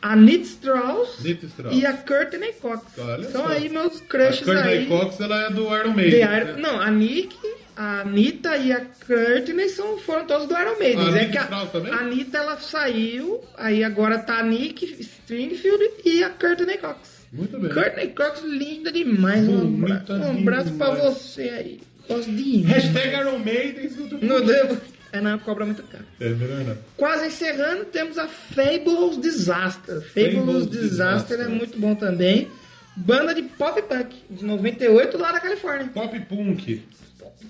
A: a Nit Strauss,
B: Nita Hum. Strauss.
A: e a Courtney Cox.
B: Olha
A: São
B: só.
A: aí meus
B: A
A: crushes
B: Courtney
A: aí.
B: Cox, ela é do Iron Maiden.
A: The
B: né?
A: Iron- Não, a Nick, a Anitta e a Courtney são, foram todos do Iron Maiden.
B: Ah, A
A: é
B: Nick
A: que a,
B: Strauss também?
A: a Anitta ela saiu, aí agora tá a Nick Stringfield e a Courtney Cox.
B: Muito bem.
A: Courtney Cox, linda demais. Um
B: Bonita
A: abraço, um abraço pra
B: demais.
A: você aí. Gosto de ir.
B: Hashtag Iron Maiden. se eu tô-
A: Meu Deus. É, não, cobra muito caro.
B: É, Verona.
A: Quase encerrando, temos a Fabulous Disaster. Fabulous
B: Fabulous
A: Disaster
B: Disaster.
A: é muito bom também. Banda de pop punk, de 98, lá da Califórnia.
B: Pop Punk.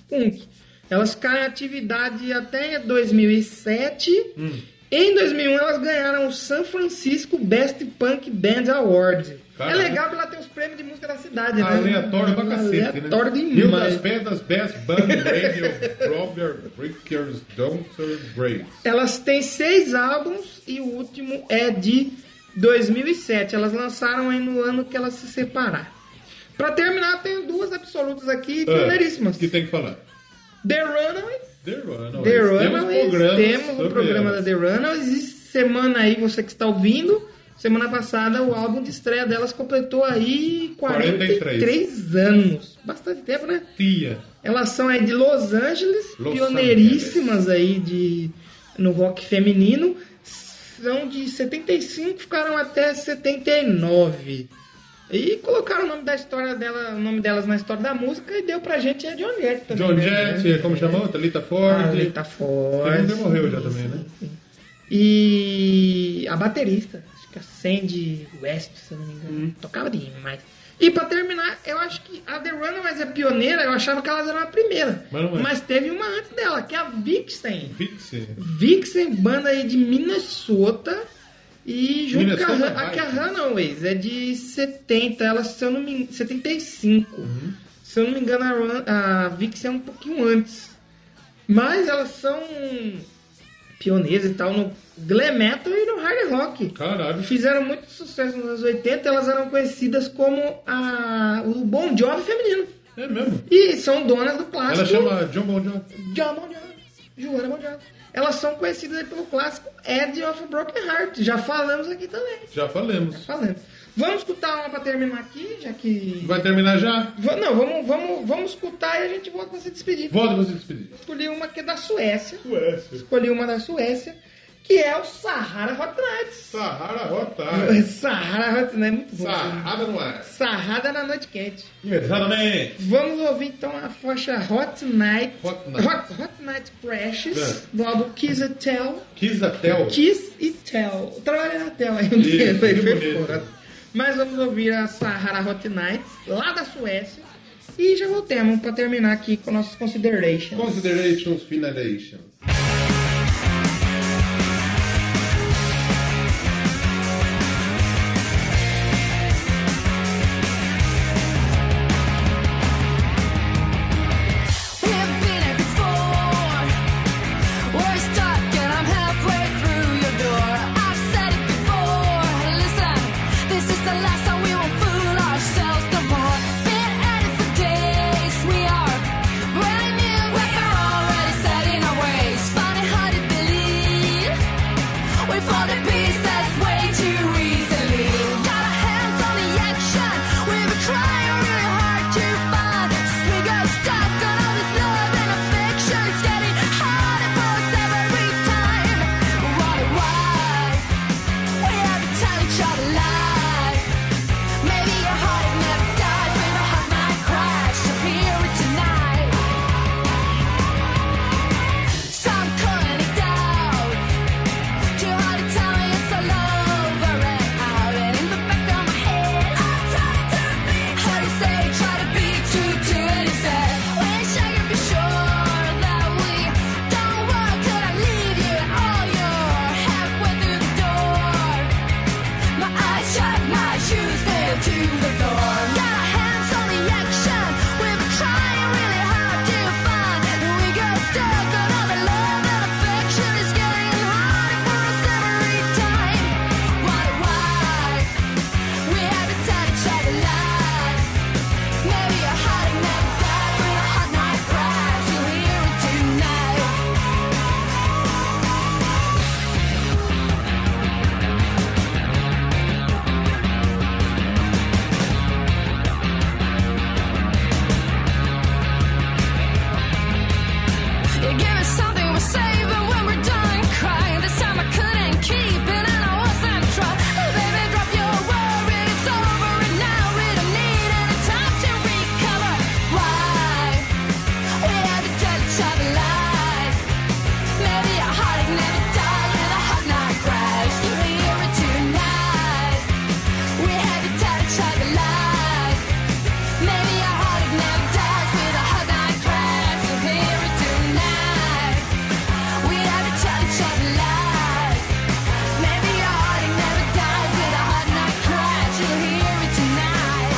A: Punk. Elas ficaram em atividade até 2007.
B: Hum.
A: Em 2001, elas ganharam o San Francisco Best Punk Band Award.
B: Caralho.
A: É legal que ela tem os prêmios de música da cidade, né?
B: Aleatório pra cacete, né?
A: Aleatório
B: Mil das
A: demais.
B: pedras, best band, radio, robber, breakers, dancers, breaks.
A: Elas têm seis álbuns e o último é de 2007. Elas lançaram aí no ano que elas se separaram. Pra terminar, eu tenho duas absolutas aqui, pioneiríssimas.
B: Ah, que tem que falar.
A: The Runaways
B: The Runaways.
A: The
B: Temos
A: Runaways,
B: programas
A: temos o
B: sobre
A: programa da
B: elas.
A: The Runaways e semana aí, você que está ouvindo, semana passada o álbum de estreia delas completou aí 43,
B: 43
A: anos. Bastante tempo, né?
B: Tia.
A: Elas são aí de Los Angeles,
B: Los
A: pioneiríssimas aí de, no rock feminino. São de 75, ficaram até 79. E colocaram o nome da história dela, o nome delas na história da música e deu pra gente a John Jett também.
B: John
A: né?
B: Jett, como chamou? Thalita Ford.
A: Ah, ele tá forte.
B: Ele morreu já também, né?
A: E a baterista, acho que a Sandy West, se eu não me engano, tocava demais. E pra terminar, eu acho que a The Runaways é pioneira, eu achava que elas eram a primeira.
B: Mas não é.
A: teve uma antes dela, que é a Vixen.
B: Fixe.
A: Vixen, banda aí de Minnesota. E junto
B: Minnesota
A: com a, Han-
B: Vikings.
A: aqui a Runaways é de 70, elas se eu não me engano, 75.
B: Uhum.
A: Se eu não me engano, a, Run, a Vixen é um pouquinho antes. Mas elas são pioneiras e tal no glam metal e no hard rock.
B: Caralho.
A: Fizeram muito sucesso nos anos 80, elas eram conhecidas como a, o Bon Jovi feminino.
B: É mesmo.
A: E são donas do clássico.
B: Ela chama John Bon Jovi.
A: John Bon Jovi, Joana Bon Jovi. Elas são conhecidas aí pelo clássico Edge of a Broken Heart. Já falamos aqui também.
B: Já falamos.
A: Falamos. Vamos escutar uma pra terminar aqui, já que.
B: Vai terminar já?
A: Va- Não, vamos, vamos, vamos escutar e a gente volta pra se despedir.
B: Volta pra se despedir.
A: Escolhi uma que é da Suécia.
B: Suécia.
A: Escolhi uma da Suécia, que é o Sahara Hot Nights.
B: Sahara Rotar.
A: <laughs> Sahara Hot Nights, é muito bom. né?
B: Sahara no ar.
A: Sarrada na noite quente.
B: Exatamente.
A: Vamos ouvir então a faixa Hot Night.
B: Hot Night.
A: Hot, Hot Night Crashes,
B: É.
A: do álbum Kiss and Tell.
B: Kisatel.
A: Kiss e Tell. Trabalhei na tela aí um <laughs>
B: Isso,
A: dia, foi,
B: que
A: foi
B: bonito.
A: fora. Mas vamos ouvir a Sahara Hot Nights, lá da Suécia. E já voltamos pra terminar aqui com nossos considerations.
B: Considerations Finalations.
E: We've been here before. We're stuck and I'm half We fall to pieces way too easily. Got our hands on the action. We've been trying really hard to find it. We got stuck on all this love and affection. It's getting harder for us every time. Wonder why we have to tell each other lies. Maybe your heart never dies. Maybe my heart might crash. So hear it tonight. Some couldn't doubt. Too hard to tell me it's all over and out. And in the back of my head, I'm trying to be. How you say? Try to be true to it. You said, Wish I could be sure that we don't walk. Could I leave you at all? You're halfway through the door. My eyes shut, my shoes fell to the floor. Got our hands on the action. We've been trying really hard to find. And we got stuck on all the love and affection. It's getting harder for us every time. Why, why? We haven't told each other lies. Maybe your heart never died. When a hot night cries, you'll hear it tonight. You give us something we'll save it when we're done crying. This time I couldn't keep it and I wasn't trying. Oh, baby, drop your worry. It's over and now we don't need any time to recover. Why? We had to tell each other lies. Maybe a heartache never died with a hot night crash. You hear it tonight. We had to tell each other lies. Maybe a heartache never dies with a hot night crash. You hear it tonight. We had to tell each other lies. Maybe a heartache never dies with a hot night crash. You hear it tonight.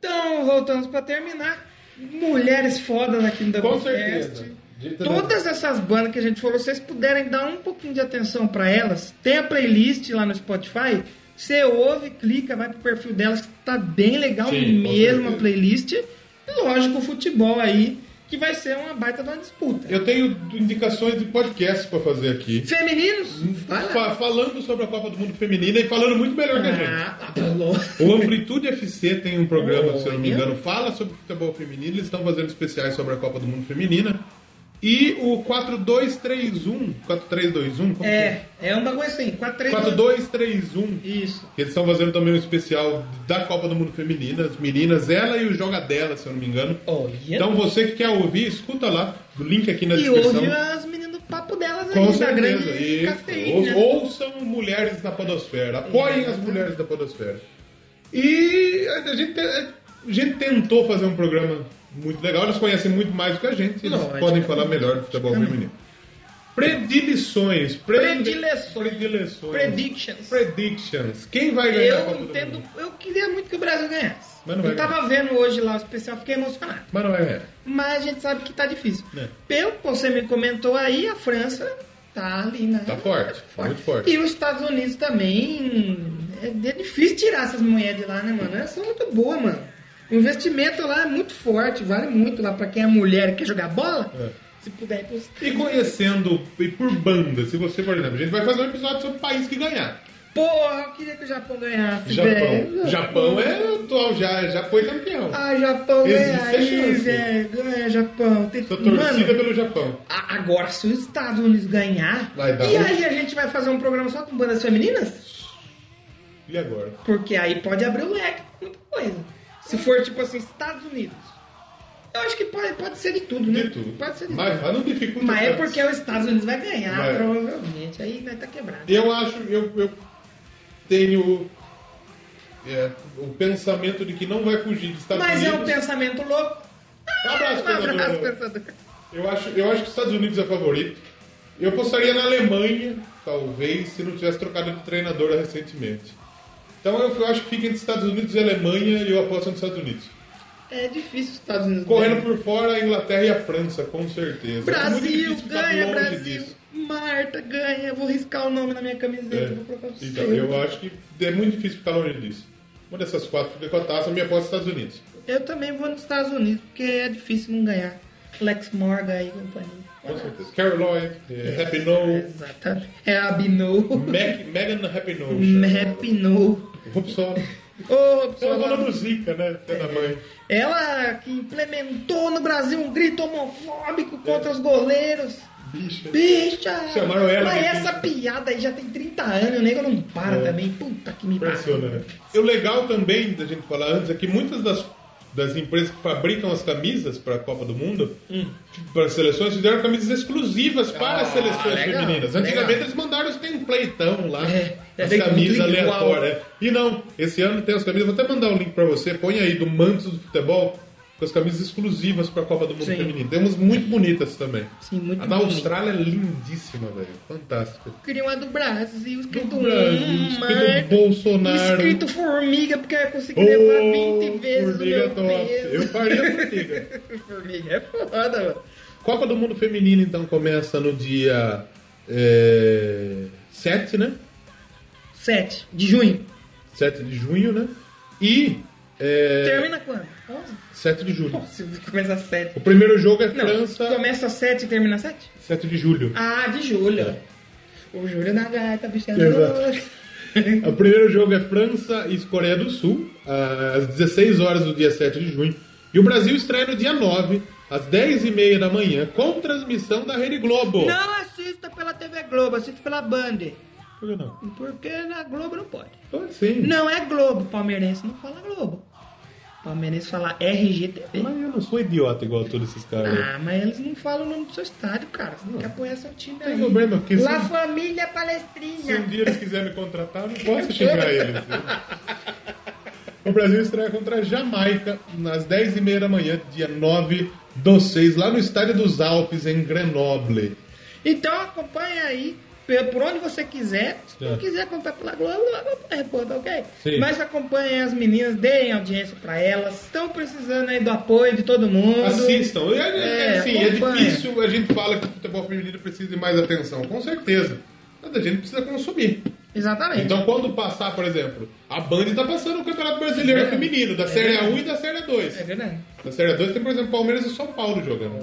A: Então, voltamos pra terminar. Mulheres fodas aqui no
B: Com
A: Doublecast.
B: certeza. Dito
A: Todas essas bandas que a gente falou, se vocês puderem dar um pouquinho de atenção pra elas, tem a playlist lá no Spotify. Você ouve, clica, vai pro perfil delas, que tá bem legal
B: Sim, com
A: mesmo a
B: certeza.
A: playlist. E lógico, o futebol aí, que vai ser uma baita de uma disputa.
B: Eu tenho indicações de podcasts pra fazer aqui.
A: Femininos?
B: Hum,
A: Vai lá.
B: Fa- falando sobre a Copa do Mundo Feminina e falando muito melhor que a gente.
A: Ah, tá louco.
B: O Amplitude FC tem um programa, se eu não me
A: Olha.
B: engano, fala sobre futebol feminino. Eles estão fazendo especiais sobre a Copa do Mundo Feminina. E o 4231, 4321, como
A: É, é um bagulho assim, 4
B: que é?
A: 3
B: 4231.
A: Isso.
B: Eles estão fazendo também um especial da Copa do Mundo Feminina, as meninas, ela e o Jogadela, se eu não me engano.
A: Olha.
B: Então você que quer ouvir, escuta lá, o link aqui na
A: e
B: descrição.
A: ouve as meninas do papo delas
B: Com
A: aí, da
B: certeza.
A: grande
B: Isso.
A: cafeína. né? Uhum.
B: Ou- Ouçam mulheres da podosfera. Apoiem as mulheres da podosfera. E a gente, te- a gente tentou fazer um programa muito legal. Elas conhecem muito mais do que a gente. Eles
A: Lógico.
B: podem falar melhor do futebol feminino. Predileções. pre-
A: Predileções.
B: Predileções.
A: Predictions.
B: Predictions. Quem vai ganhar a
A: Eu
B: Copa do
A: entendo,
B: Mundo?
A: eu queria muito que o Brasil ganhasse.
B: Mas não vai
A: eu tava vendo hoje lá o especial, fiquei emocionado.
B: Mas não vai ganhar.
A: Mas a gente sabe que tá difícil.
B: É.
A: Pelo que você me comentou aí, a França tá ali, né?
B: Tá forte, muito forte.
A: E os Estados Unidos também. É, é difícil tirar essas mulheres de lá, né, mano? Elas são muito boas, mano. O investimento lá é muito forte, vale muito lá pra quem é mulher e quer jogar bola.
B: É.
A: Se puder ir pros
B: E conhecendo e por banda, se você, por exemplo, a gente vai fazer um episódio sobre o país que ganhar.
A: Porra, eu queria que o Japão ganhasse.
B: Japão.
A: velho.
B: Japão é atual, já, já foi campeão.
A: né? Ah, Japão,
B: Existe
A: ganha
B: a
A: aí,
B: chance.
A: velho. Ganha, Japão. Tem...
B: assim. Sou torcida
A: Mano,
B: pelo Japão.
A: a- agora se os Estados Unidos ganhar,
B: Vai dar
A: e
B: um-
A: aí a gente vai fazer um programa só com bandas femininas?
B: E agora?
A: Porque aí pode abrir o leque pra muita coisa. Se for tipo assim, Estados Unidos. Eu acho que pode, pode ser de tudo, né?
B: De tudo.
A: Pode ser de
B: Mas,
A: tudo.
B: mas não dificulta.
A: Mas é
B: tanto.
A: porque os Estados Unidos vai ganhar,
B: Vai.
A: provavelmente. Aí vai estar tá quebrado.
B: Eu acho, eu, eu tenho é, o pensamento de que não vai fugir dos Estados
A: Mas é um
B: Unidos.
A: pensamento louco.
B: Abraço,
A: Um abraço,
B: pensador.
A: pensador.
B: Eu acho, eu acho que os Estados Unidos é favorito. Eu apostaria na Alemanha, talvez, se não tivesse trocado de treinador recentemente. Então eu, eu acho que fica entre Estados Unidos e Alemanha e eu aposto nos Estados Unidos.
A: É difícil os Estados Unidos
B: Correndo
A: ganhar.
B: por fora a Inglaterra e a França, com certeza. É
A: Brasil,
B: Muito difícil ficar
A: ganha,
B: longe
A: Brasil.
B: disso.
A: Marta, ganha. Vou riscar o nome na minha camiseta.
B: É.
A: Vou colocar o seu.
B: Então, eu acho que é muito difícil ficar longe disso. Uma dessas quatro fica com a taça, a minha aposta é Estados Unidos.
A: Eu também vou nos Estados Unidos, porque é difícil não ganhar. Lex Morgan aí, companhia.
B: Com certeza. Carol Lloyd, eh, Happy No,
A: Exatamente. É a Binou.
B: Meg, Megan Happy No.
A: Happy No.
B: Vamos só.
A: Ô,
B: Estamos
A: pessoal,
B: falando do Zika, né? Filha
A: É.
B: da mãe.
A: Ela que implementou no Brasil um grito
B: É.
A: homofóbico contra os goleiros.
B: Bicha.
A: Bicha!
B: Chamaram ela
A: Mas
B: de- É.
A: essa piada aí já tem 30 anos, o nego não para também. Puta que me pariu.
B: Impressiona, né? E o legal também da gente falar antes é que muitas das, das empresas que fabricam as camisas para a Copa do Mundo, para as seleções, fizeram camisas exclusivas para
A: Hum. Ah,
B: as seleções
A: legal,
B: femininas.
A: legal.
B: Antigamente eles mandaram os templeitão lá,
A: É, é,
B: as
A: tem
B: camisas
A: muito igual.
B: aleatórias. E não, esse ano tem as camisas, vou até mandar o link para você, põe aí do Mantos do Futebol. Com as camisas exclusivas para a Copa do Mundo
A: Sim.
B: Feminino. Temos muito bonitas também.
A: Sim, muito
B: A da
A: bonita.
B: Austrália é lindíssima, velho. Fantástica.
A: Eu queria uma do Brasil, escrito
B: Do Brasil,
A: um,
B: escrito
A: mar-
B: Bolsonaro.
A: Escrito formiga, porque eu ia conseguir levar 20
B: Ô,
A: vezes o
B: formiga
A: meu
B: top.
A: peso.
B: Eu faria formiga.
A: Formiga é foda, mano.
B: Copa do Mundo Feminino, então, começa no dia é, 7, né?
A: 7 de junho.
B: 7 de junho, né? E. É,
A: Termina quando? 11?
B: 7 de julho.
A: Nossa, começa 7.
B: O primeiro jogo é
A: Não,
B: França,
A: começa 7 e termina 7?
B: 7 de julho.
A: Ah, de julho. O Júlio na gaita, bichando.
B: É. Exato. O primeiro jogo é França e Coreia do Sul, às 16 horas do dia 7 de junho. E o Brasil estreia no dia 9, às 10h30 da manhã, com transmissão da Rede Globo.
A: Não assista pela TV Globo, assista pela Band.
B: Por que não? Então assim.
A: Porque na Globo não pode.
B: Pode sim.
A: Não é Globo, palmeirense não fala Globo. Palmeirense fala RGTV.
B: Mas eu não sou idiota igual todos esses caras.
A: Ah, mas eles não falam o nome do seu estádio, cara. Você tem que apoiar seu time
B: Não
A: aí.
B: tem problema, porque se,
A: La
B: um-
A: Família
B: se um
A: Palestrina.
B: dia eles quiserem me contratar, eu não posso xingar eles. o Brasil estreia contra a Jamaica às 10h30 da manhã, dia 9 do 6, lá no Estádio dos Alpes, em Grenoble.
A: Então acompanha aí pe- por onde você quiser. Se não
B: É.
A: quiser acompanhar pela Globo, acompanha, pô, tá ok?
B: Sim.
A: Mas acompanhem as meninas, deem audiência pra elas. Estão precisando aí do apoio de todo mundo.
B: Assistam. É, é,
A: É,
B: assim, é
A: acompanha.
B: difícil a gente fala que o futebol feminino precisa de mais atenção, com certeza. Mas a gente precisa consumir.
A: Exatamente.
B: Então, quando passar, por exemplo, a Band está passando o Campeonato Brasileiro Feminino, da Série A1 e da Série A2.
A: É verdade.
B: Na Série 2 tem, por exemplo, Palmeiras e São Paulo jogando.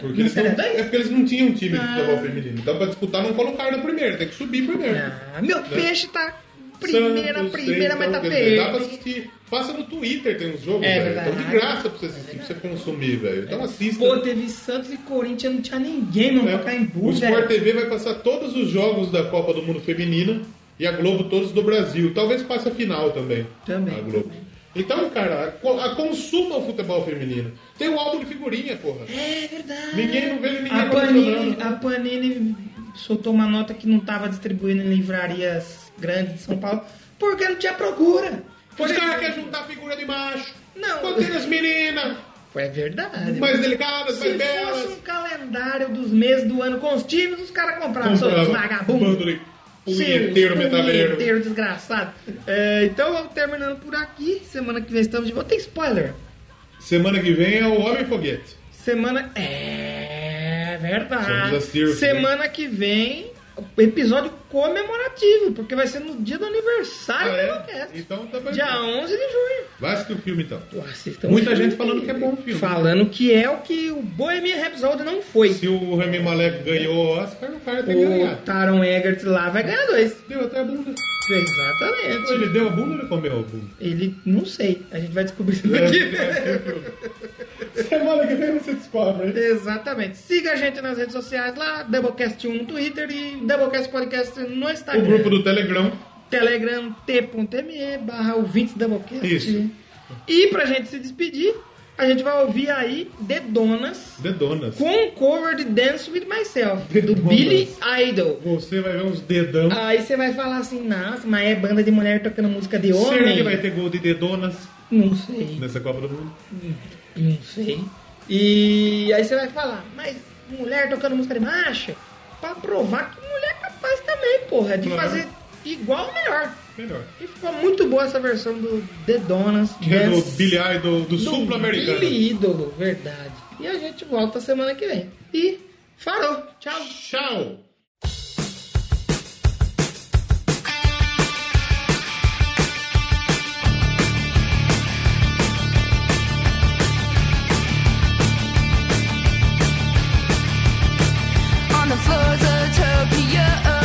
B: Porque eles
A: Série
B: não,
A: A2?
B: é porque eles não tinham time de futebol feminino. Dá pra disputar, não colocaram no primeiro, tem que subir primeiro.
A: Ah, meu peixe tá primeira,
B: Santos,
A: primeira,
B: tem,
A: mas tá
B: então, quer dizer, Dá pra
A: perto.
B: assistir. Passa no Twitter, tem uns jogos,
A: É
B: velho. Então de
A: verdade.
B: graça pra você assistir, pra você consumir, velho. Então assista.
A: Pô, teve Santos e Corinthians, não tinha ninguém, mano,
B: né?
A: pra Caimbu,
B: o Sport
A: velho.
B: TV vai passar todos os jogos da Copa do Mundo Feminina e a Globo todos do Brasil. Talvez passe a final também.
A: Também,
B: A Globo. Então, cara, a co- a consuma o futebol feminino. Tem o álbum de figurinha, porra.
A: É verdade.
B: Ninguém não veio ninguém tá
A: a Panini,
B: colecionando.
A: a Panini soltou uma nota que não tava distribuindo em livrarias grandes de São Paulo porque não tinha procura. Por
B: Os caras
A: exemplo-
B: querem juntar figura de macho.
A: Não.
B: Contendo as meninas.
A: É verdade.
B: Mais delicadas, mais
A: Se fosse
B: belas.
A: um calendário dos meses do ano com os times, os caras compravam, seus
B: Bando
A: vagabundos.
B: de punheteiro, um metaleiro.
A: Punheteiro desgraçado. É, então, terminando por aqui. Semana que vem estamos de volta. Tem spoiler.
B: Semana que vem é o Homem Foguete.
A: Semana. É
B: Somos
A: verdade.
B: a Circo,
A: Semana que vem, episódio comemorativo, porque vai ser no dia do aniversário
B: Ah,
A: do
B: é?
A: Minocast.
B: Então tá bem.
A: Dia 11 de junho.
B: Vai assistir o filme então.
A: Pô, assistam
B: Muita
A: o filme.
B: gente falando que é bom filme.
A: Falando que é o que o Bohemian Rhapsody não foi.
B: Se o Rami Malek ganhou o Oscar, o cara tem que ganhar.
A: O Taron Eggert lá vai ganhar dois.
B: Deu até a bunda.
A: Exatamente.
B: Ele deu a bunda ou ele comeu a bunda?
A: Ele, não sei, a gente vai descobrir isso
B: É,
A: daqui.
B: <laughs> Semana que vem você descobre.
A: <laughs> Exatamente. Siga a gente nas redes sociais lá, Doublecast1 no Twitter e Doublecast Podcast no
B: O
A: Instagram.
B: grupo do Telegram.
A: Telegram t.me barra ouvintes Doublecast.
B: Isso.
A: E pra gente se despedir, a gente vai ouvir aí The Donas
B: The Donas.
A: com o cover de Dance With Myself,
B: The
A: do
B: Donas.
A: Billy Idol.
B: Você vai ver uns dedão.
A: Aí você vai falar assim, nossa, mas é banda de mulher tocando música de homem?
B: Será que vai ter gol de dedonas
A: Não sei.
B: nessa Copa do Mundo?
A: Não sei. E aí você vai falar, mas mulher tocando música de macho? Pra provar que mulher é capaz também, porra. De
B: Claro.
A: fazer igual ou melhor.
B: Melhor.
A: E ficou muito boa essa versão do The Donas.
B: Que é do
A: Dance-
B: Billy Idol, do
A: do
B: sul-americano.
A: Billy Ídolo, verdade. E a gente volta semana que vem. E farou. Tchau.
B: Tchau!
E: Oh, oh, Oh,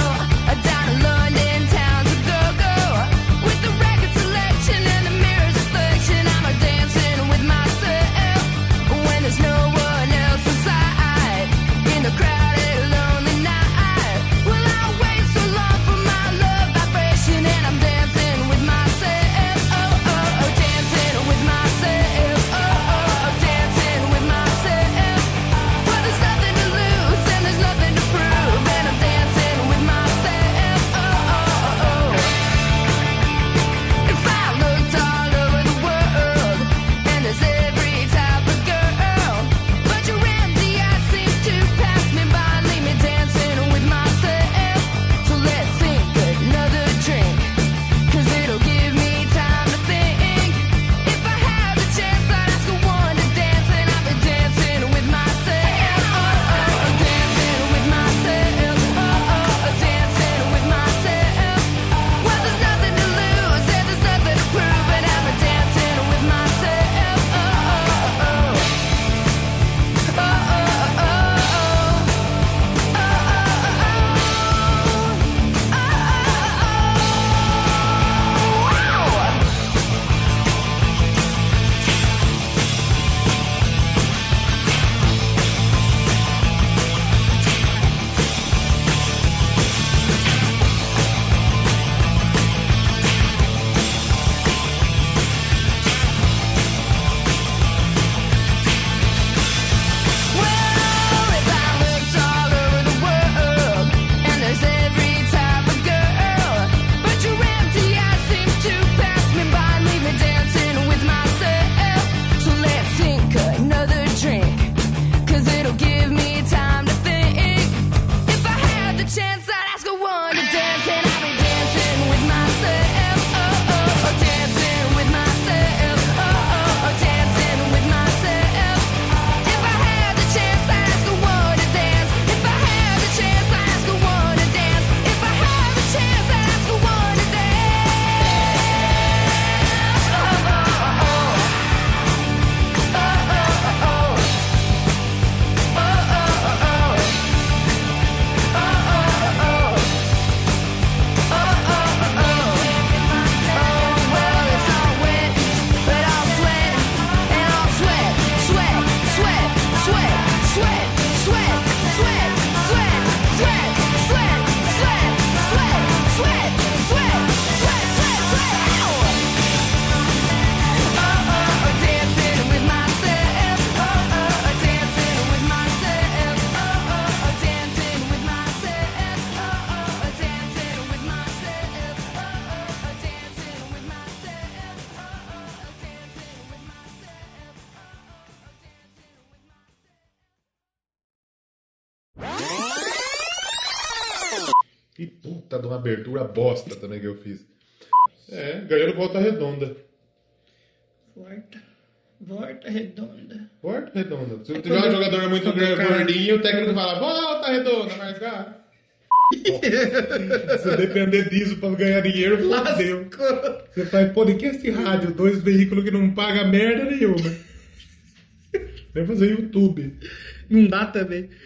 E: Oh,
B: E puta de uma abertura bosta também que eu fiz. É, ganhou volta redonda.
A: Volta. Volta redonda.
B: Volta redonda. Se
A: É
B: tiver um
A: quando-
B: jogador muito
A: quando o cara-
B: gordinho, o técnico fala, volta redonda, marcar.
A: <laughs>
B: Se depender disso pra ganhar dinheiro, fodeu.
A: Lascou.
B: Você faz podcast e rádio, dois veículos que não paga
A: <laughs>
B: merda nenhuma. Vai fazer YouTube.
A: Não dá também.